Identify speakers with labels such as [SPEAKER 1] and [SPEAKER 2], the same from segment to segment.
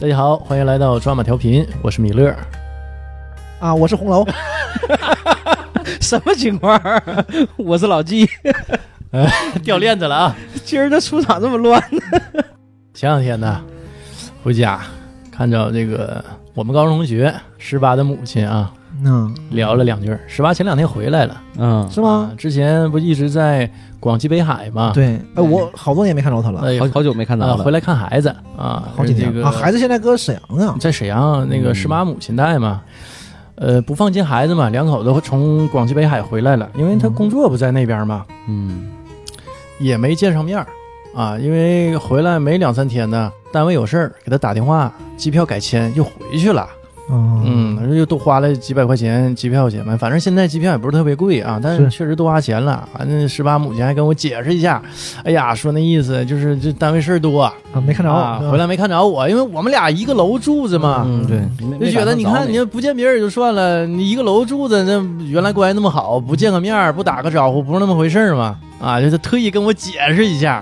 [SPEAKER 1] 大家好，欢迎来到抓马调频，我是米勒。
[SPEAKER 2] 啊，我是红楼，
[SPEAKER 3] 什么情况？我是老纪，
[SPEAKER 1] 掉链子了啊！
[SPEAKER 3] 今儿这出场这么乱，
[SPEAKER 1] 前两天呢，回家看着这个我们高中同学十八的母亲啊，
[SPEAKER 2] 嗯，
[SPEAKER 1] 聊了两句儿。十八前两天回来了，
[SPEAKER 3] 嗯，
[SPEAKER 2] 是吗
[SPEAKER 1] 啊？？之前不一直在广西北海吗？，
[SPEAKER 2] 对，哎，我好多年没看着他了，
[SPEAKER 1] 哎
[SPEAKER 3] 好
[SPEAKER 1] 呦，
[SPEAKER 3] 好久没看到
[SPEAKER 1] 啊，
[SPEAKER 3] 了，
[SPEAKER 1] 回来看孩子啊，
[SPEAKER 2] 好几年
[SPEAKER 1] 这个
[SPEAKER 2] 啊，孩子现在搁沈阳啊呢，
[SPEAKER 1] 在沈阳那个
[SPEAKER 3] 嗯
[SPEAKER 1] 十八母亲带嘛，呃，不放心孩子嘛，两口子从广西北海回来了，因为他
[SPEAKER 2] 嗯
[SPEAKER 1] 工作不在那边嘛，
[SPEAKER 3] 嗯
[SPEAKER 1] 也没见上面儿啊，因为回来没两三天呢，单位有事儿给他打电话，机票改签又回去了，嗯，反正又多花了几百块钱机票钱嘛，反正现在机票也不是特别贵啊，但是
[SPEAKER 2] 是
[SPEAKER 1] 确实多花钱了。完了，十八母亲还跟我解释一下，哎呀，说那意思就是这单位事儿多，
[SPEAKER 2] 啊，没看
[SPEAKER 1] 啊，
[SPEAKER 2] 着，
[SPEAKER 1] 回来没看着我，因为我们俩一个楼住着嘛。
[SPEAKER 2] 嗯
[SPEAKER 1] 就
[SPEAKER 3] 对，
[SPEAKER 1] 觉得你看，你不见别人也就算了，你一个楼住着，那原来关系那么好，不见个面儿，不打个招呼，不是那么回事儿嘛？啊，就是特意跟我解释一下。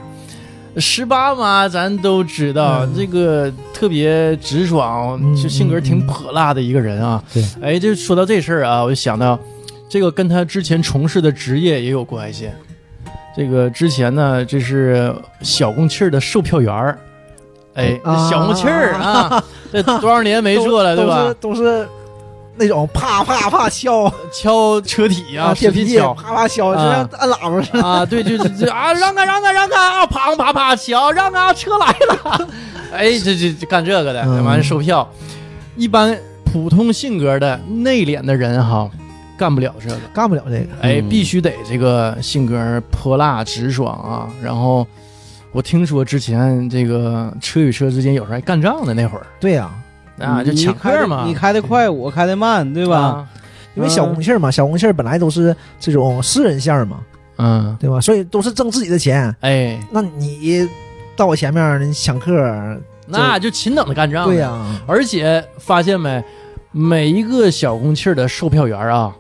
[SPEAKER 1] 十八嘛，咱都知道、
[SPEAKER 2] 嗯
[SPEAKER 1] 这个特别直爽，
[SPEAKER 2] 嗯
[SPEAKER 1] 就性格挺泼辣的一个人啊。
[SPEAKER 3] 对
[SPEAKER 1] 哎，就说到这事儿啊，我就想到，这个跟他之前从事的职业也有关系。这个之前呢，这是小公汽儿的售票员儿，哎，这
[SPEAKER 2] 啊
[SPEAKER 1] 小公汽儿 啊，这多少年没做了，对吧？
[SPEAKER 2] 都是都是那种啪啪啪敲
[SPEAKER 1] 敲车体
[SPEAKER 3] 啊
[SPEAKER 1] 呀、
[SPEAKER 2] 铁
[SPEAKER 1] 车
[SPEAKER 2] 皮
[SPEAKER 1] 体
[SPEAKER 2] 啪
[SPEAKER 1] 敲
[SPEAKER 2] 啪敲，就像按喇叭似
[SPEAKER 1] 啊，对，就是这啊，让开，让开，让开啊，啪啪啪敲，让啊，车来了， 哎，这这这干这个的，
[SPEAKER 2] 嗯
[SPEAKER 1] 完了售票，一般普通性格的内敛的人哈，干不了这个。
[SPEAKER 2] 的，干不了这个，
[SPEAKER 1] 哎，
[SPEAKER 3] 嗯
[SPEAKER 1] 必须得这个性格泼辣直爽啊。然后我听说之前这个车与车之间有时候还干仗呢，那会儿
[SPEAKER 2] 对呀，
[SPEAKER 1] 啊就
[SPEAKER 3] 你
[SPEAKER 1] 抢
[SPEAKER 3] 开
[SPEAKER 1] 客
[SPEAKER 3] 得
[SPEAKER 1] 嘛，啊
[SPEAKER 3] 你开的快，我开的慢，对
[SPEAKER 1] 对
[SPEAKER 3] 吧？？
[SPEAKER 2] 因为小公汽嘛，小公汽本来都是这种私人线嘛，
[SPEAKER 1] 嗯，
[SPEAKER 2] 对吧？所以都是挣自己的钱，
[SPEAKER 1] 哎，
[SPEAKER 2] 那你到我前面你抢客，
[SPEAKER 1] 那就勤等着干仗。
[SPEAKER 2] 对、呀，
[SPEAKER 1] 而且发现没，每一个小公汽的售票员啊，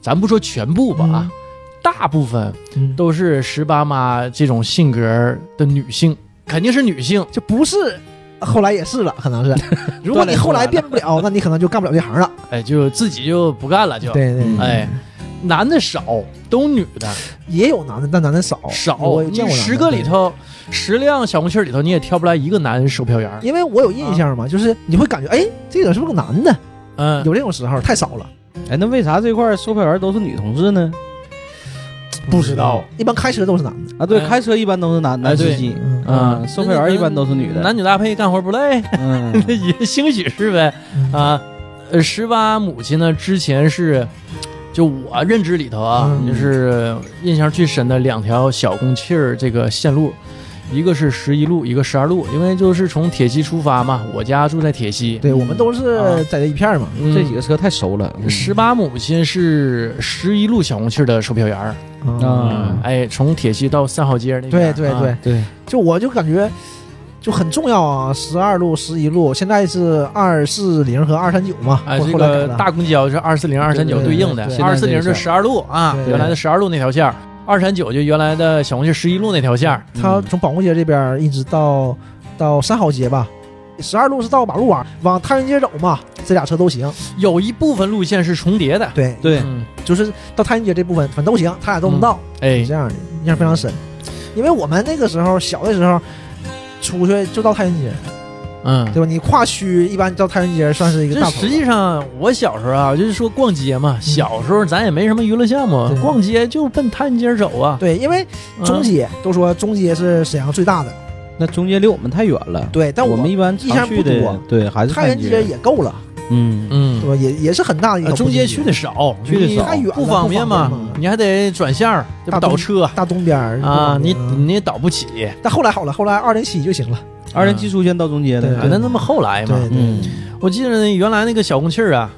[SPEAKER 1] 咱不说全部吧，
[SPEAKER 3] 嗯
[SPEAKER 1] 啊，大部分
[SPEAKER 2] 嗯
[SPEAKER 1] 都是十八妈这种性格的女性，肯定是女性。
[SPEAKER 2] 就不是。后来也是了，可能是。 如果你后来变不了，那你可能就干不了这行了。
[SPEAKER 1] 哎，就自己就不干了，就
[SPEAKER 2] 对对，
[SPEAKER 1] 哎，男的少，都女的
[SPEAKER 2] 也有男的，但男的少
[SPEAKER 1] 少。
[SPEAKER 2] 我也见
[SPEAKER 1] 你
[SPEAKER 2] 过
[SPEAKER 1] 十
[SPEAKER 2] 男的
[SPEAKER 1] 个里，头，十辆小红旗儿里头，你也挑不来一个男售票员儿
[SPEAKER 2] 对。因为我有印象嘛，就是你会感觉，哎，这个是不是个男的？
[SPEAKER 1] 啊嗯，
[SPEAKER 2] 有这种时候太少了，
[SPEAKER 3] 哎，那为啥这块售票员都是女同志呢？
[SPEAKER 1] 不知道。
[SPEAKER 2] 一般开车都是男的，
[SPEAKER 3] 啊，对，
[SPEAKER 1] 哎
[SPEAKER 3] 开车一般都是男男司机，
[SPEAKER 2] 嗯
[SPEAKER 1] 啊
[SPEAKER 3] 嗯，售票员一般都是女的，
[SPEAKER 1] 男女搭配干活不累，
[SPEAKER 3] 嗯，
[SPEAKER 1] 也兴许是呗
[SPEAKER 2] 嗯
[SPEAKER 1] 啊。呃，十八母亲呢，之前是，就我认知里头啊，
[SPEAKER 2] 嗯
[SPEAKER 1] 就是印象最深的两条小公汽儿这个线路，一个是十一路，一个十二路，因为就是从铁西出发嘛，我家住在铁西，
[SPEAKER 2] 对我们都
[SPEAKER 1] 啊
[SPEAKER 2] 是在这一片儿嘛，
[SPEAKER 1] 嗯
[SPEAKER 3] 这几个车太熟了，嗯
[SPEAKER 1] 十八母亲是十一路小红旗的售票员儿，
[SPEAKER 2] 嗯
[SPEAKER 3] 啊
[SPEAKER 1] 哎，从铁西到三好街那边
[SPEAKER 2] 对
[SPEAKER 1] 儿，
[SPEAKER 2] 对
[SPEAKER 1] 啊
[SPEAKER 2] 对，，
[SPEAKER 3] 对，
[SPEAKER 2] 就我就感觉就很重要啊，十二路、十一路，现在是二四零和二三九嘛，
[SPEAKER 1] 哎，
[SPEAKER 2] 后
[SPEAKER 1] 这
[SPEAKER 2] 后来改
[SPEAKER 1] 个
[SPEAKER 2] 了
[SPEAKER 1] 大公交是二四零、二三九对应的
[SPEAKER 2] 对对，对
[SPEAKER 1] 二四零是十二路啊
[SPEAKER 2] 对，对
[SPEAKER 1] 原来的十二路那条线儿，二三九就原来的小红旗十一路那条线儿，
[SPEAKER 2] 他从保护街这边儿一直到到三好街吧，十二路是到马路网，往太原街走嘛，这俩车都行。
[SPEAKER 1] 有一部分路线是重叠的，
[SPEAKER 2] 对，
[SPEAKER 3] 对，
[SPEAKER 1] 嗯，
[SPEAKER 2] 就是到太原街这部分，反正都行，他俩都能到，
[SPEAKER 1] 哎
[SPEAKER 2] 是这，样的，印象非常深。因为我们那个时候小的时候，出去就到太原街，
[SPEAKER 1] 嗯。
[SPEAKER 2] 对吧？你跨区一般到太原街算是一个
[SPEAKER 1] 这
[SPEAKER 2] 大头嗯
[SPEAKER 1] 实际上，我小时候啊，就是说逛街嘛。小时候咱也没什么娱乐项目
[SPEAKER 2] 对，
[SPEAKER 1] 逛街就奔探街走啊。
[SPEAKER 2] 对，因为
[SPEAKER 1] 嗯
[SPEAKER 2] 中街、都说中街是沈阳最大的，
[SPEAKER 3] 那中间离我们太远了，
[SPEAKER 2] 对，但
[SPEAKER 3] 我们一般
[SPEAKER 2] 印象
[SPEAKER 3] 常去
[SPEAKER 2] 不
[SPEAKER 3] 的
[SPEAKER 2] 多，
[SPEAKER 3] 对，还是
[SPEAKER 2] 太原街
[SPEAKER 3] 街，
[SPEAKER 2] 也够了，
[SPEAKER 3] 嗯，
[SPEAKER 1] 嗯
[SPEAKER 2] 对，吧？也也是很大的一
[SPEAKER 1] 啊
[SPEAKER 2] 个
[SPEAKER 1] 中街
[SPEAKER 2] 街
[SPEAKER 1] 去的少，
[SPEAKER 3] 去的少
[SPEAKER 1] 你太远了
[SPEAKER 2] 不
[SPEAKER 1] 方
[SPEAKER 2] 方
[SPEAKER 1] 便
[SPEAKER 2] 便
[SPEAKER 1] 嘛
[SPEAKER 2] 嘛，
[SPEAKER 1] 你还得转向儿，这不
[SPEAKER 2] 大
[SPEAKER 1] 倒
[SPEAKER 2] 东
[SPEAKER 1] 车
[SPEAKER 2] 大东边儿
[SPEAKER 1] 啊，你
[SPEAKER 2] 嗯
[SPEAKER 1] 你也倒不起，
[SPEAKER 2] 但后来好了，后来二零七就行了。
[SPEAKER 3] 二零七出现到中间
[SPEAKER 2] 对
[SPEAKER 1] 啊
[SPEAKER 3] 的，
[SPEAKER 1] 那那么后来嘛
[SPEAKER 2] 对，
[SPEAKER 3] 嗯，
[SPEAKER 1] 我记得原来那个小公汽儿啊，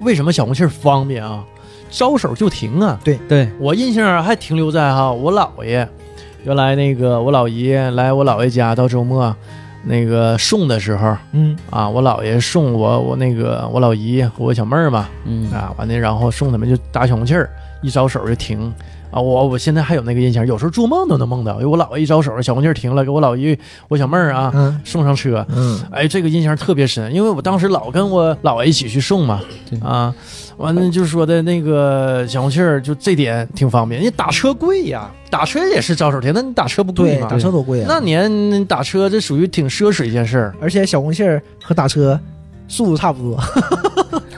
[SPEAKER 1] 为什么小公汽儿方便啊？招手就停啊！
[SPEAKER 3] 对，
[SPEAKER 1] 我印象还停留在哈，我姥爷原来那个我姥爷来我姥爷家到周末那个送的时候
[SPEAKER 2] 嗯，
[SPEAKER 1] 啊，我姥爷送我我那个我老姨和我小妹儿嘛啊
[SPEAKER 3] 嗯
[SPEAKER 1] 啊，完了然后送他们就搭小公汽儿，一招手就停。啊，我我现在还有那个印象，有时候做梦都能梦到，因为我姥爷一招手，小红旗停了，给我老姨我小妹儿啊
[SPEAKER 2] 嗯
[SPEAKER 1] 送上车，
[SPEAKER 2] 嗯
[SPEAKER 1] 哎，这个印象特别深，因为我当时老跟我姥爷一起去送嘛
[SPEAKER 3] 对，
[SPEAKER 1] 啊，完了就说的那个小红气儿，就这点挺方便，你打车贵呀，打车也是招手停，那你打车不贵
[SPEAKER 2] 对，
[SPEAKER 1] 吗？
[SPEAKER 2] 打车多贵啊！
[SPEAKER 1] 那年你打车这属于挺奢侈一件事儿，
[SPEAKER 2] 而且小红杏儿和打车速度差不多，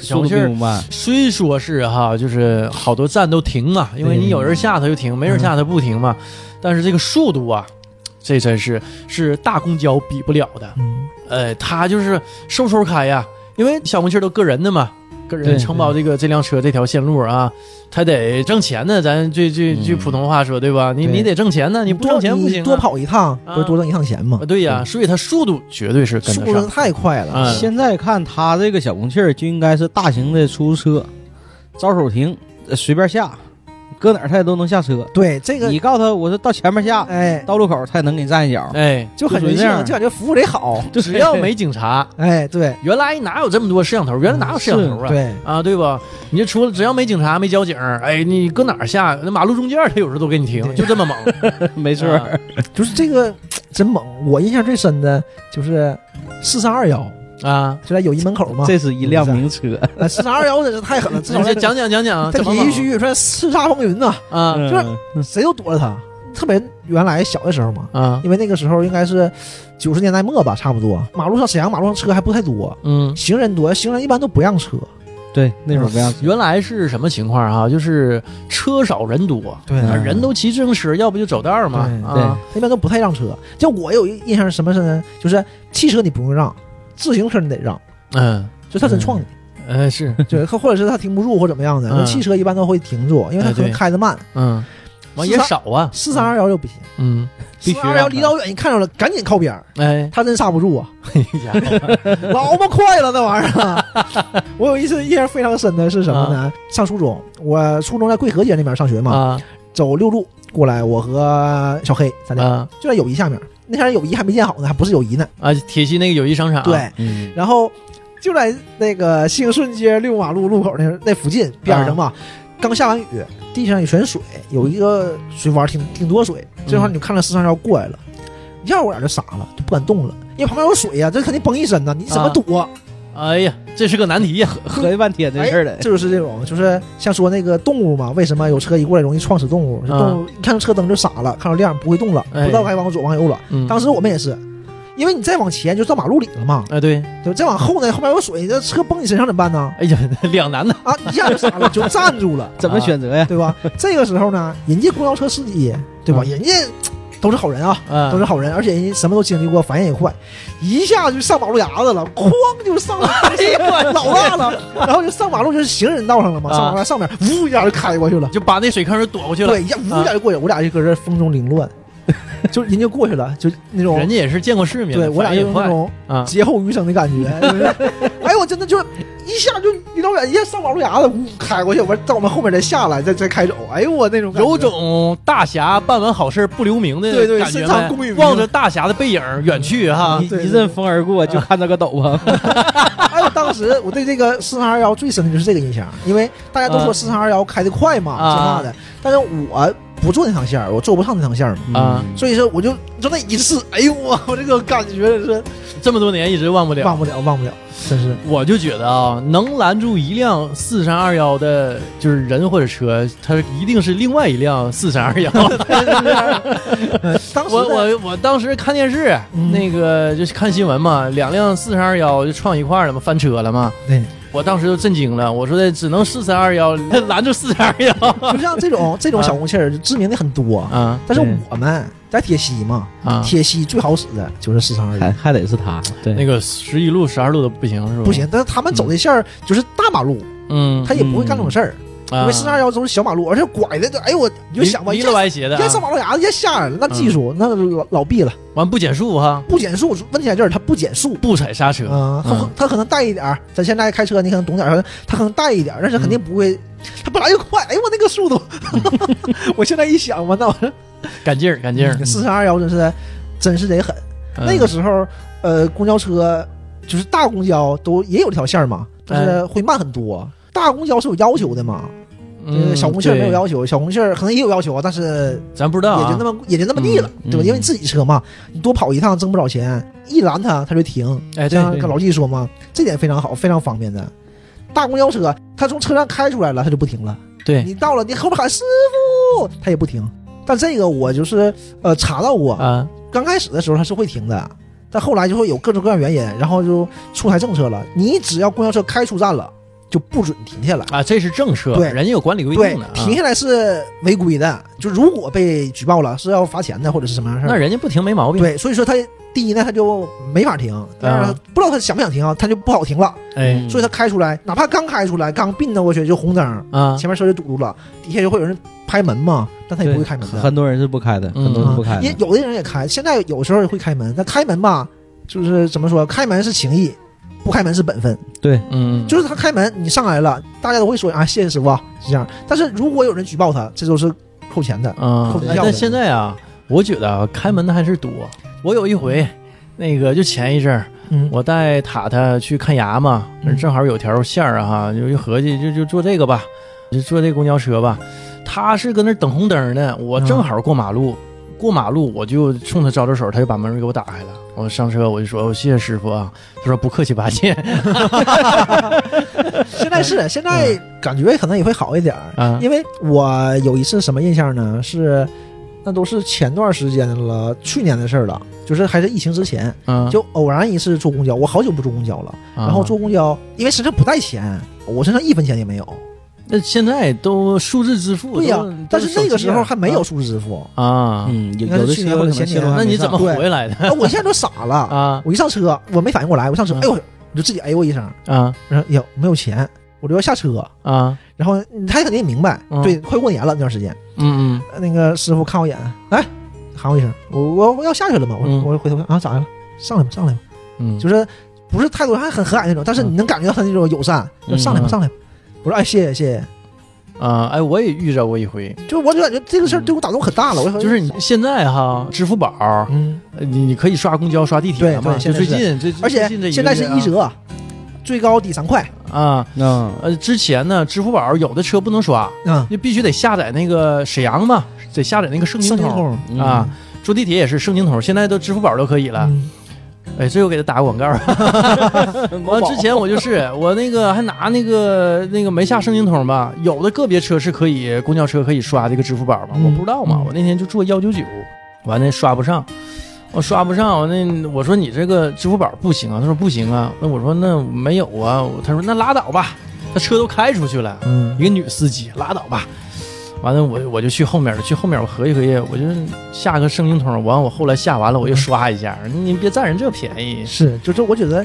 [SPEAKER 1] 小红
[SPEAKER 3] 速度
[SPEAKER 1] 气儿
[SPEAKER 3] 并不慢，
[SPEAKER 1] 虽说是哈，就是好多站都停嘛，因为你有人下它就停，没
[SPEAKER 2] 嗯
[SPEAKER 1] 人下它不停嘛。但是这个速度啊，这真是是大公交比不了的。
[SPEAKER 2] 嗯，
[SPEAKER 1] 呃，它就是嗖嗖开呀，因为小红旗儿都个人的嘛，个人
[SPEAKER 3] 对
[SPEAKER 1] 承包这个这辆车这条线路啊，他得挣钱呢。咱这这
[SPEAKER 3] 嗯
[SPEAKER 1] 句普通话说对吧？你
[SPEAKER 3] 对
[SPEAKER 1] 你得挣钱呢，你不挣钱不行、啊。
[SPEAKER 2] 多跑一趟
[SPEAKER 1] 啊
[SPEAKER 2] 不是多挣一趟钱吗
[SPEAKER 1] 啊，？对呀，
[SPEAKER 3] 嗯
[SPEAKER 1] 所以它速度绝对是跟
[SPEAKER 2] 速
[SPEAKER 1] 得
[SPEAKER 2] 度真
[SPEAKER 1] 上
[SPEAKER 2] 的。太快了，
[SPEAKER 1] 嗯
[SPEAKER 3] 现在看他这个小红气儿就应该是大型的出租车，招手停，呃随便下，搁哪儿他也都能下车。
[SPEAKER 2] 对这个
[SPEAKER 3] 你告诉他，我说到前面下，
[SPEAKER 2] 哎
[SPEAKER 3] 到路口他也能给你站一脚。
[SPEAKER 1] 哎，
[SPEAKER 2] 就很人
[SPEAKER 3] 就
[SPEAKER 2] 性啊
[SPEAKER 3] 这样，
[SPEAKER 2] 就感觉服务得 好，
[SPEAKER 1] 只要没警察，
[SPEAKER 2] 哎对
[SPEAKER 1] 原来哪有这么多摄像头？原来哪有摄像头啊？
[SPEAKER 2] 对，
[SPEAKER 1] 啊，对吧？你这除了只要没警察没交警，哎，你搁哪儿下？那马路中间儿他有时候都给你停，
[SPEAKER 2] 对
[SPEAKER 1] 就这么猛。
[SPEAKER 3] 没错
[SPEAKER 1] 啊
[SPEAKER 3] 儿，
[SPEAKER 2] 就是这个真猛。我印象最深的就是四三二幺，
[SPEAKER 1] 啊，
[SPEAKER 2] 就在友谊门口嘛，哎
[SPEAKER 3] 这是一辆名车，
[SPEAKER 2] 四三二幺真是太 狠了，至少在
[SPEAKER 1] 这讲讲讲讲
[SPEAKER 2] 在
[SPEAKER 1] 怎么
[SPEAKER 2] 贫
[SPEAKER 1] 猛
[SPEAKER 2] 区域算叱咤风云呐，
[SPEAKER 1] 啊
[SPEAKER 2] 就是
[SPEAKER 3] 嗯
[SPEAKER 2] 谁都躲着他。特别原来小的时候嘛，
[SPEAKER 1] 啊
[SPEAKER 2] 因为那个时候应该是九十年代末吧，差不多。马路上沈阳马路上车还不太多，
[SPEAKER 1] 嗯，
[SPEAKER 2] 行人多，行人一般都不让车。
[SPEAKER 3] 对，那会儿不让
[SPEAKER 1] 原来是什么情况啊？就是车少人多，
[SPEAKER 2] 对
[SPEAKER 1] 啊
[SPEAKER 3] 嗯
[SPEAKER 1] 人都骑自行车，要不就走道儿嘛
[SPEAKER 2] 对
[SPEAKER 1] 啊。
[SPEAKER 2] 他一般都不太让车。就我有一印象是什么呢？就是汽车你不用让，自行车你得让，
[SPEAKER 1] 嗯
[SPEAKER 2] 就他真撞你，
[SPEAKER 1] 嗯是
[SPEAKER 2] 呃就是他或者是他停不住或怎么样的。
[SPEAKER 1] 嗯
[SPEAKER 2] 那汽车一般都会停住，因为他可
[SPEAKER 1] 哎
[SPEAKER 2] 能
[SPEAKER 1] 对
[SPEAKER 2] 开得慢。
[SPEAKER 1] 嗯，完也
[SPEAKER 2] 四三
[SPEAKER 1] 少啊，
[SPEAKER 2] 四三二幺就不行，
[SPEAKER 1] 嗯
[SPEAKER 3] 必
[SPEAKER 2] 四
[SPEAKER 3] 须
[SPEAKER 2] 三二幺
[SPEAKER 3] 让
[SPEAKER 2] 离老远一看着了，赶紧靠边儿。，
[SPEAKER 1] 哎
[SPEAKER 2] 他真刹不住啊，
[SPEAKER 1] 呀
[SPEAKER 2] 老么快了那玩意儿啊。 我有一次印象非常深的是什么呢？上初中，我初中在贵河街那边上学嘛，
[SPEAKER 1] 啊
[SPEAKER 2] 走六路过来，我和小黑咱俩、
[SPEAKER 1] 啊
[SPEAKER 2] 就在友谊下面。那天友谊还没建好呢，还不是友谊呢。
[SPEAKER 1] 啊！铁西那个友谊商场，啊
[SPEAKER 2] 对，，
[SPEAKER 3] 嗯，
[SPEAKER 2] 然后就在那个兴顺街六马路路口那那附近边
[SPEAKER 1] 啊
[SPEAKER 2] 上嘛，刚下完雨，地上也全水，有一个水洼挺挺多水。
[SPEAKER 1] 嗯
[SPEAKER 2] 这会儿你就看着四三幺过来了，一下我俩就傻了，就不敢动了，因为旁边有水呀、这肯定崩一身呐，你怎么躲？
[SPEAKER 1] 哎呀，这是个难题呀，
[SPEAKER 3] 合计半天这事儿了。
[SPEAKER 2] 这就是这种，就是像说那个动物嘛，为什么有车一过来容易撞死动物？就动物一看到车灯就傻了，看到亮不会动了，不
[SPEAKER 1] 啊哎
[SPEAKER 2] 知道该往左往右了。
[SPEAKER 1] 嗯
[SPEAKER 2] 当时我们也是，因为你再往前就到马路里了嘛，
[SPEAKER 1] 哎对，
[SPEAKER 2] 对吧？再往后呢，后面有水，这车崩你身上怎么办呢？
[SPEAKER 1] 哎呀， 两难呐，
[SPEAKER 2] 啊，一下就傻了，就站住了，
[SPEAKER 3] 怎么选择呀？
[SPEAKER 2] 对吧？这个时候呢，人家公交车司机，对吧？
[SPEAKER 1] 嗯
[SPEAKER 2] 人家都是好人啊，
[SPEAKER 1] 啊
[SPEAKER 2] 都是好人，而且人家什么都经历过，反应也快，一下就上马路牙子了，哐就 上了，
[SPEAKER 1] 哎
[SPEAKER 2] 老大了，然后就上马路就是行人道上了嘛，
[SPEAKER 1] 啊
[SPEAKER 2] 上马路牙上面呜一下就开过去了，
[SPEAKER 1] 就把那水坑儿躲过去了。
[SPEAKER 2] 对，一下呜一下就过去，我俩就搁这风中凌 乱，就人家过去了，就那种
[SPEAKER 1] 人。家也是见过世面的，
[SPEAKER 2] 对我俩
[SPEAKER 1] 反应也
[SPEAKER 2] 就是那
[SPEAKER 1] 快
[SPEAKER 2] 种
[SPEAKER 1] 啊，
[SPEAKER 2] 劫后余生的 感觉，就是哎呦，我真的就是一下就离老远一下上马路牙子，呜开过去，完在我们后面再下来，再再开走，哎呦我那种感觉
[SPEAKER 1] 有种大侠办完好事不留名的
[SPEAKER 2] 对对
[SPEAKER 1] 感觉
[SPEAKER 2] 身
[SPEAKER 1] 呗
[SPEAKER 2] 上功与名
[SPEAKER 1] 望着大侠的背影远去哈
[SPEAKER 3] 一，
[SPEAKER 2] 对对
[SPEAKER 3] 一阵风而过，就看到个斗篷。
[SPEAKER 2] 哎呦，当时我对这个四三二幺最深的就是这个印象，因为大家都说四三二幺开得快嘛，
[SPEAKER 1] 啊
[SPEAKER 2] 这那的，但是我不坐那趟线儿，我坐不上那趟线儿
[SPEAKER 3] 嗯
[SPEAKER 2] 嘛，
[SPEAKER 1] 啊
[SPEAKER 2] 所以说我就就那一次，哎呦我我这个感觉是
[SPEAKER 1] 这么多年一直忘不了。
[SPEAKER 2] 忘不了，忘不了，真是
[SPEAKER 1] 我就觉得啊，能拦住一辆四三二幺的，就是人或者车，它一定是另外一辆四三二幺。
[SPEAKER 2] 呃当时
[SPEAKER 1] 我
[SPEAKER 2] 的
[SPEAKER 1] 我我当时看电视，
[SPEAKER 2] 嗯
[SPEAKER 1] 那个就是看新闻嘛，两辆四三二幺就撞一块儿了嘛，翻车了嘛。
[SPEAKER 2] 对，
[SPEAKER 1] 我当时就震惊了，我说的只能四三二幺 拦住四三二幺
[SPEAKER 2] 就像这种这种小红气儿，知名的很多，
[SPEAKER 1] 啊
[SPEAKER 2] 但是
[SPEAKER 3] 对
[SPEAKER 2] 我们在铁西嘛，
[SPEAKER 1] 啊！嗯
[SPEAKER 2] 铁西最好使的就是四三二
[SPEAKER 3] 还
[SPEAKER 2] 幺。
[SPEAKER 3] 还得是他，对
[SPEAKER 1] 那个十一路、十二路都不行是吧？
[SPEAKER 2] 不行，但是他们走的线儿就是大马路，
[SPEAKER 1] 嗯，啊
[SPEAKER 2] 他也不会干这种事儿，因为四三二幺都是小马路，而且拐的，哎呦我你就想吧，
[SPEAKER 1] 一
[SPEAKER 2] 一
[SPEAKER 1] 了歪斜的、
[SPEAKER 2] 人家
[SPEAKER 1] 啊，
[SPEAKER 2] 上
[SPEAKER 1] 嗯
[SPEAKER 2] 马路牙子，人家吓人了，那技术、那老老毕了，
[SPEAKER 1] 完不减速哈，
[SPEAKER 2] 不减速。问题在这儿，他不减速。
[SPEAKER 1] 不踩刹车，
[SPEAKER 2] 啊、他
[SPEAKER 1] 嗯
[SPEAKER 2] 他可能带一点儿，咱现在开车你可能懂点儿，他可能带一点儿，但是肯定不会，他本来就快，哎呦我那个速度， 我现在一想吧，那我
[SPEAKER 1] 赶劲儿赶劲儿。
[SPEAKER 2] 四三二幺真是真是得狠。
[SPEAKER 1] 嗯
[SPEAKER 2] 那个时候，呃，公交车就是大
[SPEAKER 1] 哎
[SPEAKER 2] 公交都也有这条线儿嘛，但是会慢很多。大公交是有要求的嘛，就是小红气儿
[SPEAKER 1] 嗯对
[SPEAKER 2] 没有要求，小红气儿可能也有要求啊，但是
[SPEAKER 1] 咱不知道
[SPEAKER 2] 也就
[SPEAKER 1] 啊
[SPEAKER 2] 那，么也就那么地了，
[SPEAKER 3] 嗯
[SPEAKER 2] 对吧？
[SPEAKER 3] 嗯
[SPEAKER 2] 因为你自己车嘛，你多跑一趟挣不少钱，一拦他他就停。
[SPEAKER 1] 哎，对
[SPEAKER 2] 像
[SPEAKER 1] 对
[SPEAKER 2] 跟老纪说嘛，这点非常好，非常方便的。大公交车，他从车站开出来了，他就不停了。
[SPEAKER 1] 对
[SPEAKER 2] 你到了，你后边喊师傅，他也不停。但这个我就是呃查到过，
[SPEAKER 1] 啊，
[SPEAKER 2] 刚开始的时候它是会停的，但后来就会有各种各样原因，然后就出台政策了，你只要公交车开出站了，就不准停下来。
[SPEAKER 1] 啊，这是政策，
[SPEAKER 2] 对
[SPEAKER 1] 人家有管理规
[SPEAKER 2] 对
[SPEAKER 1] 定的，啊。
[SPEAKER 2] 停下来是违规的，就如果被举报了是要罚钱的，或者是什么样的事
[SPEAKER 1] 那
[SPEAKER 2] 儿。
[SPEAKER 1] 人家不停没毛病。
[SPEAKER 2] 对，所以说他第一呢，他就没法
[SPEAKER 1] 啊
[SPEAKER 2] 停；第二呢，不知道他想不想停啊，他就不好停了。
[SPEAKER 1] 哎
[SPEAKER 2] 所以他开出来，哪怕刚开出来，刚并到过去就红灯，
[SPEAKER 1] 啊，
[SPEAKER 2] 前面车就堵住了，底下就会有人拍门嘛，但他也不会开门的。
[SPEAKER 3] 很多人是不开的，
[SPEAKER 1] 嗯
[SPEAKER 3] 很多人是不开
[SPEAKER 2] 啊也
[SPEAKER 3] 的。
[SPEAKER 2] 有的人也开，现在有时候也会开门，但开门吧，就是怎么说，开门是情谊，不开门是本分。
[SPEAKER 1] 嗯，
[SPEAKER 2] 就是他开门，你上来了，大家都会说啊，谢谢师傅啊，是这样。但是如果有人举报他，这都是扣钱的。
[SPEAKER 1] 啊
[SPEAKER 2] 扣，
[SPEAKER 1] 哎
[SPEAKER 2] 票
[SPEAKER 1] 但
[SPEAKER 2] 的
[SPEAKER 1] 现在啊，我觉得啊，开门的还是多。我有一回，那个就前一阵儿，
[SPEAKER 2] 嗯，
[SPEAKER 1] 我带塔塔去看牙嘛，
[SPEAKER 2] 嗯
[SPEAKER 1] 正好有条线儿啊哈，就一合计就就坐这个吧，就坐这公交车吧。他是搁那儿等红灯呢，我正
[SPEAKER 2] 嗯
[SPEAKER 1] 好过马路，过马路我就冲他招招手，他就把门给我打开了。我上车我就说，我谢谢师傅啊。他说不客 气吧唧
[SPEAKER 2] 现在是现在
[SPEAKER 1] 嗯
[SPEAKER 2] 感觉可能也会好一点儿，
[SPEAKER 1] 啊，
[SPEAKER 2] 因为我有一次什么印象呢？是那都是前段时间了，去年的事儿了，就是还是疫情之前，
[SPEAKER 1] 嗯，
[SPEAKER 2] 就偶然一次坐公交，我好久不坐公交了。
[SPEAKER 1] 然
[SPEAKER 2] 然后坐公交，因为身上不带钱，我身上一分钱也没有。
[SPEAKER 1] 那现在都数字支付，
[SPEAKER 2] 对呀、
[SPEAKER 1] 都都
[SPEAKER 2] 但是那个时候还没有
[SPEAKER 1] 手啊
[SPEAKER 2] 数字 支付，
[SPEAKER 1] 机啊啊。
[SPEAKER 3] 嗯，有
[SPEAKER 2] 应该是
[SPEAKER 3] 有的
[SPEAKER 2] 去
[SPEAKER 3] 车
[SPEAKER 2] 年
[SPEAKER 3] 可
[SPEAKER 2] 或者
[SPEAKER 3] 能
[SPEAKER 2] 前
[SPEAKER 3] 线路
[SPEAKER 2] 年
[SPEAKER 3] 还
[SPEAKER 1] 那
[SPEAKER 3] 没
[SPEAKER 1] 你怎么
[SPEAKER 3] 上
[SPEAKER 2] 对
[SPEAKER 1] 回来的
[SPEAKER 2] 啊，我现在都傻了，
[SPEAKER 1] 啊
[SPEAKER 2] 我一上车我没反应过来，我上车，
[SPEAKER 1] 嗯
[SPEAKER 2] 哎呦，我就自己哎呦一声，
[SPEAKER 1] 啊
[SPEAKER 2] 然后有没有钱，我就要下车，
[SPEAKER 1] 啊？
[SPEAKER 2] 然后嗯他肯定也明白，
[SPEAKER 1] 嗯
[SPEAKER 2] 对，快过年了那段时间，
[SPEAKER 1] 嗯嗯，
[SPEAKER 2] 呃那个师傅看我一眼，来喊我一声，我我我要下去了嘛，我、
[SPEAKER 1] 嗯
[SPEAKER 2] 我回头看啊咋了，上来吧上来吧，
[SPEAKER 1] 嗯，
[SPEAKER 2] 就是不是态度还很和蔼那种，但是你能感觉到他那种友善，就
[SPEAKER 3] 嗯
[SPEAKER 2] 上来吧
[SPEAKER 1] 嗯
[SPEAKER 2] 上来吧，我说哎谢谢谢谢。
[SPEAKER 1] 啊，哎，我也遇着过一回，
[SPEAKER 2] 就我就感觉这个事儿对我打动很大了，我
[SPEAKER 1] 就是你现在哈，支付宝，
[SPEAKER 2] 嗯，
[SPEAKER 1] 呃你你可以刷公交、刷地铁
[SPEAKER 2] 对
[SPEAKER 1] 了嘛？就
[SPEAKER 2] 对现在
[SPEAKER 1] 最
[SPEAKER 2] 是
[SPEAKER 1] 近，最
[SPEAKER 2] 而且
[SPEAKER 1] 最近这
[SPEAKER 2] 现在是
[SPEAKER 1] 一啊
[SPEAKER 2] 一
[SPEAKER 1] 折
[SPEAKER 2] 折，最高抵三块，
[SPEAKER 1] 啊。
[SPEAKER 3] 嗯，
[SPEAKER 1] 呃，之前呢，支付宝有的车不能刷，
[SPEAKER 2] 嗯，
[SPEAKER 1] 你必须得下载那个沈阳嘛，得下载那个圣经
[SPEAKER 2] 三千
[SPEAKER 1] 通
[SPEAKER 2] 通
[SPEAKER 3] 嗯
[SPEAKER 1] 啊。坐地铁也是圣经通，现在都支付宝都可以了。
[SPEAKER 2] 嗯
[SPEAKER 1] 哎，这又给他打个广告啊。
[SPEAKER 3] 我
[SPEAKER 1] 完之前我就是我那个还拿那个那个没下圣经通吧，有的个别车是可以公交车可以刷这个支付宝嘛，
[SPEAKER 2] 嗯
[SPEAKER 1] 我不知道嘛，
[SPEAKER 2] 嗯
[SPEAKER 1] 我那天就坐幺九九，完了刷不上，我刷不上，我那我说你这个支付宝不行啊，他说不行啊，那我说那没有啊，我他说那拉倒吧，他车都开出去了，
[SPEAKER 2] 嗯
[SPEAKER 1] 一个女司机拉倒吧。完了，我我就去后面了，去后面我合计合计，我就下个圣经通，完我后来下完了我又刷一下，你别占人这便宜，
[SPEAKER 2] 是，就是我觉得，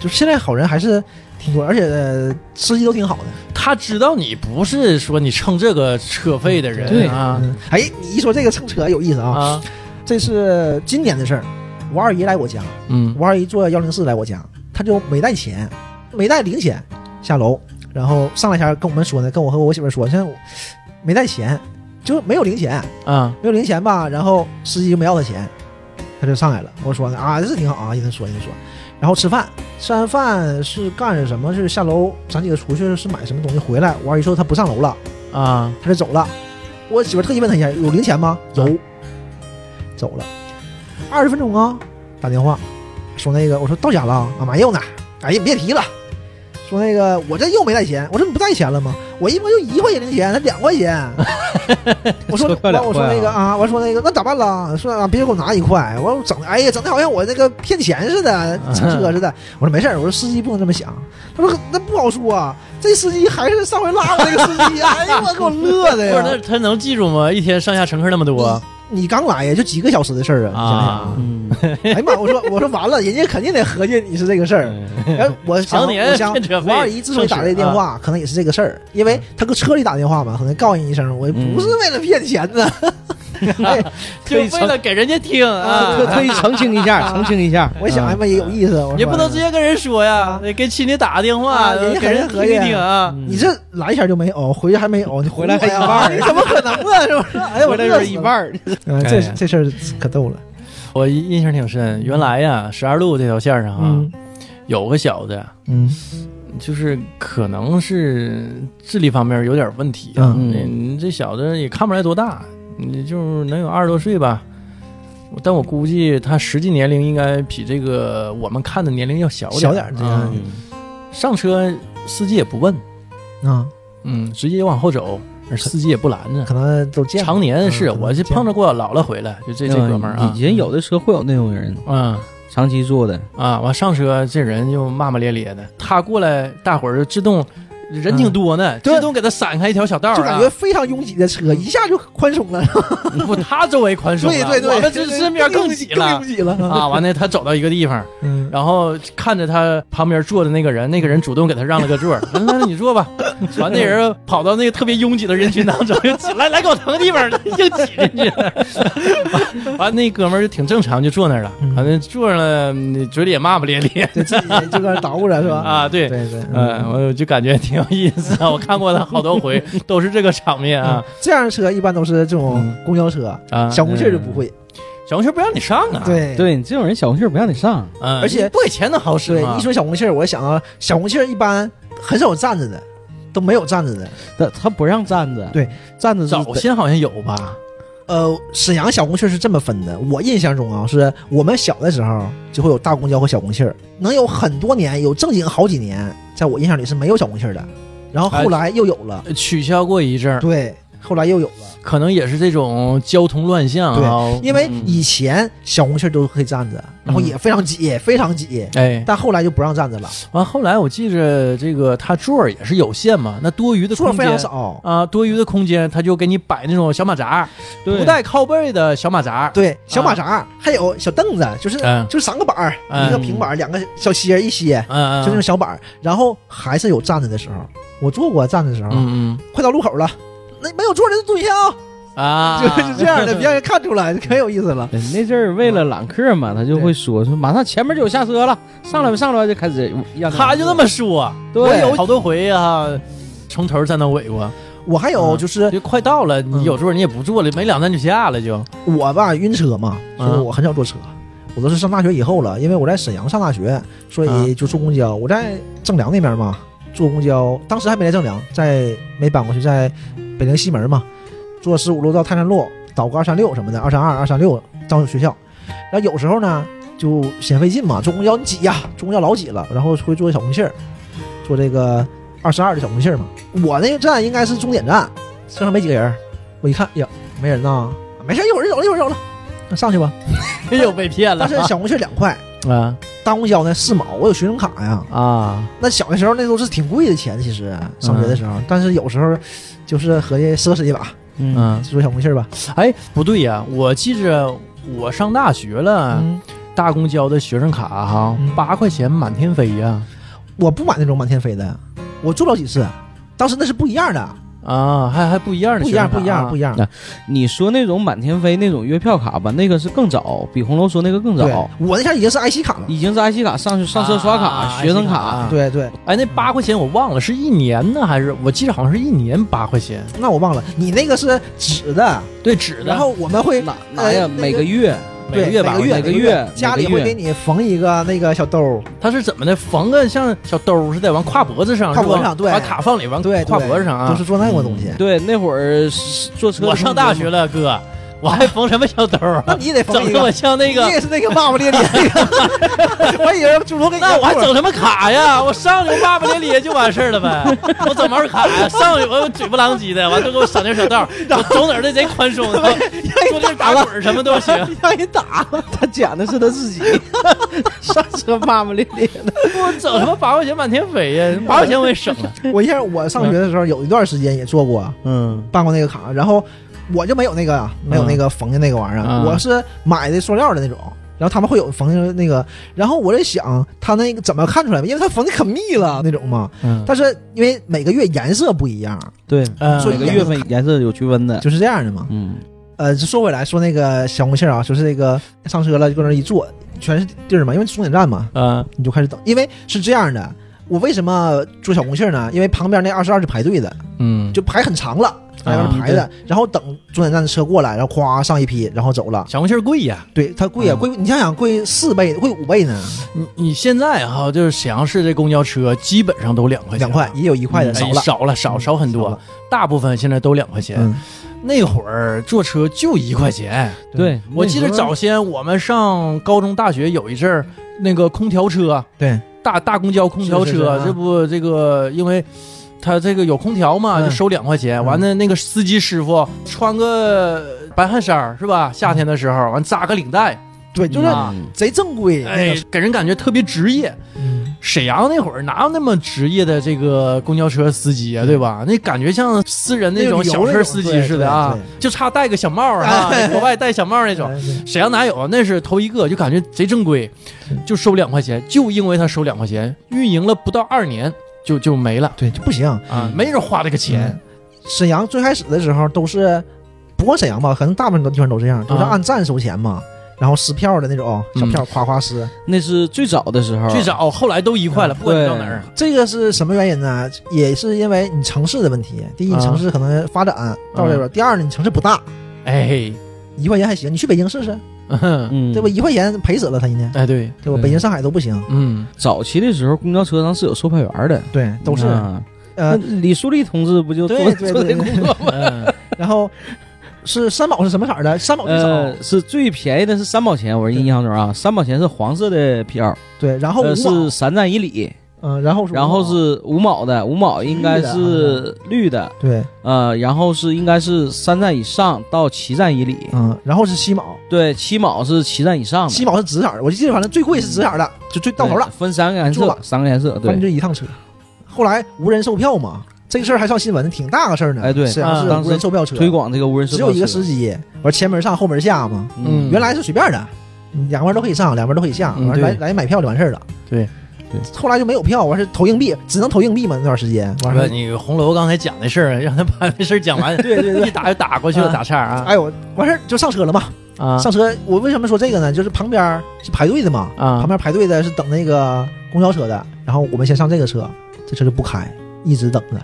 [SPEAKER 2] 就现在好人还是挺多，而且呃司机都挺好的。
[SPEAKER 1] 他知道你不是说你蹭这个车费的人啊
[SPEAKER 2] 嗯，哎，你一说这个乘车有意思啊，
[SPEAKER 1] 啊，
[SPEAKER 2] 这是今年的事儿。我二姨来我家，
[SPEAKER 1] 嗯
[SPEAKER 2] 我二姨坐幺零四来我家，她就没带钱，没带零钱，下楼，然后上来前跟我们说呢，跟我和我媳妇儿说，现在我没带钱，就没有零钱，
[SPEAKER 1] 啊
[SPEAKER 2] 没有零钱吧，然后司机就没要他钱，他就上来了。我说啊，这挺好啊，跟他说跟他说。然后吃饭，吃完饭是干什么？是下楼，咱几个出去是买什么东西回来。我二姨说她不上楼了，
[SPEAKER 1] 啊，
[SPEAKER 2] 她就走了。我媳妇儿特意问他一下，有零钱吗？
[SPEAKER 3] 嗯
[SPEAKER 2] 有，走了。二十分钟啊，打电话说那个，我说到家了啊，啊没有呢。哎呀，别提了。说那个，我这又没带钱，我说你不带钱了吗？我一共就一块钱零钱，他两块 钱。我说
[SPEAKER 3] 多快两
[SPEAKER 2] 我说
[SPEAKER 3] 块啊
[SPEAKER 2] 那个啊，我说那个，那咋办啦？说啊，别人给我拿一块，我整的，哎呀，整的好像我那个骗钱似的，
[SPEAKER 3] 嗯
[SPEAKER 2] 乘车似的。我说没事儿，我说司机不能这么想。他说那不好说啊，这司机还是上回拉我那个 司机，哎呀，我给我乐
[SPEAKER 1] 不
[SPEAKER 2] 的
[SPEAKER 1] 是那
[SPEAKER 2] 呀。
[SPEAKER 1] 他能记住吗？一天上下乘客那么多
[SPEAKER 2] 你刚来呀，就几个小时的事儿啊，你想想
[SPEAKER 1] 啊，
[SPEAKER 3] 嗯，
[SPEAKER 2] 哎呀妈！我说我说完了，人家肯定得合计你是这个事 儿。哎，我想
[SPEAKER 1] 常年
[SPEAKER 2] 我想
[SPEAKER 1] 骗车费
[SPEAKER 2] 我二姨之所以打这电
[SPEAKER 3] 啊
[SPEAKER 2] 话，可能也是这个事儿，因为她搁车里打电话嘛，可能告诉你一声，我不是为了骗钱的。
[SPEAKER 3] 嗯
[SPEAKER 2] 哎，
[SPEAKER 1] 就为了给人家听
[SPEAKER 2] 嗯
[SPEAKER 1] 啊，
[SPEAKER 3] 特特意澄清一下，澄清一下。
[SPEAKER 2] 我想哎
[SPEAKER 3] 嗯
[SPEAKER 2] 妈也有意思，我说哎
[SPEAKER 1] 也不能直接跟人说呀，得给亲戚打个电话，
[SPEAKER 2] 嗯啊人家
[SPEAKER 1] 给人
[SPEAKER 2] 很合
[SPEAKER 1] 听一
[SPEAKER 2] 理啊
[SPEAKER 1] 听啊。
[SPEAKER 2] 你这来一下就没有，回去还没有，你
[SPEAKER 3] 回来还一半
[SPEAKER 2] 哎呀你怎么可能呢？是不是？哎呀，我
[SPEAKER 3] 回来
[SPEAKER 2] 热
[SPEAKER 3] 就是
[SPEAKER 2] 死
[SPEAKER 3] 一
[SPEAKER 2] 了
[SPEAKER 3] 半。儿，
[SPEAKER 2] 嗯，
[SPEAKER 1] 哎
[SPEAKER 2] 这
[SPEAKER 1] 呀
[SPEAKER 2] 这事儿可逗了。
[SPEAKER 1] 我印象挺深，原来呀，十二路这条线上啊
[SPEAKER 2] 嗯，
[SPEAKER 1] 有个小子，
[SPEAKER 2] 嗯
[SPEAKER 1] 就是可能是智力方面有点问题啊。
[SPEAKER 3] 嗯
[SPEAKER 1] 你你这小子也看不出来多大，你就是能有二十多岁吧。我但我估计他实际年龄应该比这个我们看的年龄要小
[SPEAKER 2] 小
[SPEAKER 1] 点
[SPEAKER 2] 点
[SPEAKER 1] 儿
[SPEAKER 2] 儿
[SPEAKER 3] 嗯
[SPEAKER 2] 对
[SPEAKER 1] 啊。上车司机也不问，
[SPEAKER 2] 啊，
[SPEAKER 1] 嗯，直接往后走，而司机也不拦着。
[SPEAKER 2] 可能都见过
[SPEAKER 1] 常年是
[SPEAKER 2] 嗯
[SPEAKER 1] 我就碰着过姥姥回来，就这这哥们儿啊
[SPEAKER 3] 以，前有的车会有那种人
[SPEAKER 1] 嗯。
[SPEAKER 3] 长期坐的，
[SPEAKER 1] 啊，完上车这人就骂骂咧咧的，他过来，大伙儿就自动人挺多呢，
[SPEAKER 2] 嗯对
[SPEAKER 1] 自动给他闪开一条小道儿、啊，
[SPEAKER 2] 就感觉非常拥挤的车，一下就宽松了。
[SPEAKER 1] 不，他周围宽松了，
[SPEAKER 2] 对对对，
[SPEAKER 1] 我们这身边更挤了
[SPEAKER 2] 更挤了
[SPEAKER 1] 啊。！完了，他走到一个地方，
[SPEAKER 2] 嗯，
[SPEAKER 1] 然后看着他旁边坐的那个人，那个人主动给他让了个座儿，那那你坐吧。完，那人跑到那个特别拥挤的人群当中，就挤来来给我腾个 地方，硬挤进去。完 完，那哥们儿就挺正常，就坐那儿了。
[SPEAKER 2] 嗯
[SPEAKER 1] 反正坐上了，嗯嘴里也骂骂咧咧
[SPEAKER 2] 对自己就搁那捣鼓着是吧？
[SPEAKER 1] 啊，对
[SPEAKER 2] 对。对，
[SPEAKER 1] 嗯，我就感觉挺有意思啊！我看过他好多回，都是这个场面啊
[SPEAKER 2] 嗯，这样的车一般都是这种公交车，
[SPEAKER 1] 啊！
[SPEAKER 2] 嗯小红气儿就不会。
[SPEAKER 1] 小红球不让你上啊，，
[SPEAKER 2] 对，
[SPEAKER 3] 对你这种人小红气儿不让你上，
[SPEAKER 1] 嗯，
[SPEAKER 2] 而且
[SPEAKER 1] 你不给钱能好使
[SPEAKER 2] 对，
[SPEAKER 1] 吗
[SPEAKER 2] 一？说小红气儿，我想到小红气儿一般很少有站着的，都没有站着的。
[SPEAKER 3] 他他不让站着，
[SPEAKER 2] 对，
[SPEAKER 3] 站着是
[SPEAKER 1] 早先好像有吧，
[SPEAKER 2] 呃，沈阳小红气儿是这么分的，我印象中啊，是我们小的时候就会有大公交和小红气儿，能有很多年，有正经好几年，在我印象里是没有小红气儿的，然后后来又有了，
[SPEAKER 1] 取消过一阵儿，
[SPEAKER 2] 对，后来又有了，
[SPEAKER 1] 可能也是这种交通乱象啊。
[SPEAKER 2] 因为
[SPEAKER 1] 嗯
[SPEAKER 2] 以前小红气儿都可以站着，然后也非常挤，非常挤，
[SPEAKER 1] 哎，
[SPEAKER 2] 但后来就不让站着了，
[SPEAKER 1] 完后来我记着这个他座儿也是有限嘛，那多余的
[SPEAKER 2] 座
[SPEAKER 1] 空
[SPEAKER 2] 儿非常
[SPEAKER 1] 间
[SPEAKER 2] 少，
[SPEAKER 1] 啊，多余的空间他就给你摆那种小马扎，
[SPEAKER 3] 对
[SPEAKER 1] 不带靠背的小马扎，
[SPEAKER 2] 对，小马扎，还有小凳子，就是、
[SPEAKER 1] 啊嗯
[SPEAKER 2] 就是三个板儿，
[SPEAKER 1] 嗯
[SPEAKER 2] 一个平板儿，两个小歇儿一歇，
[SPEAKER 1] 嗯
[SPEAKER 2] 就那种
[SPEAKER 1] 嗯
[SPEAKER 2] 小板儿。然后还是有站着的时候，我坐过站着的时候，
[SPEAKER 1] 嗯
[SPEAKER 2] 快到路口了，那没有坐人就蹲下啊，
[SPEAKER 1] 嗯啊，
[SPEAKER 2] 就是这 样的，别让人看出来，可有意思了。
[SPEAKER 3] 对那阵儿为了揽客嘛，他就会说说马上前面就有下车了，上来吧上来吧，就开始让
[SPEAKER 1] 他就这么说，
[SPEAKER 3] 对
[SPEAKER 1] 我有好多回啊，从头站到尾过，
[SPEAKER 2] 我还有
[SPEAKER 1] 嗯
[SPEAKER 2] 就是
[SPEAKER 1] 就快到了，
[SPEAKER 2] 嗯
[SPEAKER 1] 你有座你也不坐了，没两站就下了就，
[SPEAKER 2] 我吧晕车嘛，所以
[SPEAKER 1] 嗯
[SPEAKER 2] 我很少坐车。我都是上大学以后了，因为我在沈阳上大学，所以
[SPEAKER 1] 嗯
[SPEAKER 2] 就坐公交。我在正良那边嘛，坐公交，当时还没来正良，在没搬过去，在北陵西门嘛，坐十五路到泰山路，倒个二三六什么的，二三二、二三六到学校。然后有时候呢，就嫌费劲嘛，坐公交你挤呀、坐公交老挤了，然后会坐小红气儿，坐这个二十二的小红气儿嘛。我那个站应该是终点站，车上没几个人，我一看，哎呀，没人呐，没事，一会儿就走了，一会儿就走了，那上去吧。
[SPEAKER 1] 又被骗了
[SPEAKER 2] 但是小红气儿两块，
[SPEAKER 1] 啊
[SPEAKER 2] 大公交呢四毛，我有学生卡呀。
[SPEAKER 1] 啊，
[SPEAKER 2] 那小的时候那都是挺贵的钱，其实上学的时候，但是有时候就是合计奢侈一把，
[SPEAKER 3] 嗯
[SPEAKER 1] 嗯，
[SPEAKER 2] 就说小红气儿吧。
[SPEAKER 1] 哎，不对呀，我记着我上大学了，
[SPEAKER 2] 嗯，
[SPEAKER 1] 大公交的学生卡哈
[SPEAKER 2] 嗯，
[SPEAKER 1] 八块钱满天飞呀
[SPEAKER 2] 我不买那种满天飞的，我坐了几次，当时那是不一样的，
[SPEAKER 1] 啊，还还不一样的
[SPEAKER 2] 不一
[SPEAKER 1] 学生
[SPEAKER 2] 样，
[SPEAKER 1] 卡啊，
[SPEAKER 2] 不一样，不一样。
[SPEAKER 3] 那你说那种满天飞那种月票卡吧，那个是更早，比红楼说那个更
[SPEAKER 2] 对
[SPEAKER 3] 早，，嗯
[SPEAKER 2] 我那下已经是 IC 卡了。
[SPEAKER 3] 已经是 IC 卡上去上车刷卡、
[SPEAKER 1] 啊
[SPEAKER 3] 学生
[SPEAKER 1] IC
[SPEAKER 3] 卡
[SPEAKER 1] 卡，
[SPEAKER 2] 对对，
[SPEAKER 1] 哎，那八块钱我忘了是一年呢还是？我记着好像是一年八块钱，
[SPEAKER 2] 那我忘了，你那个是纸的，
[SPEAKER 1] 对，纸的，
[SPEAKER 2] 然后我们会
[SPEAKER 3] 哪哪哎呀？
[SPEAKER 2] 呃那
[SPEAKER 3] 每个月
[SPEAKER 1] 每个
[SPEAKER 2] 对
[SPEAKER 1] 月
[SPEAKER 2] 每
[SPEAKER 1] 八
[SPEAKER 2] 个
[SPEAKER 1] 块
[SPEAKER 2] 月
[SPEAKER 1] 钱
[SPEAKER 3] 每个
[SPEAKER 2] 每
[SPEAKER 3] 月每个
[SPEAKER 2] 家里会
[SPEAKER 3] 月
[SPEAKER 2] 给你缝一个那个小兜儿，
[SPEAKER 1] 他是怎么的？缝个像小兜似的，完挎脖子上，
[SPEAKER 2] 挎脖
[SPEAKER 1] 是吧
[SPEAKER 2] 上对
[SPEAKER 1] 把卡放里，完
[SPEAKER 2] 对，
[SPEAKER 1] 挎
[SPEAKER 2] 对
[SPEAKER 1] 脖子上啊。
[SPEAKER 2] 都是做那个东西。
[SPEAKER 3] 对那会儿是坐车，
[SPEAKER 1] 我上大学
[SPEAKER 3] 了，
[SPEAKER 1] 了，哥，我还缝什么小兜啊？
[SPEAKER 2] 那你也得 缝
[SPEAKER 1] 整
[SPEAKER 2] 一
[SPEAKER 1] 的
[SPEAKER 2] 个
[SPEAKER 1] 我，像那
[SPEAKER 2] 你
[SPEAKER 1] 个，
[SPEAKER 2] 也是那个骂骂咧咧那 个，我以为主动给你
[SPEAKER 1] 那我还
[SPEAKER 2] 做
[SPEAKER 1] 整什么卡呀？我上去我骂骂咧咧就完事儿了呗。我整毛卡呀？上去我嘴不狼藉的，完就给我省点小道，我走哪儿都贼宽松，
[SPEAKER 2] 哎
[SPEAKER 1] 坐地儿打啊滚儿什么都行。
[SPEAKER 2] 让人打，
[SPEAKER 3] 他讲的是他自己 上车骂骂咧咧的，
[SPEAKER 1] 我整什么八块钱满天飞呀？八块钱我也省了。
[SPEAKER 2] 我印象我上学的时候有一段时间也做过
[SPEAKER 3] 嗯
[SPEAKER 2] 办过那个卡，然后我就没有那个啊没有那个缝的那个玩意儿，啊
[SPEAKER 1] 嗯
[SPEAKER 2] 我是买的塑料的那种。然后他们会有缝的那个，然后我在想他那个怎么看出来吧，因为他缝的可密了那种嘛。
[SPEAKER 1] 嗯，
[SPEAKER 2] 但是因为每个月颜色不一样，
[SPEAKER 3] 对，嗯
[SPEAKER 2] 所
[SPEAKER 3] 每
[SPEAKER 2] 以
[SPEAKER 3] 个
[SPEAKER 2] 也
[SPEAKER 3] 月份颜色有区分的，
[SPEAKER 2] 就是这样的嘛。
[SPEAKER 3] 嗯，
[SPEAKER 2] 呃，就说回来说那个小红杏啊，就是那个上车了就搁那一坐，全是地儿嘛，因为终点站嘛，
[SPEAKER 1] 嗯
[SPEAKER 2] 你就开始等，因为是这样的。我为什么坐小红气儿呢？因为旁边那二十二是排队的，
[SPEAKER 1] 嗯，
[SPEAKER 2] 就排很长了，在那
[SPEAKER 1] 啊
[SPEAKER 2] 排的，然后等终点站的车过来，然后咵上一批，然后走了。
[SPEAKER 1] 小红气儿贵呀。
[SPEAKER 2] 对，它贵啊，
[SPEAKER 1] 嗯
[SPEAKER 2] 贵，你想想贵四倍，贵五倍呢，
[SPEAKER 1] 你你现在哈，就是沈阳市这公交车基本上都两块钱，
[SPEAKER 2] 两块也有一块的
[SPEAKER 1] 嗯哎
[SPEAKER 2] 少了，
[SPEAKER 1] 少了少少很
[SPEAKER 2] 少
[SPEAKER 1] 多
[SPEAKER 2] 了，
[SPEAKER 1] 大部分现在都两块钱。
[SPEAKER 2] 嗯，
[SPEAKER 1] 那会儿坐车就一块钱，
[SPEAKER 3] 对，
[SPEAKER 1] 我记得早先我们上高中、大学有一阵儿，那个空调车，
[SPEAKER 2] 对，
[SPEAKER 1] 大大公交空调车，
[SPEAKER 2] 是是是啊
[SPEAKER 1] 这不这个因为。他这个有空调嘛，
[SPEAKER 2] 嗯
[SPEAKER 1] 就收两块钱。
[SPEAKER 2] 嗯
[SPEAKER 1] 完了，那个司机师傅穿个白汗衫儿是吧？夏天的时候，完扎个领带，
[SPEAKER 2] 对，就
[SPEAKER 1] 嗯
[SPEAKER 2] 是
[SPEAKER 1] 啊
[SPEAKER 2] 贼正规，那
[SPEAKER 1] 哎
[SPEAKER 2] 个，
[SPEAKER 1] 给人感觉特别职业。
[SPEAKER 2] 嗯
[SPEAKER 1] 沈阳那会儿哪有那么职业的这个公交车司机啊，对吧？那感觉像私人那种小车司机似的啊
[SPEAKER 2] 那种对对，
[SPEAKER 1] 就差戴个小帽儿 啊，
[SPEAKER 2] 哎
[SPEAKER 1] 国外戴小帽儿那种。
[SPEAKER 2] 嗯
[SPEAKER 1] 沈阳哪有啊？那是头一个，就感觉贼正规，
[SPEAKER 2] 嗯
[SPEAKER 1] 就收两块钱，就因为他收两块钱，运营了不到二年就就没了
[SPEAKER 2] 对，就不行。
[SPEAKER 1] 啊，没人花这个钱
[SPEAKER 2] 嗯。沈阳最开始的时候都是，不光沈阳吧，可能大部分的地方都这样，都是
[SPEAKER 1] 啊
[SPEAKER 2] 按站收钱嘛，然后撕票的那种
[SPEAKER 3] 嗯
[SPEAKER 2] 小票，夸夸撕。
[SPEAKER 3] 那是最早的时候，
[SPEAKER 2] 嗯
[SPEAKER 1] 最
[SPEAKER 2] 哦
[SPEAKER 1] 早后来都一块了，不管你到哪儿，
[SPEAKER 2] 这个是什么原因呢？也是因为你城市的问题。第一，
[SPEAKER 1] 啊
[SPEAKER 2] 你城市可能发展到
[SPEAKER 3] 啊
[SPEAKER 2] 这边；第二呢，你城市不大，
[SPEAKER 1] 哎，
[SPEAKER 2] 一块钱还行。你去北京试试，
[SPEAKER 1] 嗯
[SPEAKER 3] 嗯，
[SPEAKER 2] 对吧？一块钱赔死了他一年，
[SPEAKER 1] 哎对，
[SPEAKER 2] 对吧？
[SPEAKER 3] 对
[SPEAKER 2] 北京、上海都不行，
[SPEAKER 1] 嗯
[SPEAKER 3] 早期的时候，公交车上是有售票员的，
[SPEAKER 2] 对，都是
[SPEAKER 3] 啊那
[SPEAKER 2] 呃，
[SPEAKER 3] 李书立同志不就做
[SPEAKER 2] 对对
[SPEAKER 3] 做这
[SPEAKER 2] 对
[SPEAKER 3] 工作吗？
[SPEAKER 1] 嗯
[SPEAKER 2] 然后是三宝是什么色儿的？三宝最少，
[SPEAKER 3] 呃，是最便宜的是三毛钱，我
[SPEAKER 2] 对
[SPEAKER 3] 印象中啊，三毛钱是黄色的票，
[SPEAKER 2] 对，然后
[SPEAKER 3] 呃
[SPEAKER 2] 五
[SPEAKER 3] 是
[SPEAKER 2] 毛，
[SPEAKER 3] 三站一里，
[SPEAKER 2] 嗯，然后是五毛
[SPEAKER 3] 然后是五毛的，五毛应该是绿的，
[SPEAKER 2] 对，
[SPEAKER 3] 呃，然后是应该是三站以上到七站以里，
[SPEAKER 2] 嗯，然后是七毛，
[SPEAKER 3] 对，七毛是七站以上的，
[SPEAKER 2] 七毛是紫色儿，我记得反正最贵是紫色儿的，就最到头了
[SPEAKER 3] 对，分三个颜
[SPEAKER 2] 住
[SPEAKER 3] 色
[SPEAKER 2] 了，
[SPEAKER 3] 三个颜色，
[SPEAKER 2] 反正
[SPEAKER 3] 对，
[SPEAKER 2] 就一趟车。后来无人售票嘛，这个事儿还上新闻，挺大个事儿呢。
[SPEAKER 3] 哎对
[SPEAKER 2] 沈阳
[SPEAKER 1] 啊
[SPEAKER 2] 市
[SPEAKER 3] 当
[SPEAKER 2] 无
[SPEAKER 3] 时
[SPEAKER 2] 人售票车
[SPEAKER 3] 推广这个无人
[SPEAKER 2] 只
[SPEAKER 3] 售票
[SPEAKER 2] 有
[SPEAKER 3] 车，
[SPEAKER 2] 一个司机，完前门上后门下嘛，
[SPEAKER 1] 嗯
[SPEAKER 2] 原来是随便的，两边都可以上，两边都可以下，
[SPEAKER 1] 嗯
[SPEAKER 2] 完
[SPEAKER 1] 对
[SPEAKER 2] 来来买票就完事儿了。
[SPEAKER 1] 对
[SPEAKER 3] 对
[SPEAKER 2] 后来就没有票，完是投硬币，只能投硬币嘛那段时间。完
[SPEAKER 1] 不，
[SPEAKER 2] 了，
[SPEAKER 1] 你红楼刚才讲的事儿，让他把这事儿讲完，
[SPEAKER 2] 对对对
[SPEAKER 1] 一打就打过去了，
[SPEAKER 2] 啊
[SPEAKER 1] 打岔啊
[SPEAKER 2] 哎呦，完事儿就上车了嘛。
[SPEAKER 1] 啊
[SPEAKER 2] 上车，我为什么说这个呢？就是旁边儿是排队的嘛，
[SPEAKER 1] 啊
[SPEAKER 2] 旁！边排队的是等那个公交车的，然后我们先上这个车，这车就不开，一直等着，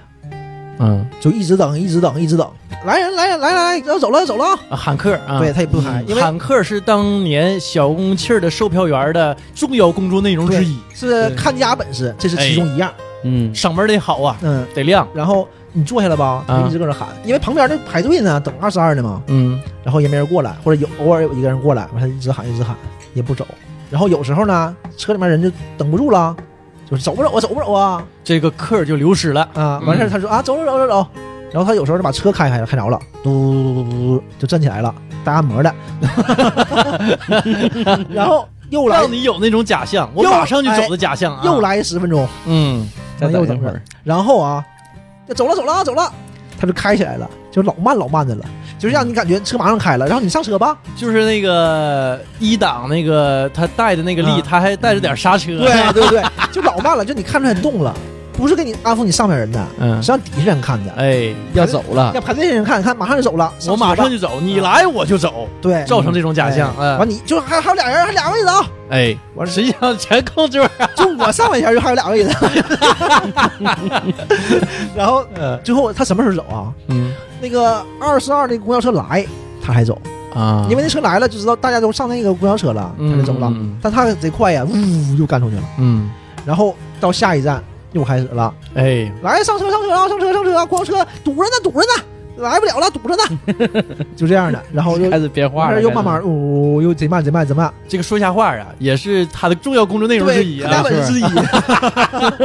[SPEAKER 1] 嗯，
[SPEAKER 2] 就一直等，一直等，一直等。来人，来人，来来来，要走了，要走了啊。
[SPEAKER 1] 啊喊客啊，
[SPEAKER 2] 对，他也不开，因为
[SPEAKER 1] 喊客是当年小公气儿的售票员的重要工作内容之一，
[SPEAKER 2] 是
[SPEAKER 3] 对
[SPEAKER 2] 看家本事，这是其中一样。
[SPEAKER 3] 嗯，
[SPEAKER 1] 嗓门儿得好啊，
[SPEAKER 2] 嗯，
[SPEAKER 1] 得亮，
[SPEAKER 2] 然后你坐下了吧，
[SPEAKER 1] 啊
[SPEAKER 2] 他就一直搁那喊，因为旁边那排队呢，等二十二的嘛，
[SPEAKER 1] 嗯
[SPEAKER 2] 然后也没人过来，或者有偶尔有一个人过来，完他一直喊，一直喊，也不走。然后有时候呢，车里面人就等不住了，就是走不走啊，走不走啊，
[SPEAKER 1] 这个客儿就流失了，
[SPEAKER 2] 啊，完事儿他说啊，走走走走走，然后他有时候就把车开开了，开着了，嘟嘟嘟嘟嘟就站起来 了，搭按摩的，然后又来
[SPEAKER 1] 让你有那种假象，我
[SPEAKER 2] 又哎
[SPEAKER 1] 马上就走的假象啊，
[SPEAKER 2] 又，来十分钟，
[SPEAKER 1] 嗯
[SPEAKER 3] 再
[SPEAKER 2] 又
[SPEAKER 3] 等一
[SPEAKER 2] 等
[SPEAKER 3] 会
[SPEAKER 2] 会
[SPEAKER 3] 儿
[SPEAKER 2] 儿，，然后啊，走了走了走了，他就开起来了，就老慢老慢的了，就是让你感觉车马上开了，然后你上车吧，
[SPEAKER 1] 就是那个一档那个他带的那个力，
[SPEAKER 2] 啊
[SPEAKER 1] 他还带着点刹车，
[SPEAKER 2] 对对对，就老慢了，就你看出来动了，不是给你安抚你上面人的，
[SPEAKER 1] 嗯
[SPEAKER 2] 是，让底下人看的，
[SPEAKER 1] 哎，
[SPEAKER 3] 要走了，
[SPEAKER 2] 让排队的人看看马上就走了，
[SPEAKER 1] 我马
[SPEAKER 2] 车
[SPEAKER 1] 上
[SPEAKER 2] 吧
[SPEAKER 1] 就走，你来我就走，
[SPEAKER 2] 对
[SPEAKER 1] 造成这种假象，
[SPEAKER 2] 哎
[SPEAKER 1] 嗯，
[SPEAKER 2] 完你就还还有俩人，还俩位子啊。
[SPEAKER 1] 哎，
[SPEAKER 2] 完事
[SPEAKER 1] 实际上全控制不了，
[SPEAKER 2] 就我上半圈就还有俩位子，然后
[SPEAKER 1] 嗯
[SPEAKER 2] 最后他什么时候走啊？
[SPEAKER 1] 嗯
[SPEAKER 2] 那个二十二那公交车来，他还走，
[SPEAKER 1] 啊
[SPEAKER 2] 因为那车来了就知道大家都上那个公交车了，他就走了。
[SPEAKER 1] 嗯
[SPEAKER 2] 但他贼快呀，呜就干出去了。
[SPEAKER 1] 嗯，
[SPEAKER 2] 然后到下一站又开始了，
[SPEAKER 1] 哎，
[SPEAKER 2] 来上车上车啊上车上车啊，公交车堵着呢堵着呢，来不了了堵着呢，就这样的。然后又
[SPEAKER 3] 开始变化了，
[SPEAKER 2] 哎又慢慢呜、又贼慢贼慢贼慢，
[SPEAKER 1] 这个说瞎话啊，也是他的重要工作内容之一
[SPEAKER 2] 对，
[SPEAKER 1] 啊
[SPEAKER 2] 大。本之一。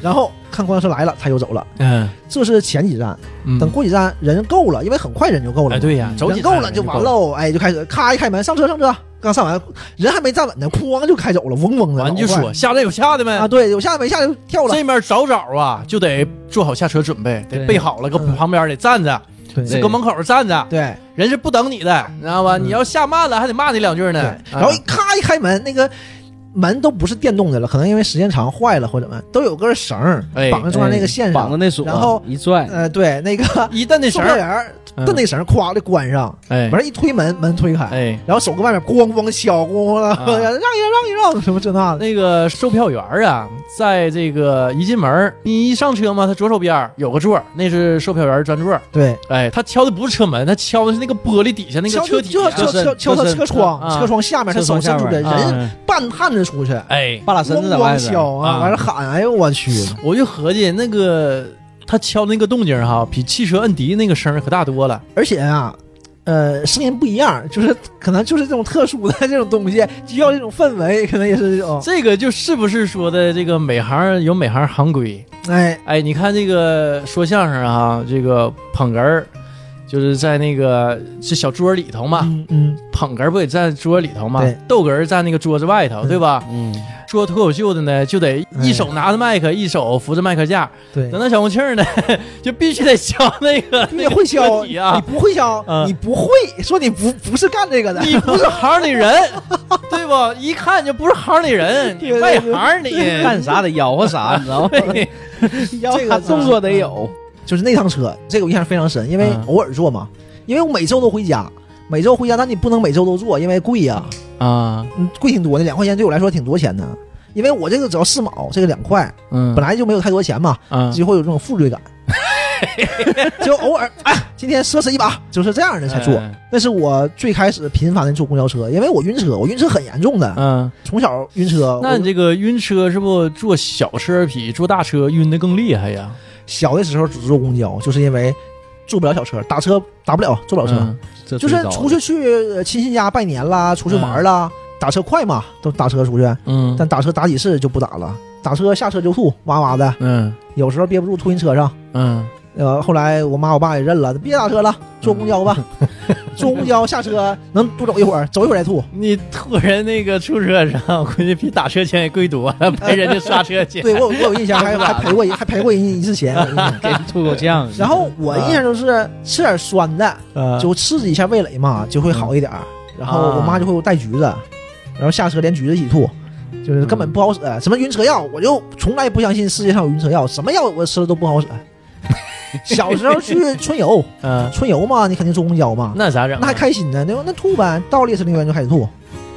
[SPEAKER 2] 然后看公交车来了，他又走了。
[SPEAKER 1] 嗯，
[SPEAKER 2] 这是前几站，
[SPEAKER 1] 嗯
[SPEAKER 2] 等过几站人够了，因为很快人就够了嘛。
[SPEAKER 1] 哎，对呀，走
[SPEAKER 2] 人
[SPEAKER 1] 几
[SPEAKER 2] 够
[SPEAKER 1] 站
[SPEAKER 2] 了就完，喽，哎，就开始咔一开门上车上车，刚上完人还没站稳呢，哐就开走了，嗡嗡的。
[SPEAKER 1] 完
[SPEAKER 2] 老
[SPEAKER 1] 就
[SPEAKER 2] 快
[SPEAKER 1] 说下来有下的
[SPEAKER 2] 啊，
[SPEAKER 1] 呗。
[SPEAKER 2] 对，有下没下就跳了。
[SPEAKER 1] 这面早早啊，就得做好下车准备，得
[SPEAKER 3] 对
[SPEAKER 1] 备好了，搁
[SPEAKER 2] 嗯
[SPEAKER 1] 旁边得站着，
[SPEAKER 2] 对
[SPEAKER 1] 搁门口站着，
[SPEAKER 2] 对
[SPEAKER 1] 人是不等你的，你知道吧？
[SPEAKER 2] 嗯
[SPEAKER 1] 你要下慢了，还得骂你两句
[SPEAKER 2] 对，
[SPEAKER 1] 呢。
[SPEAKER 2] 然后
[SPEAKER 1] 啊
[SPEAKER 2] 咔一开门，那个门都不是电动的了，可能因为时间长坏了或者怎么样，都有根绳儿
[SPEAKER 1] 哎
[SPEAKER 2] 绑在中间那个线
[SPEAKER 3] 绑
[SPEAKER 2] 上
[SPEAKER 3] 着。那锁，
[SPEAKER 2] 然后
[SPEAKER 3] 一拽，
[SPEAKER 2] 呃，对，那个
[SPEAKER 1] 一蹬那绳
[SPEAKER 2] 售
[SPEAKER 1] 儿
[SPEAKER 2] 票员儿
[SPEAKER 1] 嗯
[SPEAKER 2] 蹬那绳儿，咵的关上，
[SPEAKER 1] 哎
[SPEAKER 2] 完事儿一推门，门推开，
[SPEAKER 1] 哎，
[SPEAKER 2] 然后手搁外面咣咣敲，咣咣的，
[SPEAKER 1] 啊
[SPEAKER 2] 让一让，让一让，什么这那的。
[SPEAKER 1] 那个售票员儿啊，在这个一进门儿，你一上车嘛，他左手边儿有个座儿，那是售票员儿专座儿。
[SPEAKER 2] 对，
[SPEAKER 1] 哎，他敲的不是车门，他敲的是那个玻璃底下那个
[SPEAKER 2] 敲
[SPEAKER 1] 车底
[SPEAKER 2] 就
[SPEAKER 1] 啊。
[SPEAKER 2] 敲
[SPEAKER 3] 车身
[SPEAKER 2] 敲敲
[SPEAKER 3] 车
[SPEAKER 2] 他
[SPEAKER 3] 身
[SPEAKER 2] 车窗，
[SPEAKER 1] 啊
[SPEAKER 2] 车窗下面他
[SPEAKER 3] 厕所
[SPEAKER 2] 手伸
[SPEAKER 3] 下
[SPEAKER 2] 出
[SPEAKER 3] 边
[SPEAKER 2] 来，
[SPEAKER 3] 儿
[SPEAKER 2] 人
[SPEAKER 3] 啊
[SPEAKER 2] 半探着出去，
[SPEAKER 1] 哎，
[SPEAKER 3] 半拉身
[SPEAKER 2] 咣
[SPEAKER 3] 子在外
[SPEAKER 2] 咣
[SPEAKER 3] 边
[SPEAKER 2] 敲
[SPEAKER 3] 儿，
[SPEAKER 2] 啊，
[SPEAKER 1] 啊
[SPEAKER 2] 完了喊，哎呦我去，
[SPEAKER 1] 我就合计那个他敲那个动静儿哈，比汽车摁笛那个声儿可大多了。
[SPEAKER 2] 而且啊。呃，声音不一样，就是可能就是这种特殊的 这种东西，需要这种氛围，可能也是这种。
[SPEAKER 1] 这个就是不是说的这个每行有每行行规。
[SPEAKER 2] 哎，
[SPEAKER 1] 哎，你看这个说相声啊，这个捧哏儿，就是在那个是小桌里头嘛，
[SPEAKER 2] 嗯嗯，
[SPEAKER 1] 捧哏儿不得站桌里头嘛
[SPEAKER 2] 对，
[SPEAKER 1] 逗哏儿站那个桌子外头，
[SPEAKER 2] 嗯
[SPEAKER 1] 对吧？
[SPEAKER 3] 嗯，
[SPEAKER 1] 说脱口秀的呢，就得一手拿着麦克，一手扶着麦克架；
[SPEAKER 2] 对，
[SPEAKER 1] 等到小红庆儿呢， 就必须得敲那 个
[SPEAKER 2] 你也会
[SPEAKER 1] 车
[SPEAKER 2] 敲，
[SPEAKER 1] 体
[SPEAKER 2] 你
[SPEAKER 1] 啊，
[SPEAKER 2] 不会敲，
[SPEAKER 1] 嗯
[SPEAKER 2] 你不会说你不不是干这个的，
[SPEAKER 1] 你不是行里人，对吧？一看就不是行里 人，你外行你
[SPEAKER 3] 干啥得吆喝啥，你知道吗？ 吆喝动作得有，
[SPEAKER 2] 嗯就是那趟车，这个我印象非常深，因为
[SPEAKER 1] 嗯
[SPEAKER 2] 偶尔坐嘛，因为我每周都回家，每周回家，但你不能每周都坐，因为贵呀、
[SPEAKER 1] 啊，
[SPEAKER 2] 嗯，贵挺多的，两块钱对我来说挺多钱的，因为我这个只要四毛，这个两块，
[SPEAKER 1] 嗯，
[SPEAKER 2] 本来就没有太多钱嘛，
[SPEAKER 1] 啊
[SPEAKER 2] 就会有这种负罪 感，就偶尔哎，今天奢侈一把，就是这样的才
[SPEAKER 1] 哎
[SPEAKER 2] 坐。那是我最开始频繁的坐公交车，因为我晕车，我晕车很严重的，
[SPEAKER 1] 嗯，
[SPEAKER 2] 从小晕车，
[SPEAKER 1] 那
[SPEAKER 2] 我
[SPEAKER 1] 你这个晕车是不坐小车比坐大车晕的更厉害呀？
[SPEAKER 2] 小的时候只坐公交，就是因为坐不了小车，打车打不了，坐不了车。
[SPEAKER 1] 嗯
[SPEAKER 3] 这
[SPEAKER 2] 就是
[SPEAKER 3] 最早的
[SPEAKER 2] 出去去呃亲戚家拜年啦，出去玩啦，打车快嘛，都打车出去，
[SPEAKER 1] 嗯，
[SPEAKER 2] 但打车打几次就不打了，打车下车就吐，哇哇的，
[SPEAKER 1] 嗯
[SPEAKER 2] 有时候憋不住吐人车上。
[SPEAKER 1] 嗯
[SPEAKER 2] 呃，后来我妈我爸也认了，别打车了，坐公交吧，坐公交下车能多走一会儿，走一会儿再吐。
[SPEAKER 1] 你吐人那个出租车上，估计比打车钱也贵多了，赔人家刹车 钱。
[SPEAKER 2] 对我有我有印象，还还赔过一还赔过人家一次钱。我印象
[SPEAKER 3] 给你 吐口酱，
[SPEAKER 2] 然后我印象就是吃点酸的，
[SPEAKER 1] 啊
[SPEAKER 2] 就刺激一下味蕾嘛，就会好一点儿。然后我妈就会给我带橘子，然后下车连橘子一起吐，
[SPEAKER 1] 嗯
[SPEAKER 2] 就是根本不好使。什么晕车药，我就从来不相信世界上有晕车药，什么药我吃了都不好使。小时候去春游，
[SPEAKER 1] 嗯，
[SPEAKER 2] 春游嘛，你肯定坐公交嘛，
[SPEAKER 1] 那咋整啊？
[SPEAKER 2] 那还开心呢，那那吐呗，到烈士陵园就开始吐，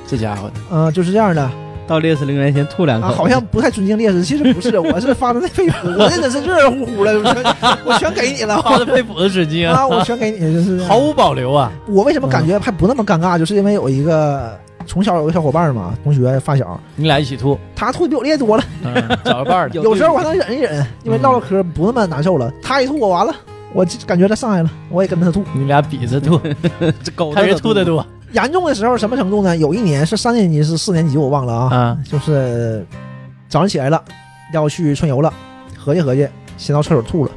[SPEAKER 1] 这家伙的，
[SPEAKER 2] 嗯、就是这样的啊，
[SPEAKER 3] 到烈士陵园先吐两口，
[SPEAKER 2] 好像不太尊敬烈士，其实不是，我是发自内肺腑，我真的是热热乎乎的，我全我全给你了，
[SPEAKER 1] 花的肺腑子吃惊，
[SPEAKER 2] 啊，我全给你，就是
[SPEAKER 1] 毫无保留啊！
[SPEAKER 2] 我为什么感觉还不那么尴尬，就是因为有一个从小有个小伙伴嘛，同学发小，
[SPEAKER 1] 你俩一起吐，
[SPEAKER 2] 他吐比我烈多了，
[SPEAKER 1] 嗯找个伴儿去。
[SPEAKER 2] 有 时候我还能忍一忍，因为
[SPEAKER 1] 嗯
[SPEAKER 2] 唠唠嗑不那么难受了。他一吐我完了，我就感觉他上来了，我也跟着他吐。
[SPEAKER 1] 你俩比着 吐，
[SPEAKER 3] 这狗
[SPEAKER 1] 看
[SPEAKER 3] 都
[SPEAKER 1] 谁吐的多
[SPEAKER 2] 严重的时候什么程度呢？有一年是三年级是四年级我忘了啊，
[SPEAKER 1] 啊！
[SPEAKER 2] 就是早上起来了要去春游了，合计合计先到厕所吐了。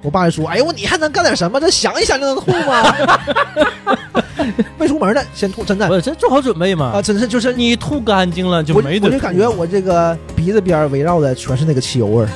[SPEAKER 2] 我爸就说：“哎呦，你还能干点什么？这想一想就能吐吗？ 没出门呢，先吐，真的
[SPEAKER 1] 我这做好准备嘛
[SPEAKER 2] 啊，。真是就是
[SPEAKER 1] 你吐干净了就
[SPEAKER 2] 我
[SPEAKER 1] 没得
[SPEAKER 2] 我
[SPEAKER 1] 吐
[SPEAKER 2] 就感觉我这个鼻子边儿围绕的全是那个汽油味儿，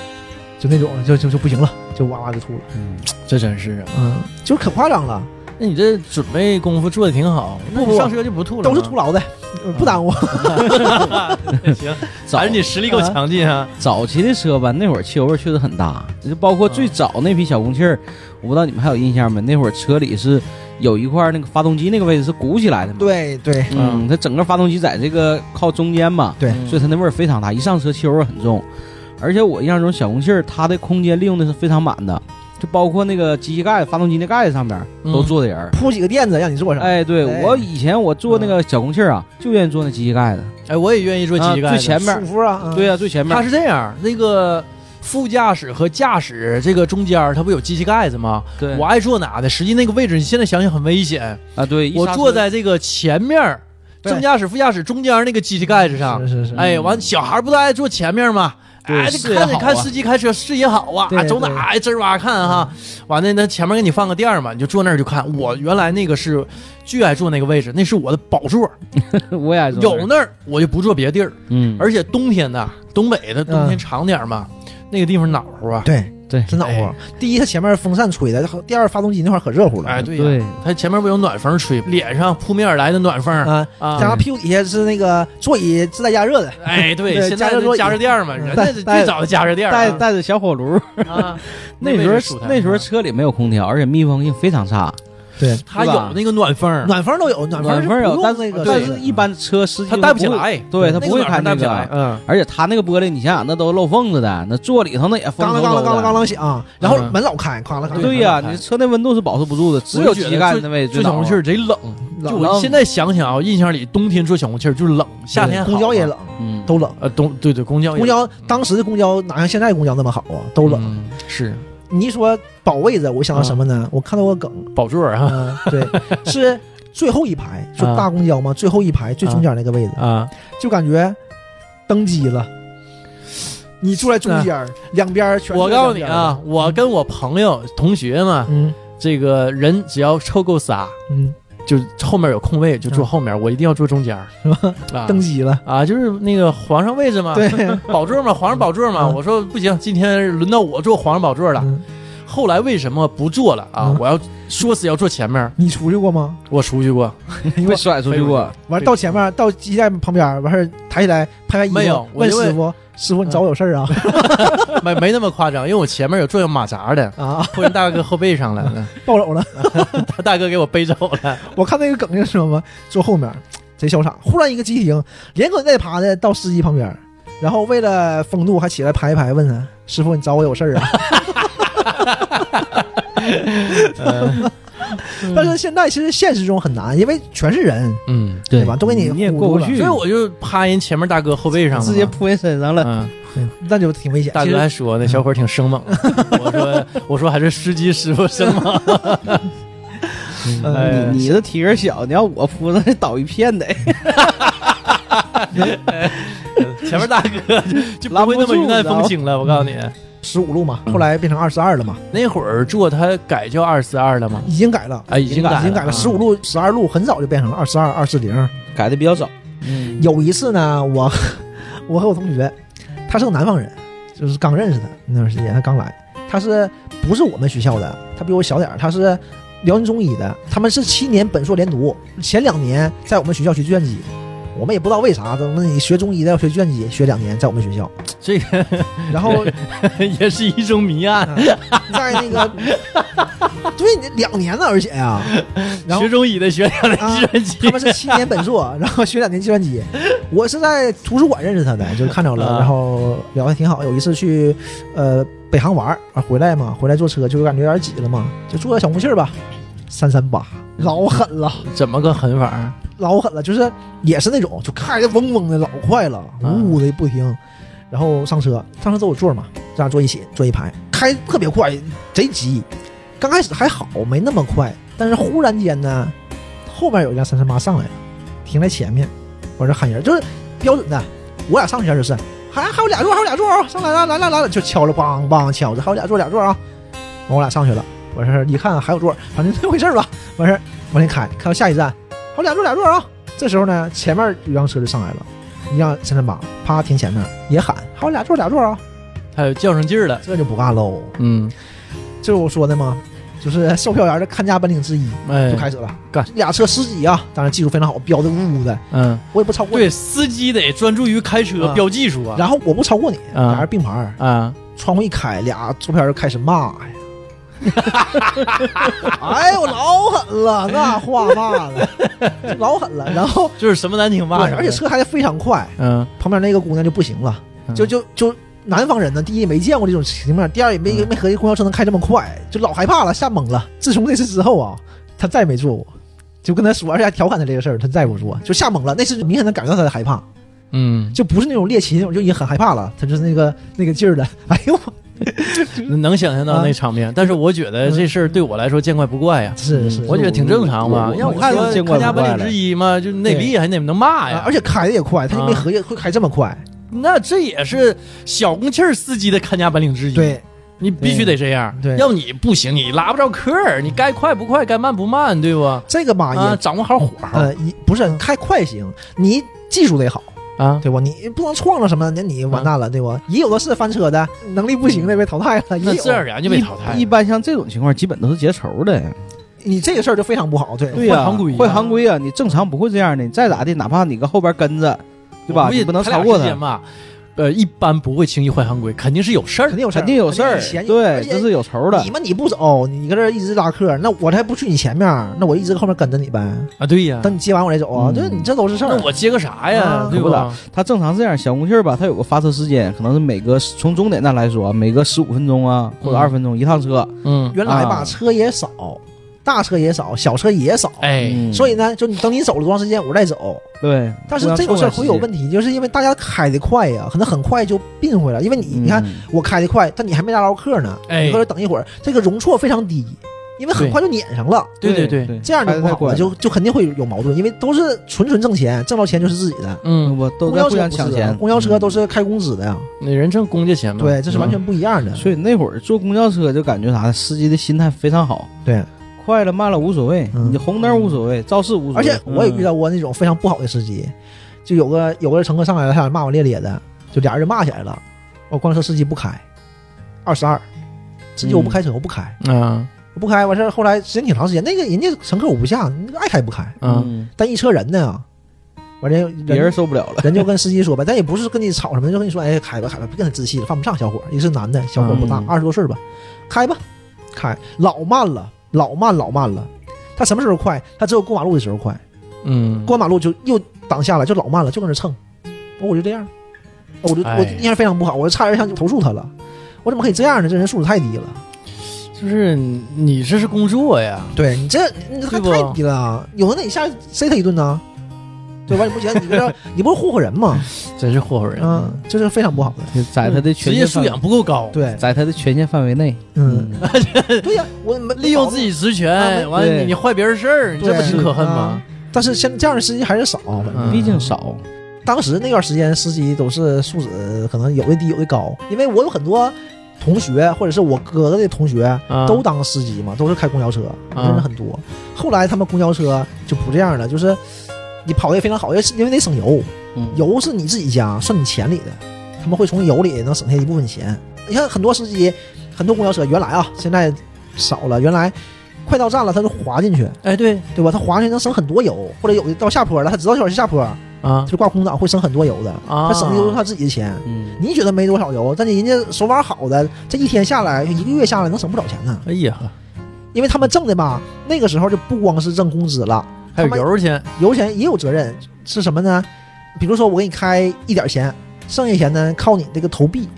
[SPEAKER 2] 就那种就就就不行了，就哇哇就吐了，
[SPEAKER 3] 嗯
[SPEAKER 1] 这真是啊！
[SPEAKER 2] 嗯，就是可夸张了，
[SPEAKER 1] 那你这准备功夫做的挺好，那
[SPEAKER 2] 不
[SPEAKER 1] 你
[SPEAKER 2] 不
[SPEAKER 1] 上车就不啊嗯吐了吗，
[SPEAKER 2] 都是徒劳的，呃不耽误。
[SPEAKER 1] 了。行，
[SPEAKER 3] 早
[SPEAKER 1] 反正你实力够强劲啊。
[SPEAKER 3] 早期的车吧，那会儿汽油味儿确实很大，就包括最早那批小公汽儿，我不知道你们还有印象没？那会儿车里是有一块那个发动机那个位置是鼓起来的嘛，，
[SPEAKER 2] 对对
[SPEAKER 3] 嗯，它整个发动机在这个靠中间嘛，
[SPEAKER 2] 对
[SPEAKER 1] 嗯
[SPEAKER 3] 所以它那味儿非常大，一上车汽油味儿很重。而且我印象中小红气儿它的空间利用的是非常满的，就包括那个机器盖、发动机那盖子上边儿
[SPEAKER 1] 嗯
[SPEAKER 3] 都坐的人儿。
[SPEAKER 2] 铺几个垫子让你坐上，
[SPEAKER 3] 哎，对
[SPEAKER 2] 哎
[SPEAKER 3] 我以前我坐那个小红气儿啊，就愿意坐那机器盖子，
[SPEAKER 1] 哎，我也愿意做机器盖
[SPEAKER 3] 啊
[SPEAKER 1] 的。
[SPEAKER 3] 最前面
[SPEAKER 2] 舒服啊，嗯
[SPEAKER 3] 对，呀、最前面
[SPEAKER 1] 它是这样，那个副驾驶和驾驶这个中间儿，它不有机器盖子吗？
[SPEAKER 3] 对
[SPEAKER 1] 我爱坐哪的，实际那个位置你现在想想很危险。
[SPEAKER 3] 啊，对，一
[SPEAKER 1] 我
[SPEAKER 3] 刹车
[SPEAKER 1] 坐在这个前面儿，
[SPEAKER 2] 对
[SPEAKER 1] 正驾驶、副驾驶中间儿那个机器盖子上
[SPEAKER 2] 是，是是，
[SPEAKER 1] 哎，完小孩不都爱坐前面吗？
[SPEAKER 3] 对
[SPEAKER 1] 哎，这
[SPEAKER 3] 视野
[SPEAKER 1] 看
[SPEAKER 3] 好
[SPEAKER 1] 着
[SPEAKER 3] 啊
[SPEAKER 1] 看司机开车视野好啊，
[SPEAKER 2] 对
[SPEAKER 1] 走哪
[SPEAKER 2] 对
[SPEAKER 1] 哎吱儿哇看哈，完了那前面给你放个垫儿嘛，你就坐那儿就看。我原来那个是巨爱坐那个位置，那是我的宝座，
[SPEAKER 3] 我也爱坐
[SPEAKER 1] 有那儿我就不坐别地儿。
[SPEAKER 3] 嗯，
[SPEAKER 1] 而且冬天呢，东北的冬天长点儿嘛，那个地方暖和啊，
[SPEAKER 2] 对，
[SPEAKER 3] 对
[SPEAKER 2] 真暖和。第一，它前面风扇吹的；第二，发动机那块儿可热乎了。
[SPEAKER 1] 哎，对呀
[SPEAKER 3] 对，
[SPEAKER 1] 它前面不有暖风吹，脸上扑面而来的暖风
[SPEAKER 2] 啊，加
[SPEAKER 1] 啊，
[SPEAKER 2] 上屁股底下是那个座椅自带加热的，
[SPEAKER 1] 哎，对，
[SPEAKER 2] 对
[SPEAKER 1] 现在
[SPEAKER 2] 加热座
[SPEAKER 1] 都
[SPEAKER 2] 椅
[SPEAKER 1] 加热垫儿嘛，人家
[SPEAKER 2] 带
[SPEAKER 1] 是
[SPEAKER 2] 带
[SPEAKER 1] 最早的加热垫儿
[SPEAKER 3] 带
[SPEAKER 1] 啊
[SPEAKER 3] 带着小火炉，
[SPEAKER 1] 啊，
[SPEAKER 3] 那
[SPEAKER 1] 位置
[SPEAKER 3] 时
[SPEAKER 1] 舒
[SPEAKER 3] 候
[SPEAKER 1] 坦
[SPEAKER 3] 那时候车里没有空调，而且密封性非常差，
[SPEAKER 2] 对，
[SPEAKER 1] 它
[SPEAKER 3] 是吧
[SPEAKER 1] 有那个暖风儿，
[SPEAKER 2] 暖风都有，暖风
[SPEAKER 3] 暖
[SPEAKER 2] 是
[SPEAKER 3] 风有
[SPEAKER 2] 不，
[SPEAKER 3] 但
[SPEAKER 2] 用那个
[SPEAKER 3] 但
[SPEAKER 2] 谁
[SPEAKER 3] 是
[SPEAKER 2] 的
[SPEAKER 3] 一般车司机
[SPEAKER 1] 它带不起
[SPEAKER 3] 会，
[SPEAKER 1] 来，
[SPEAKER 3] 对它
[SPEAKER 1] 那个
[SPEAKER 3] 不会
[SPEAKER 1] 暖
[SPEAKER 3] 开
[SPEAKER 1] 风
[SPEAKER 3] 那
[SPEAKER 1] 带不起
[SPEAKER 3] 个啊
[SPEAKER 1] 来，，嗯，
[SPEAKER 3] 而且它那个玻璃，你想想那都漏缝子的，那座里头那也风
[SPEAKER 2] 咣啷咣
[SPEAKER 3] 啷
[SPEAKER 2] 啷咣
[SPEAKER 3] 啷
[SPEAKER 2] 啷
[SPEAKER 3] 啷
[SPEAKER 2] 咣啷响，啊然后
[SPEAKER 1] 嗯
[SPEAKER 2] 门老开，哐啷哐啷。
[SPEAKER 3] 对呀，
[SPEAKER 1] 对
[SPEAKER 3] 你车内温度是保持不住的，只有
[SPEAKER 1] 我就觉得
[SPEAKER 3] 膝盖
[SPEAKER 1] 最
[SPEAKER 3] 那位
[SPEAKER 1] 坐小
[SPEAKER 3] 暖
[SPEAKER 1] 红
[SPEAKER 3] 和
[SPEAKER 1] 气儿贼冷，就我
[SPEAKER 3] 冷
[SPEAKER 1] 现在想想啊，印象里冬天坐小红气儿就是冷，夏天
[SPEAKER 2] 公交也
[SPEAKER 1] 冷，
[SPEAKER 2] 冷，
[SPEAKER 3] 嗯，
[SPEAKER 2] 都冷。
[SPEAKER 1] 呃，冬对对，公交也
[SPEAKER 2] 公交
[SPEAKER 1] 冷
[SPEAKER 2] 当时的公交哪像现在公交那么好啊？都冷。
[SPEAKER 1] 嗯是
[SPEAKER 2] 你一说保位子，我想到什么呢？我看到个梗，
[SPEAKER 1] 宝座儿啊
[SPEAKER 2] 嗯，对，是最后一排，就
[SPEAKER 1] 啊
[SPEAKER 2] 大公交嘛，最后一排最中间那个位置，
[SPEAKER 1] 啊，
[SPEAKER 2] 就感觉登基了。你坐在中间儿，两边儿全是
[SPEAKER 1] 啊我告诉你
[SPEAKER 2] 两边儿
[SPEAKER 1] 啊
[SPEAKER 2] 的，
[SPEAKER 1] 我跟我朋友同学嘛，
[SPEAKER 2] 嗯
[SPEAKER 1] 这个人只要凑够仨，
[SPEAKER 2] 嗯，
[SPEAKER 1] 就后面有空位就坐后面，我一定要坐中间儿，
[SPEAKER 2] 是吧？
[SPEAKER 1] 啊
[SPEAKER 2] 登基了，
[SPEAKER 1] 啊，就是那个皇上位置嘛，
[SPEAKER 2] 对，
[SPEAKER 1] 宝座嘛，皇上宝座嘛，
[SPEAKER 2] 嗯
[SPEAKER 1] 我说不行，今天轮到我坐皇上宝座了。
[SPEAKER 2] 嗯
[SPEAKER 1] 后来为什么不坐了啊
[SPEAKER 2] 嗯？
[SPEAKER 1] 我要说死要坐前面，
[SPEAKER 2] 你出去过吗？
[SPEAKER 1] 我出去过
[SPEAKER 3] 被甩出去过，
[SPEAKER 2] 完到前面，到基站旁边儿，完事儿抬起来拍拍衣服，
[SPEAKER 1] 没有我
[SPEAKER 2] 问
[SPEAKER 1] 就问
[SPEAKER 2] 师傅，师傅你找我有事儿啊？
[SPEAKER 1] 没没那么夸张，因为我前面有坐有马扎的，
[SPEAKER 2] 啊，
[SPEAKER 1] 后人大哥后背上来了，嗯
[SPEAKER 2] 抱走了。
[SPEAKER 1] 他大哥给我背走了。
[SPEAKER 2] 我看那个梗是什么？坐后面贼潇洒，忽然一个急停，连滚带爬的到司机旁边，然后为了风度还起来排一排，问他师傅你找我有事儿啊？ 但是现在其实现实中很难，因为全是人，
[SPEAKER 1] 嗯，
[SPEAKER 2] 对吧？都给
[SPEAKER 3] 你也
[SPEAKER 2] 唬
[SPEAKER 3] 过
[SPEAKER 2] 住
[SPEAKER 3] 不
[SPEAKER 2] 了
[SPEAKER 3] 去，
[SPEAKER 1] 所以我就趴人前面大哥后背上了嘛，
[SPEAKER 3] 直接扑人身上了，
[SPEAKER 1] 嗯，
[SPEAKER 2] 那就挺危险。
[SPEAKER 1] 大
[SPEAKER 2] 其
[SPEAKER 1] 哥
[SPEAKER 2] 实
[SPEAKER 1] 还说那小伙儿挺生猛的， 我说我说还是司机师傅生 猛。
[SPEAKER 2] 嗯
[SPEAKER 1] 哎
[SPEAKER 3] 呃你你这体格小，你要我扑那倒一片的，
[SPEAKER 1] 前面大哥就就不会那么云淡风轻了，我告诉你，
[SPEAKER 2] 十五路嘛，后来变成二十二了嘛，
[SPEAKER 1] 那会儿坐他改叫二四二了吗？
[SPEAKER 2] 已经改了。
[SPEAKER 1] 啊，已经改
[SPEAKER 2] 已经改了，十五路、十二路很早就变成了二十二、二四零。
[SPEAKER 3] 改的比较早，
[SPEAKER 1] 嗯
[SPEAKER 2] 有一次呢，我 我和我同学，他是个南方人，就是刚认识他那段时间，他刚来，他是不是我们学校的？他比我小点儿，他是辽宁中医的，他们是七年本硕连读，前两年在我们学校学计算机。我们也不知道为啥，怎么你学中医的要学计算机，学两年在我们学校，
[SPEAKER 1] 这个
[SPEAKER 2] 然后 呃
[SPEAKER 1] 也是一种谜 案。
[SPEAKER 2] 在那个， 对，你两年呢，而且呀、然后
[SPEAKER 1] 学中医的学两
[SPEAKER 2] 啊
[SPEAKER 1] 年计算
[SPEAKER 2] 他
[SPEAKER 1] 机，
[SPEAKER 2] 们是七年本硕，然后学两年计算机。我是在图书馆认识他的，就是看着了，
[SPEAKER 1] 啊
[SPEAKER 2] 然后聊得挺好。有一次去呃北航玩儿啊，回来嘛，回来坐车就感觉有点挤了嘛，就坐小红气儿吧，三三八，老狠了，
[SPEAKER 1] 怎么个狠法儿？
[SPEAKER 2] 老狠了，就是也是那种就开的嗡嗡的，老快了，呜呜的不停。然后上车，上车都有座嘛，这样坐一起坐一排，开特别快，贼急。刚开始还好，没那么快，但是忽然间呢，后面有一辆三三八上来了，停在前面，我这喊人，就是标准的，我俩上前就是，还还有俩座，还有俩座啊，上来来来来来，就敲着梆梆敲着，还有俩座俩座啊，完我俩上去了，完事儿一看还有座，反正那回事儿吧，完事儿往前开，开到下一站，还有俩座俩座啊，这时候呢，前面有辆车就上来了，一辆三三八，啪停前面也喊，还有俩座俩座啊，
[SPEAKER 1] 他有较上劲儿了。
[SPEAKER 2] 这就不干喽，
[SPEAKER 1] 嗯，
[SPEAKER 2] 这是我说的吗？就是售票员的看家本领之一，
[SPEAKER 1] 哎
[SPEAKER 2] 就，开始了，
[SPEAKER 1] 干
[SPEAKER 2] 俩车司机啊，当然技术非常好，标的呜呜的，
[SPEAKER 1] 嗯，
[SPEAKER 2] 我也不超过你，
[SPEAKER 1] 对，司机得专注于开车
[SPEAKER 2] 啊
[SPEAKER 1] 标技术啊。
[SPEAKER 2] 然后我不超过你，
[SPEAKER 1] 啊
[SPEAKER 2] 俩人并排儿，
[SPEAKER 1] 啊，
[SPEAKER 2] 窗户一开，俩售票员开始骂呀。 哎呦，老狠了，那话骂的老狠了。然后，
[SPEAKER 1] 就是什么难听骂
[SPEAKER 2] 对
[SPEAKER 1] 什么。
[SPEAKER 2] 而且，车开的非常快，
[SPEAKER 1] 嗯，
[SPEAKER 2] 旁边那个姑娘就不行了，
[SPEAKER 1] 嗯
[SPEAKER 2] 就就就南方人呢，第一没见过这种情面，第二也没、
[SPEAKER 1] 嗯
[SPEAKER 2] 没合计公交车能开这么快，就老害怕了，吓懵了。自从那次之后啊，他再也没坐过，就跟他说，而且还调侃他这个事儿，他再也不啊坐，就吓懵了。那次明显能感觉到他的害怕，
[SPEAKER 1] 嗯，
[SPEAKER 2] 就不是那种猎奇那种，就已经很害怕了，他就是那个那个劲儿的。 哎呦，
[SPEAKER 1] 能想象到那场面，但是我觉得这事儿对我来说见怪不怪呀。
[SPEAKER 2] 是是，
[SPEAKER 1] 我觉得挺正常嘛，
[SPEAKER 3] 我
[SPEAKER 1] 要我
[SPEAKER 3] 我看
[SPEAKER 1] 说
[SPEAKER 3] 是见
[SPEAKER 1] 看
[SPEAKER 3] 怪
[SPEAKER 1] 家
[SPEAKER 3] 不怪
[SPEAKER 1] 本领
[SPEAKER 3] 了
[SPEAKER 1] 之一嘛，就你得
[SPEAKER 2] 对
[SPEAKER 1] 厉害，你得能骂
[SPEAKER 2] 啊
[SPEAKER 1] 呀。
[SPEAKER 2] 而且开的也快，他也没
[SPEAKER 1] 啊
[SPEAKER 2] 合计会开这么快。
[SPEAKER 1] 那这也是小公气儿司机的看家本领之一。，
[SPEAKER 2] 对，
[SPEAKER 1] 你必须得这样，
[SPEAKER 2] 对
[SPEAKER 1] 要你不行，你拉不着客儿，你该快不快，该慢不慢，对不？
[SPEAKER 2] 这个吧
[SPEAKER 1] 啊，
[SPEAKER 2] 也呃
[SPEAKER 1] 掌握好火候。
[SPEAKER 2] 呃，一不是开快行，你技术得好，
[SPEAKER 1] 啊，
[SPEAKER 2] 对吧？你不能撞了什么，那你
[SPEAKER 1] 嗯
[SPEAKER 2] 完蛋了，对吧？也有的是翻车的，能力不行的
[SPEAKER 3] 嗯
[SPEAKER 2] 被淘汰了，也
[SPEAKER 1] 那自然而
[SPEAKER 2] 有。
[SPEAKER 1] 然就被淘汰了
[SPEAKER 3] 一。一般像这种情况，基本都是结仇的。
[SPEAKER 2] 你这个事儿就非常不好，对
[SPEAKER 3] 对
[SPEAKER 1] 会
[SPEAKER 3] 呀、
[SPEAKER 1] 行规啊
[SPEAKER 3] 会行规啊！你正常不会这样的，你再咋的，哪怕你搁后边跟着，对吧？
[SPEAKER 1] 我估计
[SPEAKER 3] 你不能
[SPEAKER 1] 他俩
[SPEAKER 3] 超过
[SPEAKER 1] 之间
[SPEAKER 3] 他，
[SPEAKER 1] 吧？呃，一般不会轻易换行规，肯定是有事儿
[SPEAKER 2] 肯。定有事儿，
[SPEAKER 3] 肯定有事儿
[SPEAKER 2] 肯定。有
[SPEAKER 3] 对，
[SPEAKER 2] 而且
[SPEAKER 3] 这是有仇的
[SPEAKER 2] 你。们你不走，你搁这儿一直拉客，那我才不去你前面，那我一直后面跟着你呗。
[SPEAKER 1] 啊，对呀，
[SPEAKER 2] 等你接完我再走啊，
[SPEAKER 3] 嗯
[SPEAKER 2] 这你这都是事儿
[SPEAKER 1] 那。我接个啥呀？
[SPEAKER 2] 啊
[SPEAKER 1] 对
[SPEAKER 3] 可不
[SPEAKER 1] 吧
[SPEAKER 3] 咋？他正常这样，小红气儿吧，它有个发车时间，可能是每隔从终点站来说，啊每隔十五分钟啊，或者
[SPEAKER 1] 嗯
[SPEAKER 3] 二十分钟一趟车。
[SPEAKER 1] 嗯，
[SPEAKER 2] 原来吧，
[SPEAKER 3] 啊
[SPEAKER 2] 车也少，大车也少，小车也少，
[SPEAKER 1] 哎，
[SPEAKER 3] 嗯
[SPEAKER 2] 所以呢，就你等你走了多长时间，我再走。
[SPEAKER 3] 对，
[SPEAKER 2] 但是这种事儿会有问题，就是因为大家开得快呀，可能很快就并回来。因为你
[SPEAKER 3] 题
[SPEAKER 2] 你看，我开得快，但你还没拉到客呢，
[SPEAKER 1] 哎
[SPEAKER 2] 你搁这等一会儿，这个容错非常低，因为很快就撵上了。
[SPEAKER 1] 对对对
[SPEAKER 3] 对，
[SPEAKER 2] 这样就不好了，就就肯定会有矛盾，因为都是纯纯挣钱，挣到钱就是自己的。
[SPEAKER 1] 嗯，
[SPEAKER 3] 我都
[SPEAKER 2] 公
[SPEAKER 3] 在
[SPEAKER 2] 交
[SPEAKER 3] 互
[SPEAKER 2] 车
[SPEAKER 3] 相
[SPEAKER 2] 不是
[SPEAKER 3] 抢
[SPEAKER 2] 的，
[SPEAKER 3] 钱，
[SPEAKER 2] 公交车都是开工资的呀，
[SPEAKER 1] 那人挣公家钱嘛，
[SPEAKER 2] 对，这是完全不一样的
[SPEAKER 3] 嗯。。所以那会儿坐公交车就感觉啥，司机的心态非常好，
[SPEAKER 2] 对，
[SPEAKER 3] 快了慢了无所谓，
[SPEAKER 2] 嗯
[SPEAKER 3] 你红灯无所谓，肇事无所谓。
[SPEAKER 2] 而且我也遇
[SPEAKER 3] 到，
[SPEAKER 2] 到过那种非常不好的司机，就有个有个乘客上来了，他俩骂骂咧咧的，就俩人就骂起来了。我公交车司机不开，二十二，司机我不开车，我不开，
[SPEAKER 1] 啊
[SPEAKER 2] 我不开。完事儿后来时间挺长时间，那个人家乘客我不下，那个爱开不开，
[SPEAKER 1] 啊，
[SPEAKER 3] 嗯，
[SPEAKER 2] 但一车人呢，完了人
[SPEAKER 3] 别人受不了了。
[SPEAKER 2] 人就跟司机说呗，咱也不是跟你吵什么，就跟你说，哎，开吧，开吧，别跟他置气了，犯不上小伙儿，也是男的，小伙儿不大
[SPEAKER 3] 嗯，
[SPEAKER 2] 二十、多岁吧，开吧，开，老慢了，老慢老慢了。他什么时候快？他只有过马路的时候快，
[SPEAKER 1] 嗯，
[SPEAKER 2] 过马路就又挡下了，就老慢了，就跟那蹭。哦我就这样，哦我就我
[SPEAKER 1] 哎
[SPEAKER 2] 印象非常不好，我就差点想投诉他了。我怎么可以这样呢？这人素质太低了。
[SPEAKER 1] 就是你你这是工作呀，
[SPEAKER 2] 对你这你这
[SPEAKER 1] 对不
[SPEAKER 2] 太低了，有人得下塞他一顿呢，对吧？你不行，你这你不是霍霍人吗？
[SPEAKER 1] 真是霍霍人，哎
[SPEAKER 2] 嗯，这是非常不好的。
[SPEAKER 3] 在他的
[SPEAKER 1] 嗯职
[SPEAKER 3] 权
[SPEAKER 1] 业
[SPEAKER 3] 限
[SPEAKER 1] 素
[SPEAKER 3] 范
[SPEAKER 1] 养不够高，
[SPEAKER 2] 对，
[SPEAKER 3] 在他的权限范围内，
[SPEAKER 2] 嗯，， 对呀，我没
[SPEAKER 1] 利用自。己职
[SPEAKER 2] 啊
[SPEAKER 1] 权，
[SPEAKER 2] 没
[SPEAKER 1] 完了
[SPEAKER 3] 对
[SPEAKER 1] 你你坏别人事儿，你这不
[SPEAKER 2] 对
[SPEAKER 1] 挺可恨
[SPEAKER 2] 啊
[SPEAKER 1] 吗？
[SPEAKER 2] 但是像这样的司机还是少，反正
[SPEAKER 1] 嗯
[SPEAKER 3] 毕竟少，
[SPEAKER 2] 当时那段时间司机都是素质可能有的低有的高，因为我有很多同学或者是我哥哥的同学
[SPEAKER 1] 啊
[SPEAKER 2] 都当司机嘛，都是开公交车，
[SPEAKER 1] 啊
[SPEAKER 2] 真是很多。后来他们公交车就不这样了，就是你跑的也非常好，因为因为得省油，
[SPEAKER 3] 嗯
[SPEAKER 2] 油是你自己加，算你钱里的，他们会从油里能省下一部分钱。你看很多司机，很多公交车原来啊，现在少了，原来快到站了他就滑进去，
[SPEAKER 1] 哎，对
[SPEAKER 2] 对吧？他滑进去能省很多油，或者有的到下坡了，他知道这块是下坡，
[SPEAKER 1] 啊
[SPEAKER 2] 他就挂空挡会省很多油的，
[SPEAKER 1] 啊，
[SPEAKER 2] 他省的都是他自己的钱。
[SPEAKER 3] 嗯，
[SPEAKER 2] 你觉得没多少油，但是人家手法好的，这一天下来，一个月下来能省不少钱呢。
[SPEAKER 1] 哎呀，
[SPEAKER 2] 因为他们挣的吧，那个时候就不光是挣工资了，
[SPEAKER 1] 还有油钱，
[SPEAKER 2] 油钱也有责任，是什么呢？比如说我给你开一点钱，剩下钱呢靠你这个投币，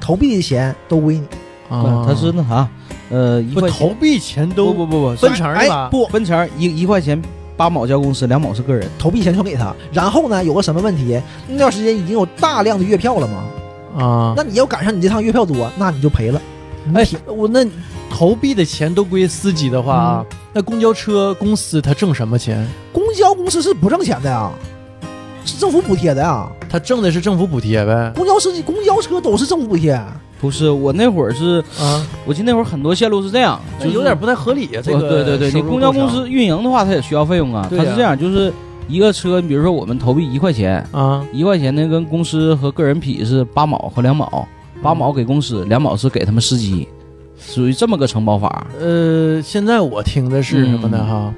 [SPEAKER 2] 投币的钱都归你。
[SPEAKER 1] 啊
[SPEAKER 3] 他是那啥，呃，一
[SPEAKER 1] 不
[SPEAKER 3] 块钱
[SPEAKER 1] 投币钱
[SPEAKER 3] 不
[SPEAKER 1] 都
[SPEAKER 3] 不不不
[SPEAKER 1] 分成的
[SPEAKER 2] 哎
[SPEAKER 1] 吧？
[SPEAKER 3] 不分成一一块钱八毛交公司，两毛是个人。
[SPEAKER 2] 投币钱全给他，然后呢，有个什么问题？那段时间已经有大量的月票了嘛，
[SPEAKER 1] 啊，
[SPEAKER 2] 那你要赶上你这趟月票多，那你就赔了。你
[SPEAKER 1] 哎
[SPEAKER 2] 挺，
[SPEAKER 1] 我那投币的钱都归司机的话啊，那公交车公司他挣什么钱？
[SPEAKER 2] 公交公司是不挣钱的呀，是政府补贴的呀。
[SPEAKER 1] 他挣的是政府补贴呗？
[SPEAKER 2] 公交司机、公交车都是政府补贴。
[SPEAKER 3] 不是我那会儿是，
[SPEAKER 1] 啊，
[SPEAKER 3] 我记得那会儿很多线路是这样，
[SPEAKER 1] 那
[SPEAKER 3] 就是
[SPEAKER 1] 有点不太合理啊。这
[SPEAKER 3] 哦
[SPEAKER 1] 个
[SPEAKER 3] 对对对，
[SPEAKER 1] 收
[SPEAKER 3] 你
[SPEAKER 1] 入
[SPEAKER 3] 公交
[SPEAKER 1] 构成
[SPEAKER 3] 公司运营的话，它也需要费用啊。
[SPEAKER 1] 对
[SPEAKER 3] 它
[SPEAKER 1] 呀
[SPEAKER 3] 是这样，就是一个车，你比如说我们投币一块钱，
[SPEAKER 1] 啊，
[SPEAKER 3] 一块钱呢跟公司和个人比是八毛和两毛，八毛给公司，两毛是给他们司机，属于这么个承包法。
[SPEAKER 1] 呃，现在我听的
[SPEAKER 2] 嗯
[SPEAKER 1] 是什么呢？哈，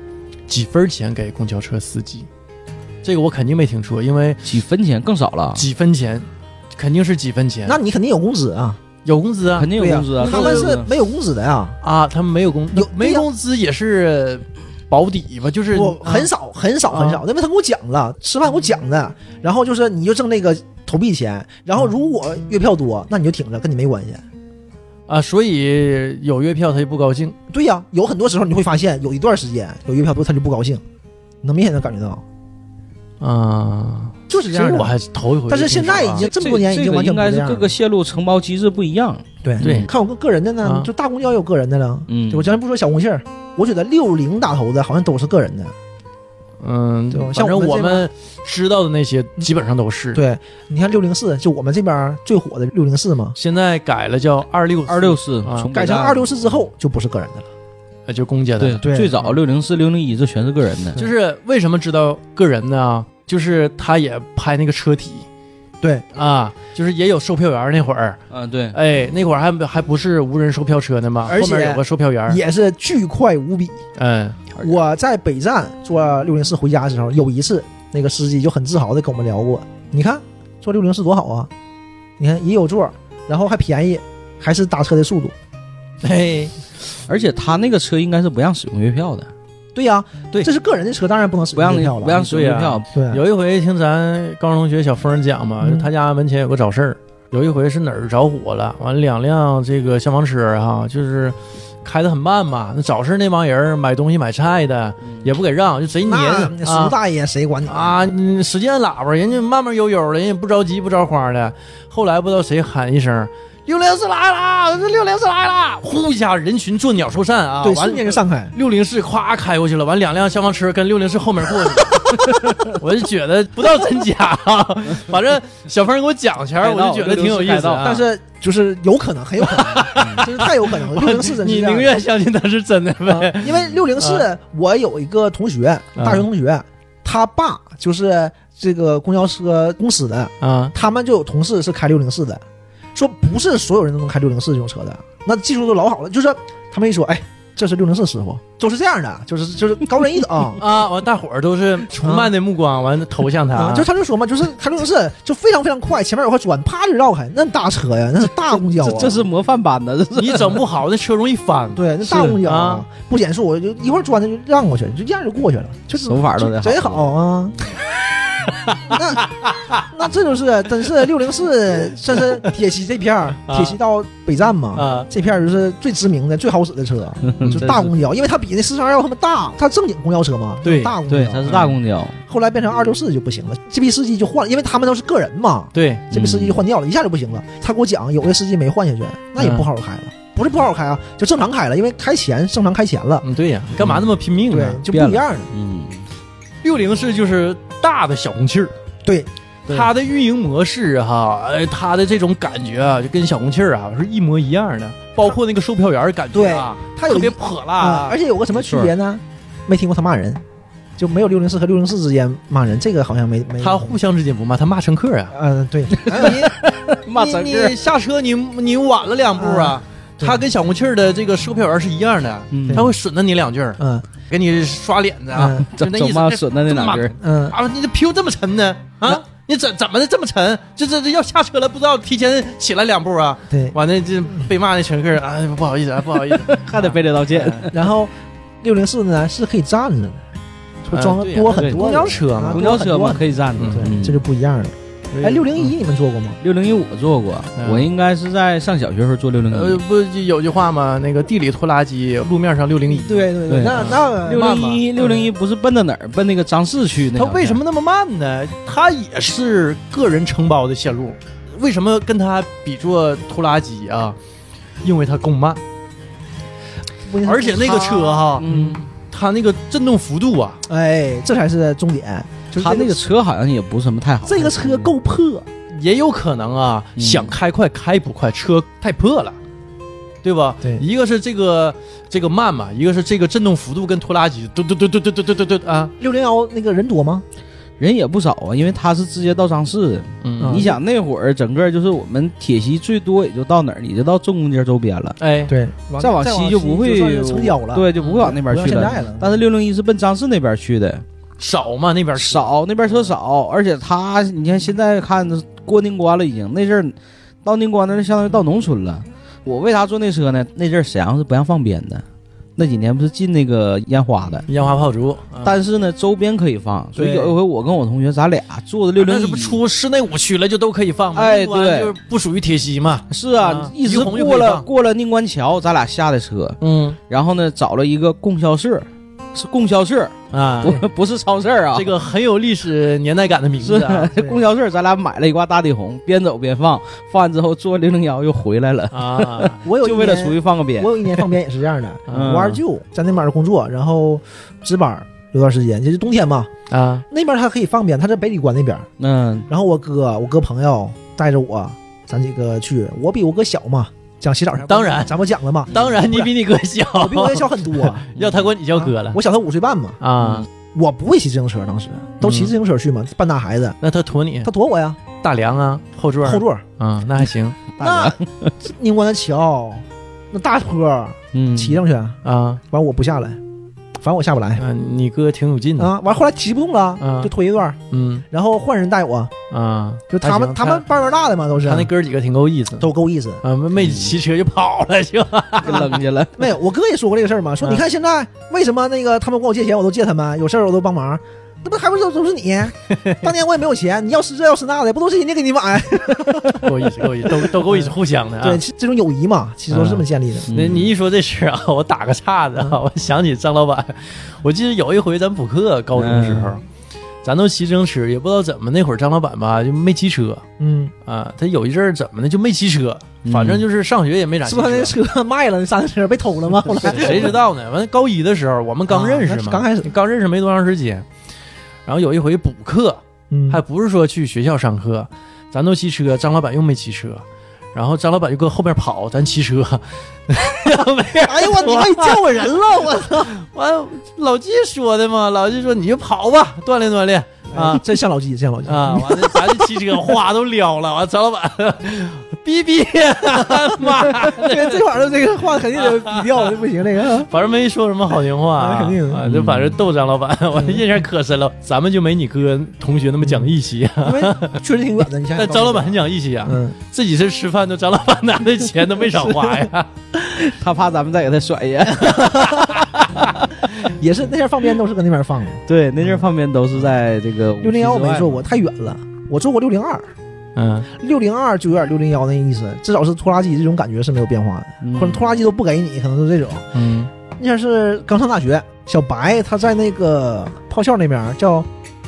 [SPEAKER 1] 几分钱给公交车司机？这个我肯定没听说，因为
[SPEAKER 2] 啊
[SPEAKER 3] 几分钱更少了，
[SPEAKER 1] 几分钱，肯定是几分钱。
[SPEAKER 2] 那你肯定有工资啊，
[SPEAKER 1] 有工资啊？
[SPEAKER 3] 肯定有
[SPEAKER 2] 对呀
[SPEAKER 3] 工资啊。
[SPEAKER 2] 他们是没有工资的呀。
[SPEAKER 1] 啊，他们没有工
[SPEAKER 2] 有
[SPEAKER 1] 没
[SPEAKER 2] 对呀
[SPEAKER 1] 工资也是保底吧？就是
[SPEAKER 2] 我
[SPEAKER 1] 啊
[SPEAKER 2] 很少很少
[SPEAKER 1] 啊
[SPEAKER 2] 很少，因为他给我讲了，吃饭给我讲的，然后就是你就挣那个投币钱，然后如果月票多，那你就挺着，跟你没关系。
[SPEAKER 1] 啊，所以有月票他就不高兴。
[SPEAKER 2] 对呀、有很多时候你会发现，有一段时间有月票多，他就不高兴，能明显的感觉到，
[SPEAKER 1] 啊，
[SPEAKER 2] 就是这
[SPEAKER 1] 这
[SPEAKER 2] 样
[SPEAKER 1] 我
[SPEAKER 2] 的。
[SPEAKER 1] 还是头一回听说啊。
[SPEAKER 2] 但是现在已经这么多年已经
[SPEAKER 3] 个
[SPEAKER 2] 完全
[SPEAKER 3] 应
[SPEAKER 2] 不这
[SPEAKER 3] 该
[SPEAKER 2] 样
[SPEAKER 3] 是
[SPEAKER 2] 了
[SPEAKER 3] 各个线路承包机制不一样。
[SPEAKER 2] 对
[SPEAKER 1] 对
[SPEAKER 2] 看我个个人的
[SPEAKER 1] 啊
[SPEAKER 2] 呢，就大公交也有个人的了。
[SPEAKER 3] 嗯，
[SPEAKER 2] 对我咱不说小红信儿，我觉得六零打头的好像都是个人的。
[SPEAKER 1] 嗯
[SPEAKER 2] 对吧，
[SPEAKER 1] 反
[SPEAKER 2] 像
[SPEAKER 1] 正我
[SPEAKER 2] 我们这
[SPEAKER 1] 们知道的那些基本上都是。，
[SPEAKER 2] 对，你看六零四，就我们这边儿最火的六零四嘛，
[SPEAKER 1] 现在改了叫二六
[SPEAKER 3] 二六四
[SPEAKER 1] 啊
[SPEAKER 3] 从
[SPEAKER 2] 改成二六四之后就不是个人的了。
[SPEAKER 1] 呃就公家的。
[SPEAKER 3] 对
[SPEAKER 2] 对
[SPEAKER 3] 最早六零四六零一这全是个人的，
[SPEAKER 1] 就是为什么知道个人呢？就是他也拍那个车体
[SPEAKER 2] 对，
[SPEAKER 1] 啊，就是也有售票员那会儿，
[SPEAKER 3] 啊，对，
[SPEAKER 1] 哎，那会儿还还不是无人售票车呢吗？
[SPEAKER 2] 嗯而且
[SPEAKER 1] 后面有个售票员，
[SPEAKER 2] 也是巨快无比。
[SPEAKER 1] 嗯，
[SPEAKER 3] 而且
[SPEAKER 2] 我在北站坐六零四回家的时候，有一次那个司机就很自豪的跟我们聊过，你看坐六零四多好啊，你看也有座儿，然后还便宜，还是打车的速度。哎
[SPEAKER 1] 嘿，
[SPEAKER 3] 而且他那个车应该是不让使用月票的，
[SPEAKER 2] 对呀、
[SPEAKER 1] 对
[SPEAKER 2] 这是个人的车，当然不能使
[SPEAKER 3] 不
[SPEAKER 2] 用
[SPEAKER 3] 让
[SPEAKER 2] 月票了。
[SPEAKER 3] 不让使用月票，
[SPEAKER 2] 对啊，
[SPEAKER 1] 有一回听咱高中同学小峰讲嘛，
[SPEAKER 2] 嗯
[SPEAKER 1] 就他家门前有个早市儿，有一回是哪儿着火了，完了两辆这个消防车哈、就是开的很慢嘛，那早市那帮人儿买东西买菜的也不给让，就贼
[SPEAKER 2] 嗯那
[SPEAKER 1] 黏
[SPEAKER 2] 那叔
[SPEAKER 1] 啊。
[SPEAKER 2] 大爷谁管你？
[SPEAKER 1] 啊，你使劲按喇叭，人家慢慢悠悠的，人家不着急不着慌的。后来不知道谁喊一声“六零四来了，这六零四来了”，呼一下，人群作鸟兽散啊，
[SPEAKER 2] 对，
[SPEAKER 1] 完
[SPEAKER 2] 瞬间就散开。
[SPEAKER 1] 六零四咵开过去了，完两辆消防车跟六零四后面过去了。 我就觉得不知道真假啊，反正小峰给我讲前儿，我就觉得挺有意思、啊。
[SPEAKER 2] 但是就是有可能，很有可能， 嗯真是太有可能了。六零四真是
[SPEAKER 1] 你
[SPEAKER 2] 这样
[SPEAKER 1] 宁愿相信他是真的
[SPEAKER 2] 啊
[SPEAKER 1] 呗？
[SPEAKER 2] 因为六零
[SPEAKER 3] 嗯
[SPEAKER 2] 四，我有一个同学，大学同学，他爸就是这个公交车公司的，
[SPEAKER 1] 啊，
[SPEAKER 2] 他们就有同事是开六零四的，说不是所有人都能开六零四这种车的，那技术都老好了，就是他们一说，哎，这是六零四师傅，都是这样的，就是就是高人一 等啊。
[SPEAKER 1] 啊！完，大伙儿都是崇拜的目光，完了投向他。
[SPEAKER 2] 啊
[SPEAKER 3] 啊
[SPEAKER 1] 啊
[SPEAKER 2] 就他就说嘛，就是开六零四就非常非常快，前面有块砖，啪就绕开，那大车呀，那是大公交啊
[SPEAKER 3] 这，这是模范版的，这是
[SPEAKER 1] 你整不好，那车容易翻。
[SPEAKER 2] 对，那大公
[SPEAKER 1] 是
[SPEAKER 2] 交
[SPEAKER 1] 啊
[SPEAKER 2] 不减速，我就一会儿砖他就让过去，就这样就过去了，就
[SPEAKER 3] 手法都得
[SPEAKER 2] 贼好啊。那那这就是真是六零四，这是铁西这片儿，
[SPEAKER 1] 啊
[SPEAKER 2] 铁西到北站嘛，
[SPEAKER 1] 啊嗯
[SPEAKER 2] 这片儿就是最知名的、最好使的车，就是大公交，因为它比那四三幺他们大，它正经公交车嘛，
[SPEAKER 1] 对
[SPEAKER 2] 大公交，
[SPEAKER 3] 对，它是大公交，
[SPEAKER 2] 后来变成二六四就不行了，这批司机就换了，因为他们都是个人嘛，
[SPEAKER 1] 对，
[SPEAKER 2] 这批司机就换掉了，一下就不行了。他给我讲，有的司机没换下去，那也
[SPEAKER 1] 嗯
[SPEAKER 2] 不好好开了，不是不好好开啊，就正常开了，因为开钱正常开钱了，
[SPEAKER 1] 嗯，对呀，你干嘛那么拼命
[SPEAKER 2] 对
[SPEAKER 1] 呢？，
[SPEAKER 2] 就不一样了。
[SPEAKER 3] 嗯，
[SPEAKER 1] 六零四就是大的小红气儿，
[SPEAKER 2] 对，
[SPEAKER 1] 对它的运营模式哈，哎，它的这种感觉啊，就跟小红气儿啊是一模一样的，包括那个售票员儿感觉啊，
[SPEAKER 2] 他有
[SPEAKER 1] 特
[SPEAKER 2] 一
[SPEAKER 1] 别泼辣
[SPEAKER 2] 啊，
[SPEAKER 1] 啊，
[SPEAKER 2] 而且有个什么区别呢？没听过他骂人，就没有六零四和六零四之间骂人，这个好像没没。
[SPEAKER 1] 他互相之间不骂，他骂乘客啊，
[SPEAKER 2] 嗯、对，
[SPEAKER 3] 骂乘
[SPEAKER 1] 你
[SPEAKER 3] 客
[SPEAKER 1] 你下车你你晚了两步啊，
[SPEAKER 2] 对
[SPEAKER 1] 他跟小红气儿的这个售票员是一样的，
[SPEAKER 3] 嗯
[SPEAKER 1] 他会损着你两句儿，
[SPEAKER 2] 嗯
[SPEAKER 1] 给你刷脸子 啊，
[SPEAKER 2] 嗯
[SPEAKER 1] 就
[SPEAKER 3] 怎
[SPEAKER 1] 那
[SPEAKER 3] 怎
[SPEAKER 1] 意思
[SPEAKER 3] 么
[SPEAKER 1] 哎
[SPEAKER 3] 损的那两句？
[SPEAKER 2] 嗯，
[SPEAKER 1] 啊，你这屁股这么沉呢？啊
[SPEAKER 2] 那，
[SPEAKER 1] 你怎怎么的这么沉？这这这要下车了，不知道提前起来两步啊？
[SPEAKER 2] 对。
[SPEAKER 1] 完了，这被骂那乘客啊，哎不好意思啊，不好意思，
[SPEAKER 3] 还得背着道歉。
[SPEAKER 2] 然后六零四呢是可以站着的，会
[SPEAKER 1] 嗯
[SPEAKER 2] 装的
[SPEAKER 1] 对呀
[SPEAKER 2] 多很多
[SPEAKER 1] 公
[SPEAKER 2] 的。
[SPEAKER 1] 交车嘛
[SPEAKER 2] 啊
[SPEAKER 3] 公交车嘛，可以站着
[SPEAKER 1] 嗯。
[SPEAKER 2] 对，这就不一样了。哎，六零一你们坐过吗？
[SPEAKER 3] 六零一我坐过，
[SPEAKER 1] 嗯
[SPEAKER 3] 我应该是在上小学时候坐六零
[SPEAKER 1] 呃
[SPEAKER 3] 一。，
[SPEAKER 1] 不就有句话吗？那个地里拖拉机，路面上六零一。
[SPEAKER 2] 对对
[SPEAKER 3] 对
[SPEAKER 2] 那
[SPEAKER 1] 嗯
[SPEAKER 2] 那
[SPEAKER 3] 呃六零一六零一不是奔到哪儿？奔那个张氏去那
[SPEAKER 1] 它
[SPEAKER 3] 条线。
[SPEAKER 1] 为什么那么慢呢？它也是个人承包的线路，为什么跟它比作拖拉机啊？因为它更慢，
[SPEAKER 2] 不
[SPEAKER 1] 而且那个车哈、
[SPEAKER 3] 嗯？
[SPEAKER 1] 它那个震动幅度啊，
[SPEAKER 2] 哎，这才是重点，就是
[SPEAKER 3] 他
[SPEAKER 2] 这
[SPEAKER 3] 那个嗯车好像也不是什么太好。
[SPEAKER 2] 这个车够破，
[SPEAKER 1] 也有可能啊，
[SPEAKER 3] 嗯
[SPEAKER 1] 想开快开不快，车太破了，对吧？
[SPEAKER 2] 对
[SPEAKER 1] 一个是这个这个慢嘛，一个是这个震动幅度跟拖拉机嘟嘟嘟嘟嘟嘟嘟嘟嘟啊，
[SPEAKER 2] 六零幺那个人多吗？
[SPEAKER 3] 人也不少啊，因为他是直接到张氏的。
[SPEAKER 2] 啊
[SPEAKER 1] 嗯，
[SPEAKER 3] 你想那会儿整个就是我们铁西最多也就到哪儿，也就到重工街周边了，
[SPEAKER 1] 哎，
[SPEAKER 2] 对，
[SPEAKER 3] 再往
[SPEAKER 2] 西
[SPEAKER 3] 西就不会
[SPEAKER 2] 算是成交了，
[SPEAKER 3] 对，嗯就不会往那边
[SPEAKER 2] 不像
[SPEAKER 3] 去
[SPEAKER 2] 现
[SPEAKER 3] 了。
[SPEAKER 2] 在了。
[SPEAKER 3] 但是六零一是奔张氏那边去的，
[SPEAKER 1] 少嘛那边车
[SPEAKER 3] 少那边车少，而且他你看现在看过宁关了已经，那阵儿到宁关那就相当于到农村了。我为啥坐那车呢？那阵儿沈阳是不让放鞭的，那几年不是禁那个烟花的，
[SPEAKER 1] 烟花炮竹，啊
[SPEAKER 3] 但是呢周边可以放，所以
[SPEAKER 1] 对啊
[SPEAKER 3] 有一回我跟我同学咱俩坐的六零
[SPEAKER 1] 那
[SPEAKER 3] 一
[SPEAKER 1] 这不，出室内五区了就都可以放吗？
[SPEAKER 3] 哎
[SPEAKER 1] 那端
[SPEAKER 3] 对
[SPEAKER 1] 就是不属于铁西嘛。
[SPEAKER 3] 是啊，
[SPEAKER 1] 啊
[SPEAKER 3] 一
[SPEAKER 1] 怡
[SPEAKER 3] 直
[SPEAKER 1] 红就
[SPEAKER 3] 过
[SPEAKER 1] 可以
[SPEAKER 3] 了
[SPEAKER 1] 放
[SPEAKER 3] 过了宁关桥，咱俩下的车，
[SPEAKER 1] 嗯
[SPEAKER 3] 然后呢找了一个供销社，是供销社，
[SPEAKER 1] 啊，
[SPEAKER 3] 不不是超市啊，
[SPEAKER 1] 这个很有历史年代感的名
[SPEAKER 3] 是
[SPEAKER 1] 字啊。
[SPEAKER 2] 对
[SPEAKER 3] 供销社，咱俩买了一挂大地红，边走边放，放完之后坐零零幺又回来了，
[SPEAKER 1] 啊，
[SPEAKER 2] 我有一
[SPEAKER 3] 就为了
[SPEAKER 2] 年
[SPEAKER 3] 出去放个鞭
[SPEAKER 2] 我。有一年放鞭也是这样 的，
[SPEAKER 3] 嗯
[SPEAKER 2] 我二舅在那边工作，然后值班有段时间，就是冬天嘛，
[SPEAKER 1] 啊，
[SPEAKER 2] 那边他可以放鞭，他在北礼关那边。
[SPEAKER 3] 嗯，
[SPEAKER 2] 然后我哥，我哥朋友带着我，咱几个去，我比我哥小嘛，讲洗澡啥，
[SPEAKER 1] 当然
[SPEAKER 2] 咱们讲了 嘛，
[SPEAKER 1] 当然你比你哥小
[SPEAKER 2] 我，比我哥小很多，
[SPEAKER 1] 要他管你叫哥了
[SPEAKER 2] 啊我小他五岁半嘛。
[SPEAKER 1] 啊。
[SPEAKER 2] 我不会骑自行车，当时都骑自行车去嘛，
[SPEAKER 1] 嗯
[SPEAKER 2] 半大孩子，
[SPEAKER 1] 那他驮你
[SPEAKER 2] 他躲我呀，
[SPEAKER 1] 大梁啊，后座
[SPEAKER 2] 后座
[SPEAKER 1] 啊，那还行
[SPEAKER 2] 那 宁关的桥，那大坡
[SPEAKER 3] 嗯，
[SPEAKER 2] 骑上去，
[SPEAKER 1] 啊。
[SPEAKER 2] 完我不下来，反正我下不来
[SPEAKER 1] 嗯、你哥挺有劲的，
[SPEAKER 2] 啊。完后来骑不动了，
[SPEAKER 1] 嗯
[SPEAKER 2] 就推一段，
[SPEAKER 1] 嗯
[SPEAKER 2] 然后换人带我，
[SPEAKER 1] 啊，
[SPEAKER 2] 就他
[SPEAKER 1] 还行
[SPEAKER 2] 们他们班儿大的嘛，都是
[SPEAKER 1] 他那哥几个挺够意思，
[SPEAKER 2] 都够意思。
[SPEAKER 1] 啊，没没骑车就跑了就，
[SPEAKER 3] 给扔去了，
[SPEAKER 2] 没有，我哥也说过这个事儿嘛，说
[SPEAKER 1] 嗯
[SPEAKER 2] 你看现在为什么那个他们管我借钱，我都借他们，有事儿我都帮忙，那不还不是都都是你？ 当年我也没有钱，你要吃这要吃那的，不都是人家给你买？
[SPEAKER 1] 够意思够意思，都都够意思，互相的啊
[SPEAKER 2] 对，。其这种友谊嘛，其实都是这么建立的。
[SPEAKER 1] 那你一说这事儿啊，我打个岔子啊，我想起张老板， 我记得有一回咱补课，高中时候，咱都骑自行车，也不知道怎么那会儿张老板吧就没骑车
[SPEAKER 2] 嗯，
[SPEAKER 1] 啊，他有一阵儿怎么的就没骑车，
[SPEAKER 3] 嗯
[SPEAKER 1] 反正就是上学也没咋骑
[SPEAKER 2] 是不是他那
[SPEAKER 1] 车。
[SPEAKER 2] 车卖了？那三轮车被偷了吗？后来
[SPEAKER 1] 谁知道呢？完高一的时候，我们刚认识
[SPEAKER 2] 啊
[SPEAKER 1] 嘛，
[SPEAKER 2] 那是刚开始
[SPEAKER 1] 刚认识没多长时间。然后有一回补课，
[SPEAKER 2] 嗯
[SPEAKER 1] 还不是说去学校上课，咱都骑车，张老板又没骑车，然后张老板就搁后边跑，咱骑车，没有
[SPEAKER 2] 哎呦我你妈你叫我人了，我操！
[SPEAKER 1] 完老季说的嘛，老季说你就跑吧，锻炼锻炼啊
[SPEAKER 2] 哎真像老纪，真像老纪
[SPEAKER 1] 啊！完了，咱就骑车，花都撩了，完张老板 逼逼， 妈，
[SPEAKER 2] 这这玩意儿这个话肯定得比掉，这不行，这 个啊
[SPEAKER 1] 反正没说什么好听话啊
[SPEAKER 2] 那肯定，嗯
[SPEAKER 1] 啊就反正逗张老板，我印象可深了。咱们就没你哥同学那么讲义气，啊
[SPEAKER 2] 因为确实挺远的。你想
[SPEAKER 1] 但
[SPEAKER 2] 想，
[SPEAKER 1] 张老板很讲义气啊，
[SPEAKER 2] 嗯，
[SPEAKER 1] 自己是吃饭都张老板拿的钱都没少花呀。
[SPEAKER 3] 他怕咱们再给他甩下。
[SPEAKER 2] 也是那些放鞭都是搁那边放的。
[SPEAKER 3] 对，那阵儿放鞭都是在这个
[SPEAKER 2] 六零幺我没坐
[SPEAKER 3] 做
[SPEAKER 2] 过，，太远了。我坐过六零二，
[SPEAKER 1] 嗯，
[SPEAKER 2] 六零二就有点六零幺那意思，至少是拖拉机这种感觉是没有变化的，
[SPEAKER 3] 嗯
[SPEAKER 2] 或者拖拉机都不给你，可能是这种。
[SPEAKER 1] 嗯
[SPEAKER 2] 那前是刚上大学，小白他在那个炮校那边儿叫，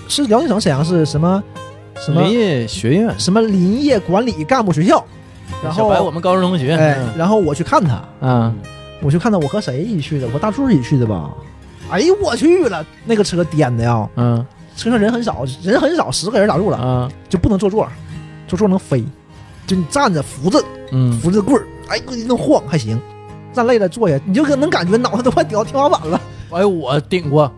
[SPEAKER 2] 是辽宁省沈阳市什么什么
[SPEAKER 1] 林业学院，
[SPEAKER 2] 什么林业管理干部学校，然
[SPEAKER 1] 小
[SPEAKER 2] 后
[SPEAKER 1] 白我们高中同学，
[SPEAKER 2] 哎，然后我去看他，
[SPEAKER 1] 嗯，
[SPEAKER 2] 我去看他，我和谁一起去的？我和大柱一起去的吧？哎呦我去了，那个车颠的呀，
[SPEAKER 1] 嗯
[SPEAKER 2] 车上人很少，人很少，十个人打住了，
[SPEAKER 1] 啊
[SPEAKER 2] 就不能坐座，坐座能飞，就你站着扶着
[SPEAKER 1] 嗯
[SPEAKER 2] 扶着棍儿，哎，能晃还行。站累了坐下，你就能感觉脑袋都快顶到天花板了。
[SPEAKER 1] 哎，我顶过，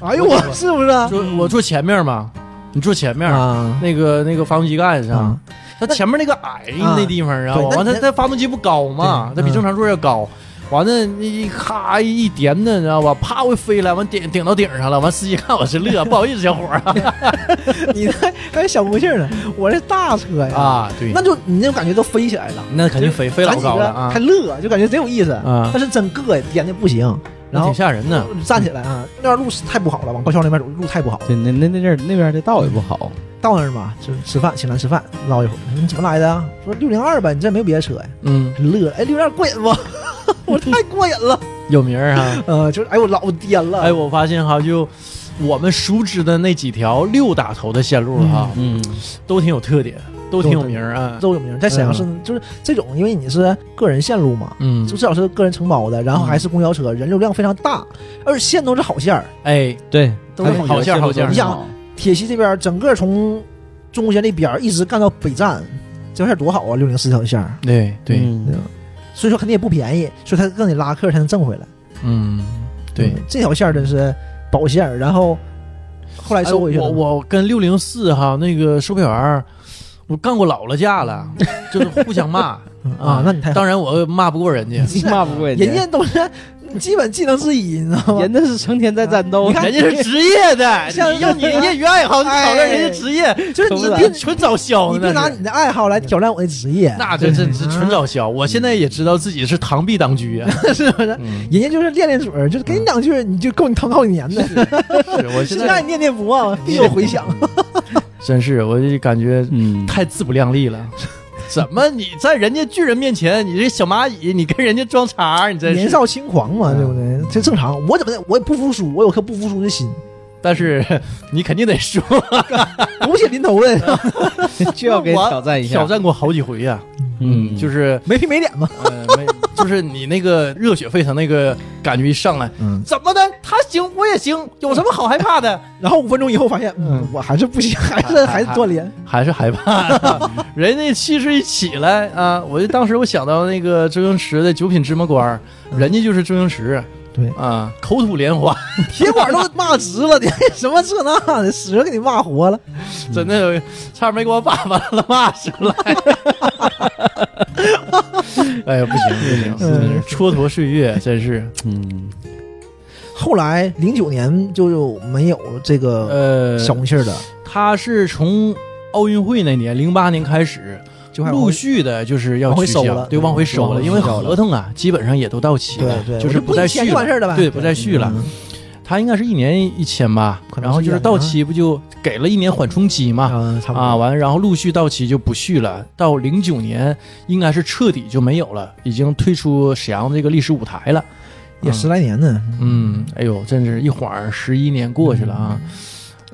[SPEAKER 2] 哎呦我，是不是啊？
[SPEAKER 1] 坐我坐前面嘛，你坐前面，
[SPEAKER 2] 啊
[SPEAKER 1] 那个那个发动机盖子上
[SPEAKER 2] 啊，
[SPEAKER 1] 它前面那个矮
[SPEAKER 2] 啊
[SPEAKER 1] 那地方啊，
[SPEAKER 2] 对那
[SPEAKER 1] 完它
[SPEAKER 2] 那
[SPEAKER 1] 它发动机不高嘛，它
[SPEAKER 2] 对
[SPEAKER 1] 比
[SPEAKER 2] 嗯
[SPEAKER 1] 正常座要高。完了，一咔一颠的，你知道吧？啪，我飞了，完顶顶到顶上了。完，司机看我是乐，不好意思，小伙儿啊
[SPEAKER 2] 你那 还有小不幸呢，我这大车呀，
[SPEAKER 1] 啊。对，
[SPEAKER 2] 那就你那种感觉都飞起来了，
[SPEAKER 1] 那肯定飞飞
[SPEAKER 2] 咱
[SPEAKER 1] 老
[SPEAKER 2] 几
[SPEAKER 1] 高了
[SPEAKER 2] 个
[SPEAKER 1] 啊
[SPEAKER 2] 还，乐，就感觉真有意思。
[SPEAKER 1] 啊
[SPEAKER 2] 但是真膈呀，颠的不行，
[SPEAKER 1] 那
[SPEAKER 2] 然后
[SPEAKER 1] 挺吓人的。
[SPEAKER 2] 站起来啊，那段路是太不好了，往高校那边走路太不好了。
[SPEAKER 3] 对，那那那阵儿那边儿的道也不好，
[SPEAKER 2] 到那儿嘛，就是吃饭，请咱吃饭，唠一会儿。你怎么来的啊？说六零二呗，你这没有别的车呀？
[SPEAKER 1] 嗯，
[SPEAKER 2] 乐，哎，六零二过瘾不？ 我太过瘾 了，
[SPEAKER 1] 有名儿啊。
[SPEAKER 2] 呃，就是哎，我老颠了，
[SPEAKER 1] 哎，我发现哈，就我们熟知的那几条六打头的线路哈，
[SPEAKER 3] 嗯，
[SPEAKER 1] 都挺有特点，都挺有名儿啊。
[SPEAKER 2] 都有名，在沈阳市就是这种，因为你是个人线路嘛，
[SPEAKER 1] 嗯
[SPEAKER 2] 就，至少是个人承包的，然后还是公交车，人流量非常大，而线都是好线儿。
[SPEAKER 1] 哎，
[SPEAKER 3] 对，
[SPEAKER 2] 都是
[SPEAKER 1] 好线儿好线儿
[SPEAKER 3] 你
[SPEAKER 2] 你想铁西这边整个从中间那边儿一直干到北站，这条线多好啊，六零四条线儿，
[SPEAKER 1] 对对，
[SPEAKER 3] 嗯
[SPEAKER 2] 对啊吧？所以说肯定也不便宜，所以他更得拉客才能挣回来。
[SPEAKER 1] 嗯，对。
[SPEAKER 2] 嗯这条线儿真是保线儿，然后后来
[SPEAKER 1] 哎
[SPEAKER 2] 收回去了。
[SPEAKER 1] 我我跟六零四哈那个售票员儿，我干过老了架 了，就是互相骂
[SPEAKER 2] 啊，那你太好
[SPEAKER 1] 当然我骂不过人家，
[SPEAKER 3] 你骂不过人
[SPEAKER 2] 人家都是基本技能之一，你知道吗？
[SPEAKER 3] 人家是成天在战斗
[SPEAKER 2] 你，看
[SPEAKER 1] 人家是职业的，
[SPEAKER 2] 像
[SPEAKER 1] 你用你业余爱好去
[SPEAKER 2] 哎
[SPEAKER 1] 讨论人家职业，
[SPEAKER 2] 就是
[SPEAKER 3] 懂
[SPEAKER 2] 你
[SPEAKER 3] 了
[SPEAKER 2] 别
[SPEAKER 1] 纯找削
[SPEAKER 2] 你别
[SPEAKER 1] 呢。
[SPEAKER 2] 拿
[SPEAKER 1] 那是
[SPEAKER 2] 你的嗯爱好来挑战我的职业，
[SPEAKER 1] 那这这这纯找削，我现在也知道自己是螳臂当 车啊。
[SPEAKER 2] 是不是？
[SPEAKER 1] 嗯
[SPEAKER 2] 人家就是练练嘴儿，就是给你两句，你就够你疼好几年的。
[SPEAKER 1] 是我现
[SPEAKER 2] 实在
[SPEAKER 1] 在
[SPEAKER 2] 念念不忘，必有回响。
[SPEAKER 1] 真是，我就感觉
[SPEAKER 3] 嗯，
[SPEAKER 1] 太自不量力了。怎么你在人家巨人面前，你这小蚂蚁，你跟人家装叉儿，你真
[SPEAKER 2] 年
[SPEAKER 1] 是。嗯
[SPEAKER 2] 少轻狂嘛，对不对？这正常。我怎么的？我也不服输，我有颗不服输的心，
[SPEAKER 1] 但是你肯定得说，
[SPEAKER 2] 狗血淋头 的，
[SPEAKER 3] 就要给挑战一下，
[SPEAKER 1] 挑，战过好几回呀、
[SPEAKER 3] 嗯，
[SPEAKER 1] 就是是
[SPEAKER 2] 没皮没脸嘛。
[SPEAKER 1] 呃，没， 就是你那个热血沸腾那个感觉一上来，
[SPEAKER 2] 嗯。
[SPEAKER 1] 怎么的？他行，我也行，有什么好害怕的？
[SPEAKER 2] 然后五分钟以后发现，嗯
[SPEAKER 1] 嗯，
[SPEAKER 2] 我还是不行，还是还是 锻炼。
[SPEAKER 1] 还是害怕的 人家气势一起来啊！我就当时我想到那个周星驰的《九品芝麻官儿》，人家就是周星驰
[SPEAKER 2] 对
[SPEAKER 1] 啊，口吐莲花，
[SPEAKER 2] 铁管都骂直了，你什么这那的，屎给你骂活了。
[SPEAKER 1] 真的差点没给我爸爸了骂出 来。哎呀，不行不行，真是蹉跎岁月，真是。
[SPEAKER 3] 嗯，
[SPEAKER 2] 后来零九年就有没有这个
[SPEAKER 1] 呃，
[SPEAKER 2] 小红气儿的，
[SPEAKER 1] 他是从奥运会那年零八年开始，
[SPEAKER 2] 就还
[SPEAKER 1] 陆续的就是要
[SPEAKER 2] 往回
[SPEAKER 1] 取
[SPEAKER 2] 收
[SPEAKER 1] 消
[SPEAKER 2] 了嗯
[SPEAKER 1] 对，往回收
[SPEAKER 3] 往
[SPEAKER 1] 了，
[SPEAKER 3] 回
[SPEAKER 1] 因为
[SPEAKER 3] 取消了
[SPEAKER 1] 合同啊，基本上也都到期了，
[SPEAKER 2] 对对，
[SPEAKER 1] 就
[SPEAKER 2] 我
[SPEAKER 1] 是
[SPEAKER 2] 不
[SPEAKER 1] 再
[SPEAKER 2] 一千
[SPEAKER 1] 续
[SPEAKER 2] 就完事儿了嗯呗，
[SPEAKER 1] 对，不再续了。他应该是一年一签吧
[SPEAKER 2] 可，能
[SPEAKER 1] 然后
[SPEAKER 2] 是
[SPEAKER 1] 就是
[SPEAKER 2] 一年
[SPEAKER 1] 到
[SPEAKER 2] 啊
[SPEAKER 1] 期不就给了一年缓冲期嘛，
[SPEAKER 2] 啊，差不
[SPEAKER 1] 啊，
[SPEAKER 2] 多。
[SPEAKER 1] 完，然后陆续到期就不续了。到零九年应该是彻底就没有了，已经退出沈阳这个历史舞台了。
[SPEAKER 2] 也十来年呢，
[SPEAKER 1] 嗯，哎呦，真是一晃儿十一年过去了啊。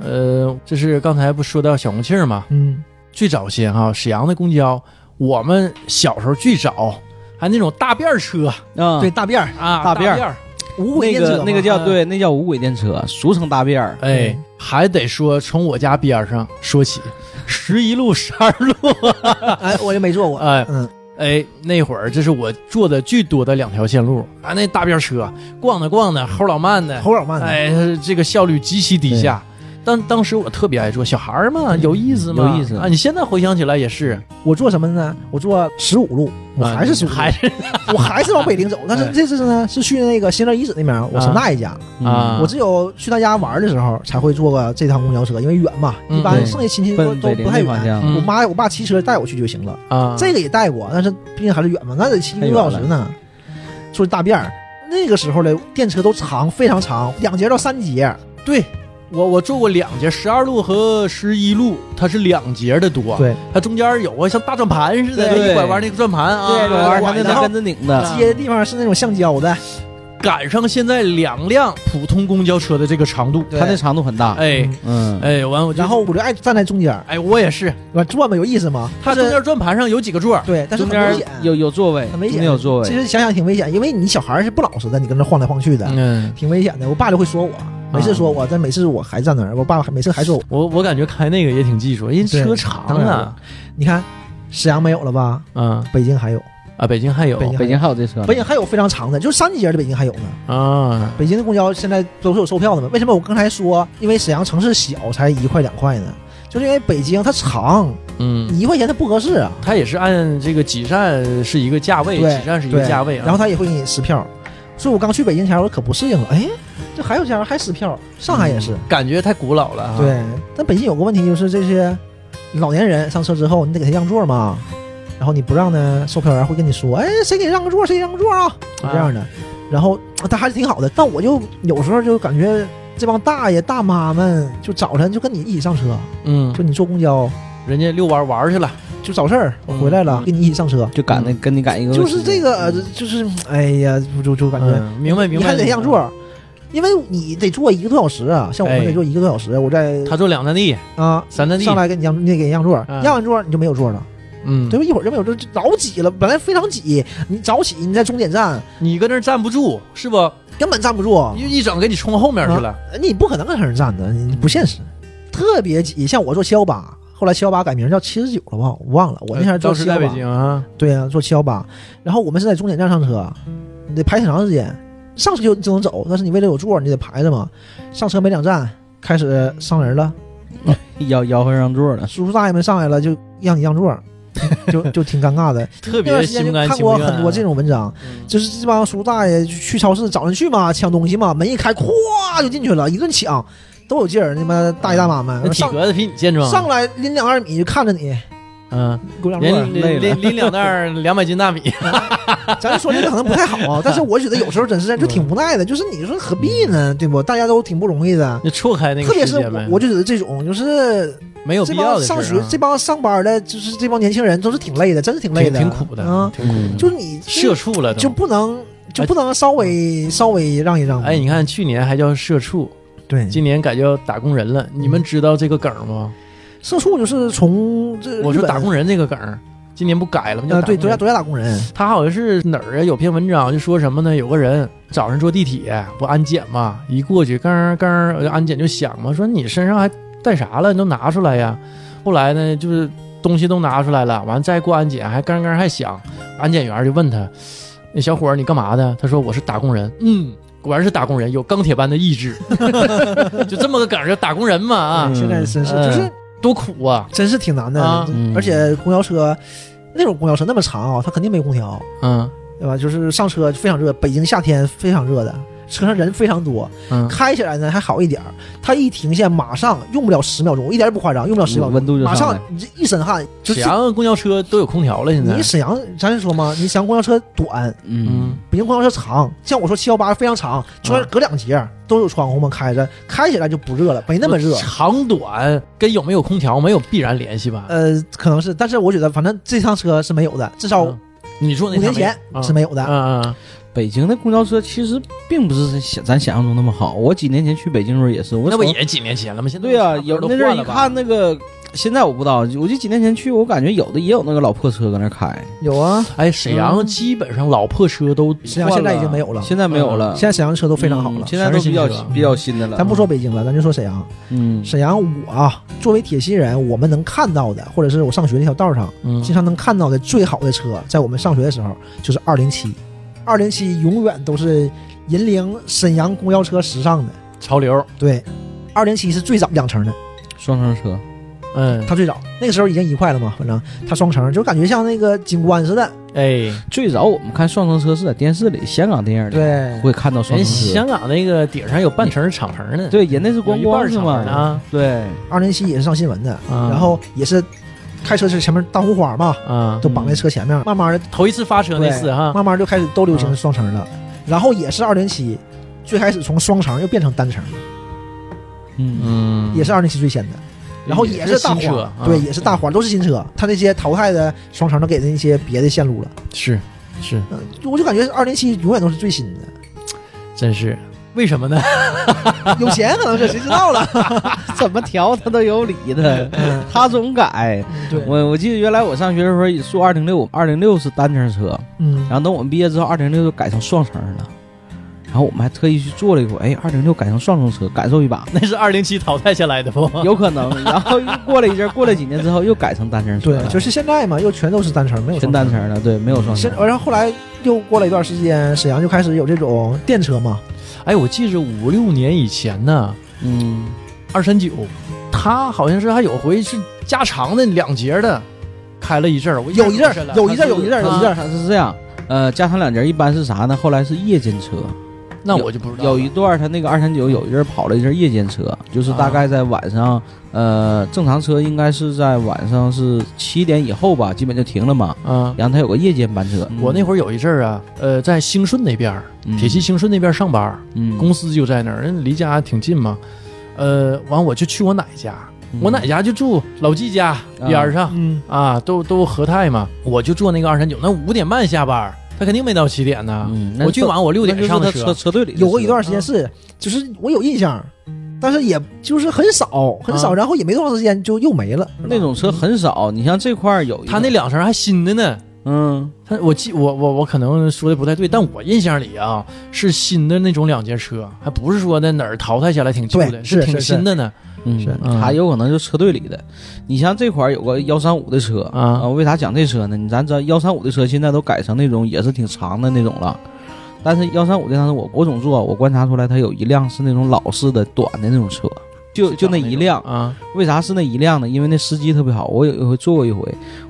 [SPEAKER 1] 呃，这是刚才不说到小红气儿吗？啊
[SPEAKER 2] 嗯，
[SPEAKER 1] 最早先哈、沈阳的公交，我们小时候最早还那种大便儿车
[SPEAKER 3] 啊，
[SPEAKER 2] 嗯对，，大辫儿，
[SPEAKER 1] 啊，大
[SPEAKER 3] 大便儿
[SPEAKER 1] 儿，
[SPEAKER 2] 无轨
[SPEAKER 3] 那
[SPEAKER 2] 电车
[SPEAKER 3] 个那个
[SPEAKER 2] 嘛
[SPEAKER 1] 啊
[SPEAKER 3] 叫对，那叫无轨电车，俗称大便儿。
[SPEAKER 1] 哎，还得说从我家边儿上说起，十一路、十二路，
[SPEAKER 2] 哎，我也没坐过，
[SPEAKER 1] 哎，
[SPEAKER 2] 嗯，
[SPEAKER 1] 哎，那会儿这是我坐的最多的两条线路啊，那大便车逛着逛着，齁老慢的，
[SPEAKER 2] 侯老慢的，
[SPEAKER 1] 哎，这个效率极其低下。但当时我特别爱坐，小孩儿嘛，有意思嘛，
[SPEAKER 3] 有意思
[SPEAKER 1] 啊！你现在回想起来也是，
[SPEAKER 2] 我坐什么呢？我坐十五路，我还是
[SPEAKER 1] 啊
[SPEAKER 2] 十五，
[SPEAKER 1] 还是
[SPEAKER 2] 我还是往北陵 走，但是
[SPEAKER 1] 哎
[SPEAKER 2] 这次呢是去那个新乐遗址那边，我陈大爷家，
[SPEAKER 3] 嗯
[SPEAKER 1] 啊，
[SPEAKER 2] 我只有去他家玩的时候才会坐个这趟公交车，因为远嘛，
[SPEAKER 1] 嗯
[SPEAKER 2] 一般
[SPEAKER 3] 对
[SPEAKER 2] 剩下亲戚都
[SPEAKER 3] 奔
[SPEAKER 2] 都
[SPEAKER 3] 北陵
[SPEAKER 2] 不太
[SPEAKER 3] 那方
[SPEAKER 2] 远。啊
[SPEAKER 3] 向，
[SPEAKER 1] 嗯
[SPEAKER 2] 我妈我爸骑车带我去就行了，
[SPEAKER 1] 啊，
[SPEAKER 2] 这个也带过，但是毕竟还是远嘛，那得骑一个多小时呢，坐大便儿。那个时候的电车都长，非常长，两节到三节。
[SPEAKER 1] 对我我坐过两节，十二路和十一路，它是两节的多，
[SPEAKER 2] 对，
[SPEAKER 1] 它中间有啊，像大转盘似的，
[SPEAKER 3] 对
[SPEAKER 1] 一拐弯那个转盘啊，
[SPEAKER 3] 对，玩儿
[SPEAKER 1] 拐
[SPEAKER 3] 它那
[SPEAKER 1] 的
[SPEAKER 3] 能跟着拧的，
[SPEAKER 1] 啊
[SPEAKER 2] 接的地方是那种橡胶的，
[SPEAKER 1] 赶上现在两辆普通公交车的这个长度，
[SPEAKER 2] 对
[SPEAKER 3] 它那长度很大。
[SPEAKER 1] 哎
[SPEAKER 2] 嗯
[SPEAKER 3] 嗯，
[SPEAKER 1] 哎，完我就
[SPEAKER 2] 然后我就爱站在中间儿，
[SPEAKER 1] 哎，我也是，
[SPEAKER 2] 我转吧有意思吗？
[SPEAKER 1] 它中
[SPEAKER 2] 这
[SPEAKER 1] 间转盘上有几个座儿，
[SPEAKER 2] 对，但是
[SPEAKER 3] 中
[SPEAKER 2] 很危
[SPEAKER 3] 间
[SPEAKER 2] 险，
[SPEAKER 3] 有有座位，
[SPEAKER 2] 很危
[SPEAKER 3] 中
[SPEAKER 2] 险，
[SPEAKER 3] 间有座
[SPEAKER 2] 其
[SPEAKER 3] 位。
[SPEAKER 2] 实想想挺危险，因为你小孩儿是不老实的，你跟那晃来晃去的，
[SPEAKER 1] 嗯，啊
[SPEAKER 2] 挺危险的。我爸就会说我，每次说我，但每次我还站那儿，我爸每次还说我。
[SPEAKER 1] 我我感觉开那个也挺技术，因为
[SPEAKER 2] 对
[SPEAKER 1] 车长
[SPEAKER 2] 当然
[SPEAKER 1] 啊
[SPEAKER 2] 了，你看，沈阳没有了吧？
[SPEAKER 1] 嗯
[SPEAKER 2] 北京还有，
[SPEAKER 1] 啊，北京还有
[SPEAKER 2] 北京
[SPEAKER 3] 北京还有这车呢，
[SPEAKER 2] 北京还有非常长的，就是三节的北京还有呢。
[SPEAKER 1] 啊，
[SPEAKER 2] 北京的公交现在都是有售票的嘛？为什么我刚才说，因为沈阳城市小，才一块两块呢？就是因为北京它长，
[SPEAKER 1] 嗯，
[SPEAKER 2] 你一块钱它不合适啊。
[SPEAKER 1] 它也是按这个几站是一个价位，
[SPEAKER 2] 对
[SPEAKER 1] 几站是一
[SPEAKER 2] 对
[SPEAKER 1] 个价位啊，
[SPEAKER 2] 然后他也会给你撕票。所以我刚去北京前，我可不适应了。哎，这还有家还撕票，上海也是。
[SPEAKER 1] 感觉太古老了啊，
[SPEAKER 2] 对，但北京有个问题就是这些老年人上车之后，你得给他让座嘛。然后你不让呢，售票员会跟你说：“哎，谁给让个座，谁让个座啊？”就这样的。然后啊但还是挺好的。但我就有时候就感觉这帮大爷大妈们，就早晨就跟你一起上车，
[SPEAKER 1] 嗯，
[SPEAKER 2] 就你坐公交
[SPEAKER 1] 人家遛弯玩儿去了，
[SPEAKER 2] 就找事儿，我
[SPEAKER 1] 嗯
[SPEAKER 2] 回来了、
[SPEAKER 1] 嗯
[SPEAKER 2] 跟你一起上车，
[SPEAKER 3] 就赶那跟你赶一个位嗯
[SPEAKER 2] 嗯
[SPEAKER 3] 置，
[SPEAKER 2] 就是这个，呃就是哎呀，就就就感觉、
[SPEAKER 1] 嗯，明白明
[SPEAKER 2] 你
[SPEAKER 1] 白，嗯
[SPEAKER 2] 还得让座，因为你得坐一个多小时啊。像我们
[SPEAKER 1] 哎
[SPEAKER 2] 得坐一个多小时，我在
[SPEAKER 1] 他坐两站地、
[SPEAKER 2] 啊
[SPEAKER 1] 三站地
[SPEAKER 2] 上，来给你让，你得给人让座，
[SPEAKER 1] 嗯
[SPEAKER 2] 让完座你就没有座了，
[SPEAKER 1] 嗯，
[SPEAKER 2] 对吧？一会儿就没有座，就老挤了，本来非常挤，你早起你在终点站
[SPEAKER 1] 你搁那儿站不住是不？
[SPEAKER 2] 根本站不住，
[SPEAKER 1] 一一整给你冲后面去了，
[SPEAKER 2] 你不可能跟上人站着，你不现实，特别挤。像我坐七幺八。后来七幺八改名叫七十九了吧？我忘了。我那天坐
[SPEAKER 1] 呃当
[SPEAKER 2] 七
[SPEAKER 1] 时
[SPEAKER 2] 幺
[SPEAKER 1] 在北
[SPEAKER 2] 八，
[SPEAKER 1] 京啊，
[SPEAKER 2] 对呀、坐七幺八。然后我们是在终点站上车，你得排挺长时间，上车就就能走，但是你为了有座，你得排着嘛。上车没两站，开始上人了，呃
[SPEAKER 3] 摇摇和让座的，
[SPEAKER 2] 叔叔大爷们上来了就让你让座儿， 就就挺尴尬的。
[SPEAKER 1] 特
[SPEAKER 2] 那段
[SPEAKER 1] 别
[SPEAKER 2] 时间
[SPEAKER 1] 心
[SPEAKER 2] 就
[SPEAKER 1] 不甘
[SPEAKER 2] 看
[SPEAKER 1] 情不
[SPEAKER 2] 过
[SPEAKER 1] 愿啊。
[SPEAKER 2] 很多这种文章，
[SPEAKER 1] 嗯，
[SPEAKER 2] 就是这帮叔叔大爷去超市早晨去嘛，抢东西嘛，门一开，咵就进去了，一顿抢，都有劲儿。那么大爷大妈
[SPEAKER 1] 那
[SPEAKER 2] 们
[SPEAKER 1] 体
[SPEAKER 2] 上
[SPEAKER 1] 格子比你健壮，
[SPEAKER 2] 上来拎两二米就看着你，
[SPEAKER 1] 嗯，
[SPEAKER 2] 给我让座
[SPEAKER 1] 人
[SPEAKER 2] 儿。
[SPEAKER 1] 拎拎拎两 袋两百斤大米，
[SPEAKER 2] 咱说这个可能不太好啊，但是我觉得有时候真是就挺无奈的，就是你说何必呢，对不？大家都挺不容易 的。
[SPEAKER 1] 你错开那个
[SPEAKER 2] 特别
[SPEAKER 1] 时
[SPEAKER 2] 是
[SPEAKER 1] 间
[SPEAKER 2] 我
[SPEAKER 1] 呗，，
[SPEAKER 2] 我就觉得这种就是
[SPEAKER 1] 没有
[SPEAKER 2] 这
[SPEAKER 1] 必
[SPEAKER 2] 帮
[SPEAKER 1] 要的
[SPEAKER 2] 上
[SPEAKER 1] 事儿
[SPEAKER 2] 学
[SPEAKER 1] 啊
[SPEAKER 2] 这帮上班的，就是这帮年轻人都是挺累的，真是挺累
[SPEAKER 1] 挺
[SPEAKER 2] 的，
[SPEAKER 1] 挺苦的
[SPEAKER 2] 啊，。
[SPEAKER 1] 挺苦的，
[SPEAKER 2] 就是你
[SPEAKER 1] 社畜了都
[SPEAKER 2] 就不能就不能稍微稍微让一让吗
[SPEAKER 1] 哎，你看去年还叫社畜，
[SPEAKER 2] 对，
[SPEAKER 1] 今年改叫打工人了。你们知道这个梗吗？
[SPEAKER 2] 社畜就是从这
[SPEAKER 1] 我说
[SPEAKER 2] 日本
[SPEAKER 1] 打工人这个梗，今年不改了吗？叫
[SPEAKER 2] 呃
[SPEAKER 1] 打
[SPEAKER 2] 对
[SPEAKER 1] 工
[SPEAKER 2] 独家
[SPEAKER 1] 人
[SPEAKER 2] 独家打工人，
[SPEAKER 1] 他好像是哪儿啊？有篇文章就说什么呢？有个人早上坐地铁不安检嘛，一过去，刚刚安检就响嘛，说你身上还带啥了？你都拿出来呀。后来呢，就是东西都拿出来了，完再过安检还刚刚还响，安检员就问他，那小伙儿你干嘛的？他说我是打工人。嗯，果然是打工人，有钢铁般的意 志，就这么个梗儿，就打工人嘛啊，
[SPEAKER 2] 现在真是
[SPEAKER 1] 嗯
[SPEAKER 2] 就是
[SPEAKER 1] 多苦啊，
[SPEAKER 2] 真是挺难的
[SPEAKER 1] 啊，
[SPEAKER 3] 嗯
[SPEAKER 2] 而且公交车那种公交车那么长啊，它肯定没空调，
[SPEAKER 1] 嗯
[SPEAKER 2] 对吧？就是上车非常热，北京夏天非常热的，车上人非常多。
[SPEAKER 1] 嗯，
[SPEAKER 2] 开起来呢还好一点儿，它一停下马上用不了十秒钟，我一点也不夸张，用不了十秒钟，
[SPEAKER 3] 温度就
[SPEAKER 2] 马
[SPEAKER 3] 上来
[SPEAKER 2] 上你这一身汗就
[SPEAKER 1] 沈。阳公交车都有空调了，现在
[SPEAKER 2] 你，沈阳，咱说嘛，你沈阳公交车短，
[SPEAKER 1] 嗯
[SPEAKER 3] 嗯，
[SPEAKER 2] 北京公交车长，像我说七幺八非常长，中间隔两节都有窗户嘛，开着，开起来就不热了，没那么热。
[SPEAKER 1] 长短跟有没有空调没有必然联系吧？
[SPEAKER 2] 呃，可能是，但是我觉得反正这趟车是没有的，至少
[SPEAKER 1] 嗯你说
[SPEAKER 2] 五
[SPEAKER 1] 那
[SPEAKER 2] 年
[SPEAKER 1] 趟没
[SPEAKER 2] 前
[SPEAKER 1] 啊
[SPEAKER 2] 是没有的。
[SPEAKER 1] 嗯嗯
[SPEAKER 3] 北京的公交车其实并不是想咱想象中那么好。我几年前去北京的时候也是，我
[SPEAKER 1] 那不
[SPEAKER 3] 瞅
[SPEAKER 1] 也几年前了吗？现在
[SPEAKER 3] 对啊，
[SPEAKER 1] 都
[SPEAKER 3] 有
[SPEAKER 1] 都
[SPEAKER 3] 那阵儿
[SPEAKER 1] 换
[SPEAKER 3] 一
[SPEAKER 1] 了吧？
[SPEAKER 3] 看那个，现在我不知道，我就几年前去，我感觉有的也有那个老破车搁那开，
[SPEAKER 2] 有啊，
[SPEAKER 1] 哎，沈
[SPEAKER 3] 嗯
[SPEAKER 1] 阳基本上老破车都
[SPEAKER 2] 实际上现在已经没有了，嗯
[SPEAKER 3] 现在没有了，
[SPEAKER 2] 现在沈阳车都非常好了
[SPEAKER 3] 嗯。现在都比较
[SPEAKER 1] 全是新车
[SPEAKER 3] 比较新的了。
[SPEAKER 2] 咱不说，北京了，咱就说沈阳。
[SPEAKER 3] 嗯，
[SPEAKER 2] 沈阳，我啊作为铁西人，我们能看到的，或者是我上学那条道上
[SPEAKER 1] 嗯
[SPEAKER 2] 经常能看到的最好的车，在我们上学的时候就是二零七，二零七永远都是引领沈阳公交车时尚的。
[SPEAKER 1] 潮流，
[SPEAKER 2] 对，二零七是最早两层的，
[SPEAKER 3] 双层车，
[SPEAKER 1] 嗯，
[SPEAKER 2] 它最早那个时候已经一块了嘛，反正它双层，就感觉像那个景观似的。
[SPEAKER 1] 哎，
[SPEAKER 3] 最早我们看双层车是在电视里，香港电影里
[SPEAKER 2] 对，哎
[SPEAKER 3] 会看到双
[SPEAKER 1] 人
[SPEAKER 3] 层车
[SPEAKER 1] 香，港那个顶上有半层是敞篷的，，
[SPEAKER 3] 对，人那是
[SPEAKER 1] 有
[SPEAKER 3] 光
[SPEAKER 1] 一半
[SPEAKER 3] 光
[SPEAKER 1] 是
[SPEAKER 3] 是
[SPEAKER 1] 敞
[SPEAKER 3] 嘛
[SPEAKER 1] 篷的，啊，
[SPEAKER 3] 对，
[SPEAKER 2] 二零七也是上新闻的，
[SPEAKER 1] 啊
[SPEAKER 2] 然后也是开车是前面大红花嘛，
[SPEAKER 1] 啊，
[SPEAKER 2] 都绑在车前面，慢慢的
[SPEAKER 1] 头一次发车那次哈，
[SPEAKER 2] 慢慢就开始都流行
[SPEAKER 1] 嗯
[SPEAKER 2] 双层了，然后也是二零七，最开始从双层又变成单层，
[SPEAKER 3] 嗯，
[SPEAKER 1] 嗯，
[SPEAKER 2] 也是二零七最先的，然后也是大
[SPEAKER 1] 新车
[SPEAKER 2] 花，，
[SPEAKER 1] 啊
[SPEAKER 2] 对，也是大花，都是新车。它那些淘汰的双层都给那些别的线路了，
[SPEAKER 1] 是是，
[SPEAKER 2] 嗯，我就感觉二零七永远都是最新 的，
[SPEAKER 1] 真是
[SPEAKER 3] 嗯
[SPEAKER 1] 为什么呢？
[SPEAKER 2] 有钱可能是谁知道了，
[SPEAKER 3] 怎么调它都有理 的，
[SPEAKER 1] 嗯
[SPEAKER 3] 他总改。
[SPEAKER 2] 对，
[SPEAKER 3] 我我记得原来我上学的时候也坐二零六，二零六是单层车，
[SPEAKER 2] 嗯
[SPEAKER 3] 然后等我们毕业之后，二零六就改成双层了。然后我们还特意去坐了一回，哎，二零六改成双层车，感受一把，
[SPEAKER 1] 那是二零七淘汰下来的不？
[SPEAKER 3] 有可能。然后又过了一阵，过了几年之后又改成单层车
[SPEAKER 2] 对
[SPEAKER 3] 了，，
[SPEAKER 2] 就是现在嘛，又全都是单层，没有双
[SPEAKER 3] 全单。层了，对，没有双
[SPEAKER 2] 现
[SPEAKER 3] 层。
[SPEAKER 2] 然后后来又过了一段时间，沈阳就开始有这种电车嘛，
[SPEAKER 1] 哎，我记着五六年以前呢，
[SPEAKER 3] 嗯，
[SPEAKER 1] 二三九，他好像是还有回是加长的两节的，开了一阵儿，我
[SPEAKER 2] 有一阵
[SPEAKER 1] 下
[SPEAKER 2] 儿
[SPEAKER 1] 不是了
[SPEAKER 2] 有一阵儿有一阵儿有一阵儿，
[SPEAKER 3] 它是这样，呃，加长两节一般是啥呢？后来是夜间车，
[SPEAKER 1] 那我就不知道了
[SPEAKER 3] 有一段它那个二三九有一阵儿跑了一阵儿夜间车，就是大概在晚上，呃，正常车应该是在晚上是七点以后吧，基本就停了嘛。
[SPEAKER 1] 啊。
[SPEAKER 3] 然后它有个夜间班车，
[SPEAKER 1] 我那会儿有一阵儿啊，呃，在兴顺那边儿，
[SPEAKER 3] 儿
[SPEAKER 1] 铁西兴顺那边儿上班儿，
[SPEAKER 3] 公
[SPEAKER 1] 公司就在那儿，人离家挺近嘛。呃，完我就去我奶家，
[SPEAKER 3] 嗯
[SPEAKER 1] 我奶家就住老季家边儿上
[SPEAKER 2] 嗯，
[SPEAKER 1] 啊，都都和泰嘛，我就坐那个二三九，那五点半下班儿，他肯定没到七点呢。
[SPEAKER 3] 嗯，
[SPEAKER 1] 我最晚我六点上的
[SPEAKER 3] 的车车队里
[SPEAKER 2] 有过一段时间是，就是我有印象，但是也就是很少很少，
[SPEAKER 1] 啊
[SPEAKER 2] 然后也没多长时间就又没了。
[SPEAKER 3] 那种车很少，你像这块儿有一个
[SPEAKER 1] 他那两层还新的呢。
[SPEAKER 3] 嗯
[SPEAKER 1] 他我记我我我可能说的不太对，但我印象里啊是新的那种两节车，还不是说那哪儿淘汰下来挺旧的，
[SPEAKER 2] 对是
[SPEAKER 1] 挺
[SPEAKER 2] 是
[SPEAKER 1] 新的呢。
[SPEAKER 2] 是
[SPEAKER 3] 嗯，
[SPEAKER 1] 嗯
[SPEAKER 3] 还有可能就车队里的。你像这块儿有个幺三五的车
[SPEAKER 1] 啊
[SPEAKER 3] 我为啥讲这车呢？你咱知道幺三五的车现在都改成那种也是挺长的那种了。但是幺三五的当时我我总坐，我观察出来它有一辆是那种老式的短的那种车，就就那一辆，
[SPEAKER 1] 啊，
[SPEAKER 3] 为啥是那一辆呢？因为那司机特别好，我有一回坐过一回，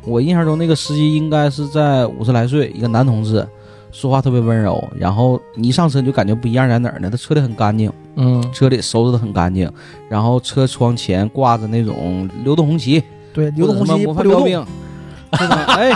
[SPEAKER 3] 我印象中那个司机应该是在五十来岁，一个男同志，说话特别温柔，然后你一上车你就感觉不一样，在哪儿呢？他车里很干净，
[SPEAKER 1] 嗯
[SPEAKER 3] 车里收拾的很干净，然后车窗前挂着那种流动红旗，
[SPEAKER 2] 对，流动
[SPEAKER 3] 或者什
[SPEAKER 2] 红
[SPEAKER 3] 么
[SPEAKER 2] 旗
[SPEAKER 3] 模
[SPEAKER 2] 不
[SPEAKER 3] 范
[SPEAKER 2] 流
[SPEAKER 3] 标
[SPEAKER 2] 动，
[SPEAKER 3] 兵。 这种哎，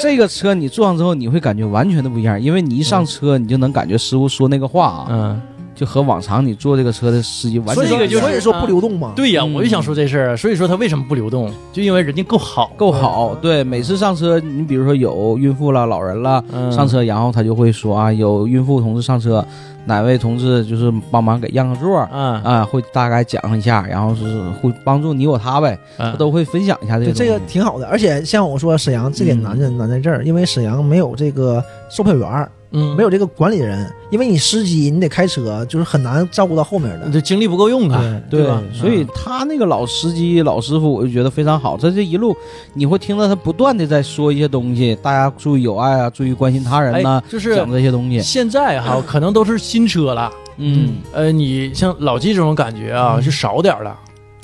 [SPEAKER 3] 这个车你坐上之后，你会感觉完全的不一样，因为你一上车，你就能感觉师傅说那个话啊，
[SPEAKER 1] 嗯，
[SPEAKER 3] 就和往常你坐这个车的司机完
[SPEAKER 2] 所
[SPEAKER 3] 全
[SPEAKER 2] 以
[SPEAKER 1] 这
[SPEAKER 3] 不
[SPEAKER 1] 个就
[SPEAKER 2] 说
[SPEAKER 3] 一
[SPEAKER 1] 是
[SPEAKER 3] 样
[SPEAKER 2] 所以说不流动嘛。
[SPEAKER 1] 对呀，
[SPEAKER 3] 嗯
[SPEAKER 1] 我就想说这事儿，所以说他为什么不流动，就因为人家够好，啊
[SPEAKER 3] 够好。对，每次上车，你比如说有孕妇了、老人了
[SPEAKER 1] 嗯
[SPEAKER 3] 上车，然后他就会说啊，有孕妇同志上车，哪位同志就是帮忙给让个座儿
[SPEAKER 1] 啊，
[SPEAKER 3] 啊，会大概讲一下，然后是会帮助你我他呗，
[SPEAKER 1] 嗯
[SPEAKER 3] 都会分享一下啊这
[SPEAKER 2] 对，
[SPEAKER 3] 个
[SPEAKER 2] 这个
[SPEAKER 3] 东西
[SPEAKER 2] 挺好的，而且像我说沈阳这点难在难在这儿，因为沈阳没有这个售票员儿，
[SPEAKER 1] 嗯，
[SPEAKER 2] 没有这个管理人，因为你司机你得开车，就是很难照顾到后面
[SPEAKER 1] 你
[SPEAKER 2] 的。
[SPEAKER 1] 这精力不够用啊，
[SPEAKER 2] 对
[SPEAKER 1] 吧？
[SPEAKER 3] 所以他那个老司机、老师傅，我就觉得非常好。在这一路，你会听到他不断的在说一些东西，大家注意友爱啊，注意关心他人呐、
[SPEAKER 1] 哎，就是
[SPEAKER 3] 讲这些东西。
[SPEAKER 1] 现在 哈，可能都是新车了。
[SPEAKER 3] 嗯，
[SPEAKER 1] 呃，你像老纪这种感觉啊，是少点儿了，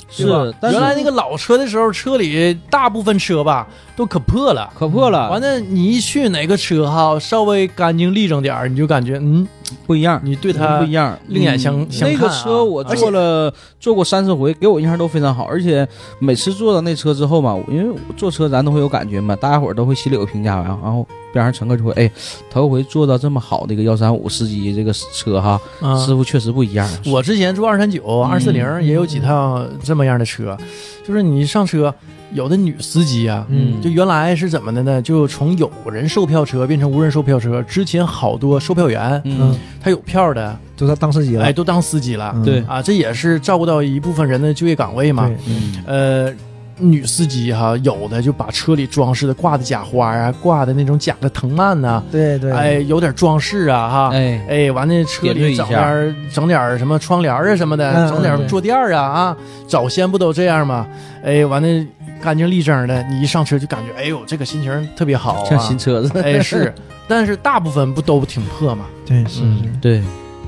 [SPEAKER 3] 是
[SPEAKER 1] 对吧，
[SPEAKER 3] 但是
[SPEAKER 1] 原来那个老车的时候，车里大部分车吧都可破了。
[SPEAKER 3] 可破了，
[SPEAKER 1] 完了，你一去哪个车哈，稍微干净利整点儿，你就感觉嗯，
[SPEAKER 3] 不一样。
[SPEAKER 1] 你对
[SPEAKER 3] 不
[SPEAKER 1] 它
[SPEAKER 3] 一样，
[SPEAKER 1] 另眼相
[SPEAKER 3] 嗯
[SPEAKER 1] 相
[SPEAKER 3] 那
[SPEAKER 1] 看
[SPEAKER 3] 个
[SPEAKER 1] 啊
[SPEAKER 3] 车我
[SPEAKER 1] 而
[SPEAKER 3] 坐了坐过三四回，给我印象都非常好，而且每次坐到那车之后嘛，我因为我坐车咱都会有感觉嘛，大家伙儿都会心里有评价，然后然后边上乘客就会哎，头回坐到这么好的一个幺三五司机这个车哈，
[SPEAKER 1] 啊
[SPEAKER 3] 师傅确实不一样。
[SPEAKER 1] 我之前坐二三九、二四零也有几趟这么样的车，就是你上车，有的女司机啊，
[SPEAKER 2] 嗯
[SPEAKER 1] 就原来是怎么的呢？就从有人售票车变成无人售票车，之前好多售票员
[SPEAKER 3] 嗯，
[SPEAKER 1] 他有票的，
[SPEAKER 2] 就他当司机了。
[SPEAKER 1] 哎，都当司机了
[SPEAKER 2] 嗯
[SPEAKER 3] 对
[SPEAKER 1] 啊，这也是照顾到一部分人的就业岗位嘛。
[SPEAKER 2] 对
[SPEAKER 3] 嗯
[SPEAKER 1] 呃，女司机哈，有的就把车里装饰的挂的假花啊，挂的那种假的藤蔓呐、
[SPEAKER 2] 对对，
[SPEAKER 1] 哎，有点装饰啊哈，
[SPEAKER 3] 哎，
[SPEAKER 1] 哎，完了车里整点儿整点儿什么窗帘儿啊什么的，
[SPEAKER 2] 嗯
[SPEAKER 1] 整点儿坐垫儿啊啊，早先不都这样吗？哎，完了干净利整的，你一上车就感觉哎呦这个心情特别好
[SPEAKER 3] 像新
[SPEAKER 1] 啊，
[SPEAKER 3] 车子，
[SPEAKER 1] 哎是，但是大部分不都挺破嘛？
[SPEAKER 2] 对是
[SPEAKER 1] 嗯
[SPEAKER 2] 是。
[SPEAKER 3] 对，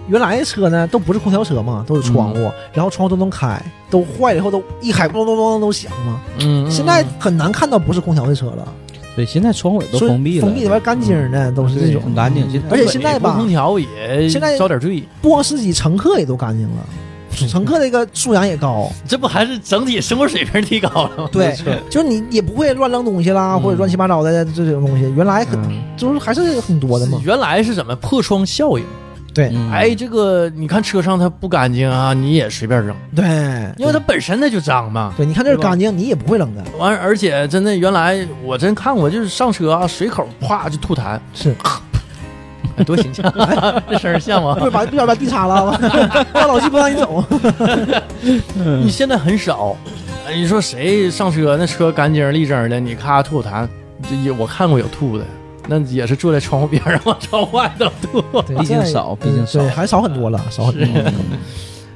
[SPEAKER 2] 原来的车呢都不是空调车嘛，都是窗户，然后窗户都能开，都坏了以后都一开咚咚咚咚都响嘛。
[SPEAKER 1] 嗯
[SPEAKER 2] 现在很难看到不是空调的车了，
[SPEAKER 3] 对，现在窗户也都
[SPEAKER 2] 所以
[SPEAKER 3] 封闭了，
[SPEAKER 2] 封闭的完干净的都是这
[SPEAKER 3] 对
[SPEAKER 2] 种嗯
[SPEAKER 3] 很干净现在
[SPEAKER 2] 而且现在
[SPEAKER 1] 空
[SPEAKER 2] 吧，
[SPEAKER 1] 调也
[SPEAKER 2] 现在
[SPEAKER 1] 遭点罪，
[SPEAKER 2] 不光司机，乘客也都干净了，乘客这个素养也高，
[SPEAKER 1] 这不还是整体生活水平提高了吗？
[SPEAKER 2] 对
[SPEAKER 3] 没错，
[SPEAKER 2] 就是你也不会乱扔东西啦，
[SPEAKER 1] 嗯
[SPEAKER 2] 或者乱七八糟的这种东西。原来很
[SPEAKER 1] 嗯
[SPEAKER 2] 就是还是很多的嘛，
[SPEAKER 1] 原来是怎么破窗效应？
[SPEAKER 2] 对
[SPEAKER 3] 嗯
[SPEAKER 1] 哎，，这个你看车上它不干净啊，你也随便扔，
[SPEAKER 2] 对
[SPEAKER 1] 因为它本身它就脏嘛。
[SPEAKER 2] 对，你看这儿
[SPEAKER 1] 对吧
[SPEAKER 2] 干净，你也不会扔的，
[SPEAKER 1] 完，而且真的，原来我真看过，就是上车啊，随口啪就吐痰，
[SPEAKER 2] 是
[SPEAKER 1] 哎多形象，这声儿像
[SPEAKER 2] 不
[SPEAKER 1] 吗？
[SPEAKER 2] 是把不小心把地擦了吗？让老季不让你走，
[SPEAKER 1] 你现在很少，哎你说谁上车那车干净利整的，你咔吐痰，这也我看过有吐的，那也是坐在窗户边上往窗外头吐。
[SPEAKER 2] 对
[SPEAKER 3] 毕竟
[SPEAKER 2] 现在嗯
[SPEAKER 3] 少毕竟少
[SPEAKER 2] 对，还少很多了，少很多。
[SPEAKER 1] 啊
[SPEAKER 3] 嗯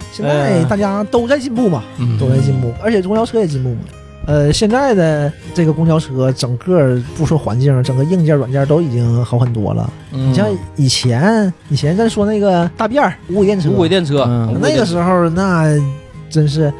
[SPEAKER 2] 现在
[SPEAKER 1] 呃
[SPEAKER 2] 大家都在进步嘛，
[SPEAKER 1] 嗯
[SPEAKER 2] 都在进步，而且公交车也进步嘛。呃，现在的这个公交车，整个不说环境，整个硬件、软件都已经好很多了。
[SPEAKER 1] 你
[SPEAKER 2] 你像以前，以前咱说那个大便儿无轨电车，
[SPEAKER 3] 无轨电车
[SPEAKER 1] 嗯，
[SPEAKER 3] 无轨
[SPEAKER 2] 那
[SPEAKER 3] 电
[SPEAKER 2] 个
[SPEAKER 3] 车
[SPEAKER 2] 时候那真是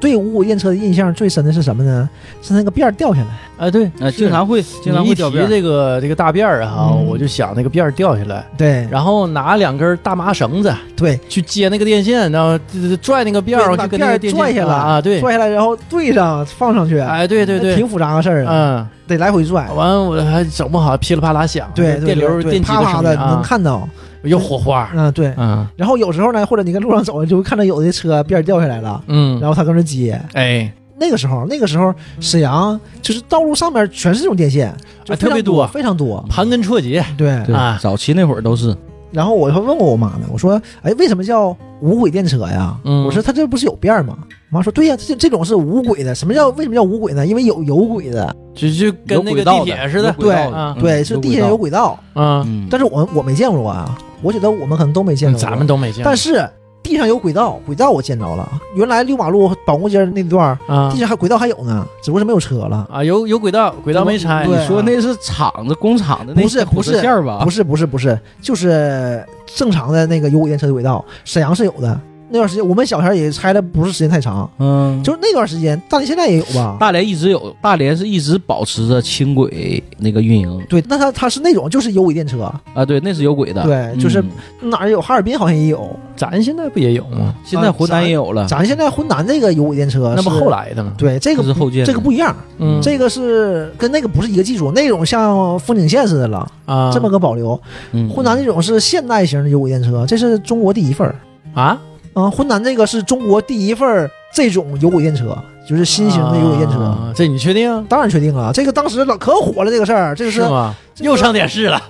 [SPEAKER 2] 对无轨电车的印象最深的是什么呢？是那个辫儿掉下来，
[SPEAKER 1] 哎对，
[SPEAKER 3] 呃，
[SPEAKER 1] 是
[SPEAKER 3] 经常会经常
[SPEAKER 1] 你一
[SPEAKER 3] 会掉
[SPEAKER 1] 提
[SPEAKER 3] 边儿，
[SPEAKER 1] 这个这个大便儿哈，
[SPEAKER 2] 嗯
[SPEAKER 1] 我就想那个便儿掉下来，
[SPEAKER 2] 对
[SPEAKER 1] 然后拿两根大麻绳子
[SPEAKER 2] 对，
[SPEAKER 1] 去接那个电线，然后呃拽那个辫儿，
[SPEAKER 2] 对
[SPEAKER 1] 就跟那个
[SPEAKER 2] 把辫儿
[SPEAKER 1] 电线
[SPEAKER 2] 拽下来
[SPEAKER 1] 啊，对，
[SPEAKER 2] 拽下来然后对上放上去，
[SPEAKER 1] 哎对对对，
[SPEAKER 2] 挺复杂的事儿啊，
[SPEAKER 1] 嗯，
[SPEAKER 2] 得来回拽。
[SPEAKER 1] 完了我还整不好，噼里啪啦响，
[SPEAKER 2] 对，对
[SPEAKER 1] 电流、
[SPEAKER 2] 对
[SPEAKER 1] 电机
[SPEAKER 2] 啪啪
[SPEAKER 1] 声
[SPEAKER 2] 的
[SPEAKER 1] 音
[SPEAKER 2] 能
[SPEAKER 1] 啊，
[SPEAKER 2] 看到，
[SPEAKER 1] 有火花，
[SPEAKER 2] 嗯，对。
[SPEAKER 1] 嗯
[SPEAKER 2] 然后有时候呢，或者你跟路上走，就会看到有的车辫儿掉下来了，
[SPEAKER 1] 嗯，
[SPEAKER 2] 然后他跟着接。
[SPEAKER 1] 哎，
[SPEAKER 2] 那个时候，那个时候沈阳就是道路上面全是这种电线，就
[SPEAKER 1] 啊
[SPEAKER 2] 非常
[SPEAKER 1] 特别
[SPEAKER 2] 多，
[SPEAKER 1] 多
[SPEAKER 2] 非常多。
[SPEAKER 1] 盘根错节，
[SPEAKER 2] 对，
[SPEAKER 3] 对
[SPEAKER 1] 啊，
[SPEAKER 3] 早期那会儿都是，
[SPEAKER 2] 然后我还问过我妈呢，我说：“哎，为什么叫无轨电车呀？”
[SPEAKER 1] 嗯
[SPEAKER 2] 我说：“它这不是有辫儿吗？”我妈说：“对呀，这这种是无轨的。什么叫为什么叫无轨呢？因为有有轨的，
[SPEAKER 1] 就就
[SPEAKER 3] 有
[SPEAKER 1] 跟那
[SPEAKER 3] 轨
[SPEAKER 1] 个
[SPEAKER 3] 道
[SPEAKER 1] 地铁似的
[SPEAKER 3] 有，
[SPEAKER 1] 对
[SPEAKER 3] 轨道
[SPEAKER 1] 啊
[SPEAKER 3] 嗯
[SPEAKER 2] 对，是地铁有
[SPEAKER 3] 有轨
[SPEAKER 2] 轨道。
[SPEAKER 1] 对啊
[SPEAKER 3] 道，，嗯
[SPEAKER 2] 但是我我没见过啊，我觉得我们可能都没见
[SPEAKER 1] 嗯
[SPEAKER 2] 过。
[SPEAKER 1] 咱们都没见过，
[SPEAKER 2] 但是地上有轨道，轨道我见着了。原来六马路保国街那段儿，
[SPEAKER 1] 啊
[SPEAKER 2] 地上还轨道还有呢，只不过是没有车了。
[SPEAKER 1] 啊，有有轨道，轨道没拆，
[SPEAKER 2] 对
[SPEAKER 3] 哎
[SPEAKER 2] 啊
[SPEAKER 3] 你说那是厂子工厂的那
[SPEAKER 2] 不是不是
[SPEAKER 3] 线儿
[SPEAKER 1] 啊
[SPEAKER 3] 吧？
[SPEAKER 2] 不
[SPEAKER 3] 是，
[SPEAKER 2] 是不是不是，就是正常的那个有轨电车的轨道，沈阳是有的。那段时间我们小前也拆的不是时间太长，
[SPEAKER 3] 嗯，
[SPEAKER 2] 就是那段时间，大连现在也有吧？
[SPEAKER 3] 大连一直有，大连是一直保持着轻轨那个运营
[SPEAKER 2] 对，那它它是那种就是有轨电车，
[SPEAKER 3] 啊，对，那是有轨的，
[SPEAKER 2] 对，就是
[SPEAKER 3] 嗯
[SPEAKER 2] 哪儿有，哈尔滨好像也有。
[SPEAKER 1] 咱现在不也有吗？
[SPEAKER 3] 现在湖南也有了，
[SPEAKER 2] 啊咱现在浑南这个有轨电车，
[SPEAKER 1] 啊那不后？来的吗？
[SPEAKER 2] 对，这个
[SPEAKER 3] 这是后建的
[SPEAKER 2] 这个不一样，
[SPEAKER 1] 嗯，
[SPEAKER 2] 啊这个是跟那个不是一个技术，那种像风景线似的了，
[SPEAKER 1] 啊
[SPEAKER 2] 这么个保留。
[SPEAKER 3] 嗯
[SPEAKER 2] 浑南这种是现代型的有轨电车，这是中国第一份儿。
[SPEAKER 1] 啊，
[SPEAKER 2] 嗯，浑南这个是中国第一份儿这种有轨电车，就是新型的有轨电车。
[SPEAKER 1] 啊，这你确定？
[SPEAKER 2] 当然确定啊，这个当时老可火了，这个事儿，这个
[SPEAKER 1] 是吗？
[SPEAKER 2] 这个
[SPEAKER 1] 又上电视了。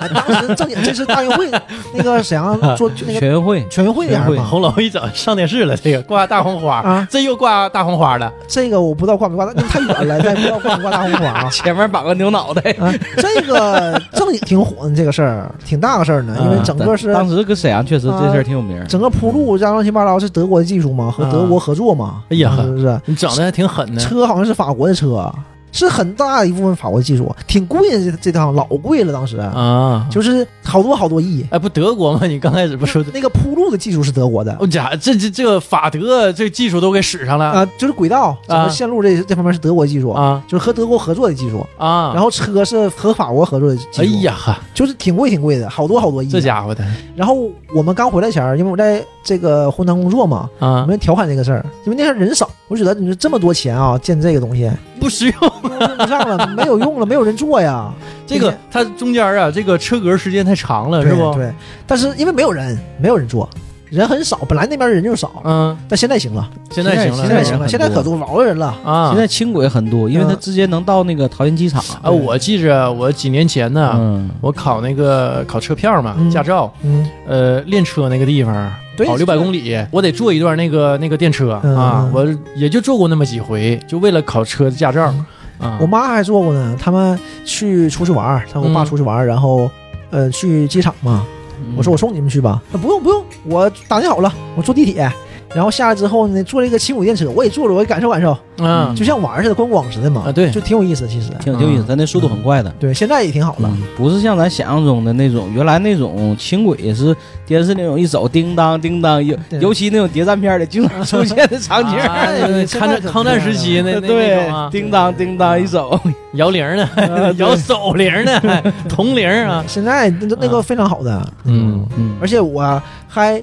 [SPEAKER 2] 哎当时正经这是大运 会那个沈阳做那个
[SPEAKER 3] 全运会
[SPEAKER 2] 全运会啊那样
[SPEAKER 3] 全运
[SPEAKER 2] 嘛。
[SPEAKER 1] 红楼一整上电视了，这个挂大红花，
[SPEAKER 2] 啊，
[SPEAKER 1] 这又挂大红花了。
[SPEAKER 2] 这个我不知道挂没挂，那太远了，咱也不知道挂没挂大红花啊。
[SPEAKER 3] 前面绑个牛脑袋，
[SPEAKER 2] 啊，这个正经挺火的，这个事儿挺大个事儿呢，因为
[SPEAKER 1] 嗯
[SPEAKER 2] 整个是啊
[SPEAKER 3] 当时搁沈阳确实这事儿挺有名儿。
[SPEAKER 2] 整个铺路这样乱七八糟是德国的技术嘛，
[SPEAKER 1] 啊
[SPEAKER 2] 和德国合作嘛，
[SPEAKER 1] 哎呀呵
[SPEAKER 2] 是不是？
[SPEAKER 1] 你整的还挺狠呢。
[SPEAKER 2] 车好像是法国的车，啊是很大一部分法国技术，啊挺贵的这这趟老贵了，当时
[SPEAKER 1] 啊，
[SPEAKER 2] 就是好多好多亿。
[SPEAKER 1] 哎，不德国吗？你刚开始不说的，哦
[SPEAKER 2] 那个铺路的技术是德国的
[SPEAKER 1] 我家这这这个法德这技术都给使上了
[SPEAKER 2] 啊，就是轨道整个线路这这方面是德国技术，
[SPEAKER 1] 啊
[SPEAKER 2] 就是和德国合作的技术。
[SPEAKER 1] 啊！
[SPEAKER 2] 然后车是和法国合作的技术，啊
[SPEAKER 1] 哎，呀哈，
[SPEAKER 2] 就是挺贵挺贵的，好多好多亿。啊
[SPEAKER 1] 这家伙的
[SPEAKER 2] 然后我们刚回来前儿，因为我在这个湖南工作嘛，我
[SPEAKER 1] 啊，
[SPEAKER 2] 们调侃这个事儿，因为那时候人少，我觉得你说这么多钱啊，建这个东西
[SPEAKER 1] 不实用。
[SPEAKER 2] 用不上了，没有用了，没有人做呀，
[SPEAKER 1] 这个它中间啊，这个车格时间太长了， 是
[SPEAKER 2] 对
[SPEAKER 1] 不？
[SPEAKER 2] 对，但是因为没有人，没有人做，人很少，本来那边人就少，
[SPEAKER 1] 嗯，
[SPEAKER 2] 但现在行了，
[SPEAKER 1] 现在行了，
[SPEAKER 2] 现
[SPEAKER 3] 现
[SPEAKER 2] 在
[SPEAKER 3] 在
[SPEAKER 2] 行了，
[SPEAKER 3] 人
[SPEAKER 2] 现在可
[SPEAKER 3] 很
[SPEAKER 2] 多老多人了，
[SPEAKER 1] 啊
[SPEAKER 3] 现。在轻轨很多，因为它
[SPEAKER 2] 嗯
[SPEAKER 3] 直接能到那个桃园机场。
[SPEAKER 1] 啊，我记着我几年前
[SPEAKER 2] 啊
[SPEAKER 1] 呢，
[SPEAKER 3] 嗯，
[SPEAKER 1] 我考那个考车票嘛，
[SPEAKER 2] 嗯
[SPEAKER 1] 驾照，
[SPEAKER 2] 嗯，
[SPEAKER 1] 呃，练车那个地方，
[SPEAKER 2] 对
[SPEAKER 1] 跑六百公里，我得坐一段那个那个电车
[SPEAKER 2] 嗯
[SPEAKER 1] 啊
[SPEAKER 2] 嗯，
[SPEAKER 1] 我也就坐过那么几回，就为了考车驾照啊。
[SPEAKER 2] 嗯我妈还做过呢，他们去出去玩儿，她跟我爸
[SPEAKER 1] 嗯
[SPEAKER 2] 出去玩儿，然后呃去机场嘛，我说我送你们去吧，啊那不用不用，我打听好了，我坐地铁，然后下来之后呢，坐这个轻轨电车，我也坐了，我也感受感受，
[SPEAKER 1] 嗯
[SPEAKER 3] 嗯
[SPEAKER 2] 就像玩儿似的，观光似的嘛，
[SPEAKER 1] 啊对
[SPEAKER 2] 就挺有意思，其实，
[SPEAKER 3] 挺有意思，它那速度很快的。
[SPEAKER 2] 对，现在也挺好了，
[SPEAKER 3] 嗯，不是像咱想象中的那种，原来那种轻轨也是电视那种一走叮当叮当，尤
[SPEAKER 2] 对
[SPEAKER 3] 尤其那种谍战片里经常出现的场景，
[SPEAKER 1] 啊那个
[SPEAKER 2] 现在
[SPEAKER 1] 抗
[SPEAKER 2] 可不
[SPEAKER 1] 战抗战
[SPEAKER 2] 一样
[SPEAKER 1] 时期那那那
[SPEAKER 3] 对
[SPEAKER 1] 种啊，，
[SPEAKER 3] 叮当叮当一走，
[SPEAKER 1] 摇铃儿呢，
[SPEAKER 2] 啊
[SPEAKER 3] 对
[SPEAKER 1] 摇手铃儿呢，还 铜铃儿啊，
[SPEAKER 2] 现在那那个非常好的，
[SPEAKER 1] 嗯
[SPEAKER 3] 嗯
[SPEAKER 2] 而且我还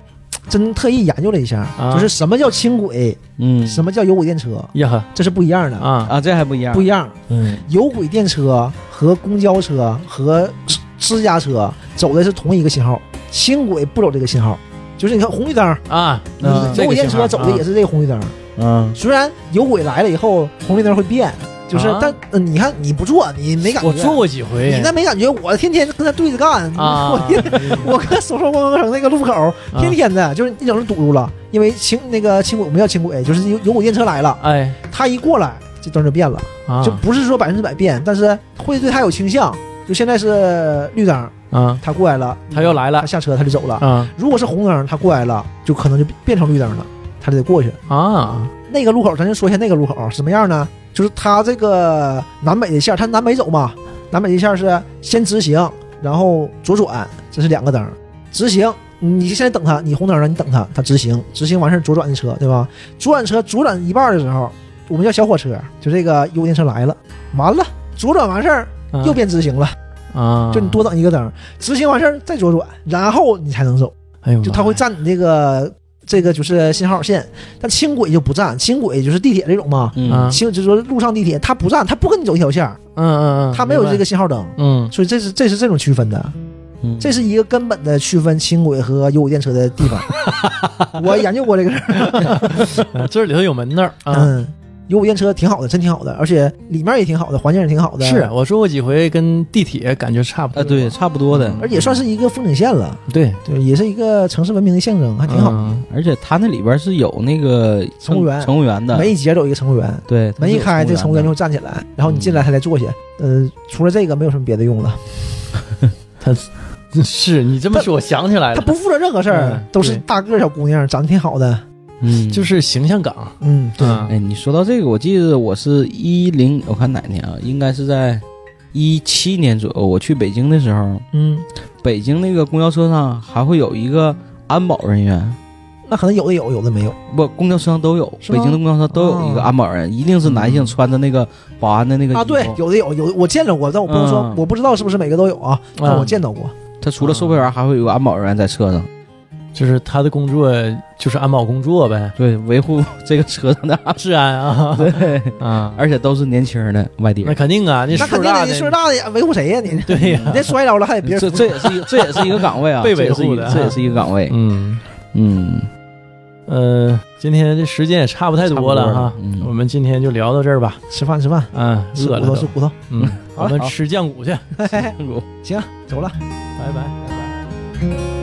[SPEAKER 2] 真特意研究了一下，
[SPEAKER 1] 啊
[SPEAKER 2] 就是什么叫轻轨，
[SPEAKER 3] 嗯，
[SPEAKER 2] 什么叫有轨电车，
[SPEAKER 1] 呀呵
[SPEAKER 2] 这是不一样的，
[SPEAKER 1] 啊，
[SPEAKER 3] 啊？这还不一样，
[SPEAKER 2] 不一样，
[SPEAKER 1] 嗯
[SPEAKER 2] 有轨电车和公交车和私私家车走的是同一个信号，轻轨不走这个信号。就是你看红绿灯，
[SPEAKER 1] 啊，
[SPEAKER 3] 嗯
[SPEAKER 1] 这
[SPEAKER 2] 有
[SPEAKER 1] 个
[SPEAKER 2] 轨
[SPEAKER 1] 信
[SPEAKER 2] 电
[SPEAKER 1] 号啊
[SPEAKER 2] 车走的也是这个红绿灯。
[SPEAKER 3] 嗯，
[SPEAKER 2] 虽然有轨来了以后，红绿灯会变，就是
[SPEAKER 1] 啊
[SPEAKER 2] 但呃你看你不坐，你没感觉。
[SPEAKER 1] 我坐，过几回
[SPEAKER 2] 你那没感觉，我天天跟他对着干。
[SPEAKER 1] 啊
[SPEAKER 2] 我天， 我跟首都高速城那个路口天天的，就是一整就堵住了，因为轻那个轻轨我们叫轻轨，就是有有轨电车来了，
[SPEAKER 1] 哎
[SPEAKER 2] 他一过来这灯就变了。
[SPEAKER 1] 啊
[SPEAKER 2] 就不是说百分之百变，但是会对他有倾向。就现在是绿灯，
[SPEAKER 1] 啊，
[SPEAKER 2] 他过来了，
[SPEAKER 1] 他又来
[SPEAKER 2] 他
[SPEAKER 1] 了
[SPEAKER 2] 下车他就走了；
[SPEAKER 1] 啊
[SPEAKER 2] 如果是红灯，他过来了，就可能就变成绿灯了，他就得过去。
[SPEAKER 1] 啊
[SPEAKER 2] 那个路口，咱就说一下那个路口啊什么样呢？就是它这个南北的线，它南北走嘛，南北的线是先直行，然后左转，这是两个灯。直行，你现在等他，你红灯了，你等他，他直行，直行完事儿左转的车，对吧？左转车左转一半的时候，我们叫小火车，就这个油电车来了，完了左转完事儿
[SPEAKER 1] 啊
[SPEAKER 2] 又变直行了，
[SPEAKER 1] 啊，
[SPEAKER 2] 就你多等一个灯，直行完事儿再左转，然后你才能走。
[SPEAKER 1] 哎呦妈呀，
[SPEAKER 2] 就它会占你这个这个就是信号线，但轻轨就不占，轻轨就是地铁这种嘛，
[SPEAKER 1] 啊
[SPEAKER 3] 嗯，
[SPEAKER 2] 轻就是说路上地铁它不占，它不跟你走一条线儿，
[SPEAKER 1] 嗯嗯嗯，
[SPEAKER 2] 它没有
[SPEAKER 1] 明白
[SPEAKER 2] 这个信号灯，
[SPEAKER 1] 嗯
[SPEAKER 2] 所以这是这是这种区分的，
[SPEAKER 3] 嗯
[SPEAKER 2] 这是一个根本的区分轻轨和有轨电车的地方。 我研究过这个事儿，
[SPEAKER 1] 呃这里头有门道儿啊。
[SPEAKER 2] 嗯，有轨电车挺好的，真挺好的，而且里面也挺好的，环境也挺好的，
[SPEAKER 1] 是，我坐过几回，跟地铁感觉差不多
[SPEAKER 3] 啊，对，差不多的。
[SPEAKER 2] 而且也算是一个风景线了，
[SPEAKER 1] 对，
[SPEAKER 2] 嗯对，也是一个城市文明的象征，还挺好。
[SPEAKER 1] 嗯
[SPEAKER 3] 而且它那里边是有那个
[SPEAKER 2] 乘务员
[SPEAKER 3] 乘务员的，
[SPEAKER 2] 每一节都有一个乘务员，
[SPEAKER 3] 对，它
[SPEAKER 2] 门
[SPEAKER 3] 是
[SPEAKER 2] 一
[SPEAKER 3] 有
[SPEAKER 2] 开，这乘务员
[SPEAKER 3] 的
[SPEAKER 2] 就会站起来，然后你进
[SPEAKER 1] 嗯
[SPEAKER 2] 来他才坐下。呃，除了这个，没有什么别的用了。
[SPEAKER 1] 是你这么说，我想起来了，
[SPEAKER 2] 他不负责任何事儿
[SPEAKER 1] 嗯，
[SPEAKER 2] 都是
[SPEAKER 1] 对
[SPEAKER 2] 大个儿小姑娘，长得挺好的。
[SPEAKER 3] 嗯，
[SPEAKER 1] 就是形象港。
[SPEAKER 2] 嗯，对，
[SPEAKER 1] 嗯
[SPEAKER 3] 哎，你说到这个，我记得我是一零，我看哪年啊？应该是在一七年左右，我去北京的时候，
[SPEAKER 2] 嗯，
[SPEAKER 3] 北京那个公交车上还会有一个安保人员，
[SPEAKER 2] 那可能有的有，有的没有。
[SPEAKER 3] 不，公交车上都有，
[SPEAKER 2] 是
[SPEAKER 3] 北
[SPEAKER 2] 吗
[SPEAKER 3] 京的公交车都有一个
[SPEAKER 2] 哦
[SPEAKER 3] 安保人，一定是男性
[SPEAKER 1] 嗯
[SPEAKER 3] 穿着那个保安的那个
[SPEAKER 2] 啊，
[SPEAKER 3] 衣服
[SPEAKER 2] 对，有的有，有的我见着过，但我不能说
[SPEAKER 3] 嗯，
[SPEAKER 2] 我不知道是不是每个都有啊。但我见到
[SPEAKER 1] 嗯
[SPEAKER 2] 过，
[SPEAKER 3] 他除了售票
[SPEAKER 1] 啊
[SPEAKER 3] 员，还会有个安保人员在车上，
[SPEAKER 1] 就是他的工作就是安保工作呗，
[SPEAKER 3] 对，维护这个车上的安
[SPEAKER 1] 治安啊
[SPEAKER 3] 保，对，
[SPEAKER 1] 啊，
[SPEAKER 3] 而且都是年轻的外地
[SPEAKER 1] 那
[SPEAKER 3] 人。
[SPEAKER 1] 肯定啊，那
[SPEAKER 2] 那
[SPEAKER 1] 数
[SPEAKER 2] 肯定
[SPEAKER 1] 大
[SPEAKER 2] 的，
[SPEAKER 1] 的
[SPEAKER 2] 你岁数大的维护谁呀？你 你
[SPEAKER 1] 对呀，
[SPEAKER 2] 这摔着了还得别人
[SPEAKER 3] 这这也是一个这也是一个岗位啊，
[SPEAKER 1] 被
[SPEAKER 3] 这也是
[SPEAKER 1] 维
[SPEAKER 3] 一
[SPEAKER 1] 护
[SPEAKER 3] 个
[SPEAKER 1] 的
[SPEAKER 3] 这也是一个岗位。
[SPEAKER 1] 嗯
[SPEAKER 3] 嗯，
[SPEAKER 1] 呃，今天这时间也差不太多了哈，
[SPEAKER 3] 嗯
[SPEAKER 1] 我们今天就聊到这儿吧。
[SPEAKER 2] 吃饭吃饭，
[SPEAKER 1] 嗯，
[SPEAKER 2] 吃骨
[SPEAKER 1] 饿了
[SPEAKER 2] 头吃
[SPEAKER 1] 都，
[SPEAKER 2] 骨头，
[SPEAKER 1] 嗯，我
[SPEAKER 2] 好了
[SPEAKER 1] 们
[SPEAKER 2] 好
[SPEAKER 1] 吃酱骨去，
[SPEAKER 2] 嘿嘿嘿行，走了。
[SPEAKER 1] 拜拜。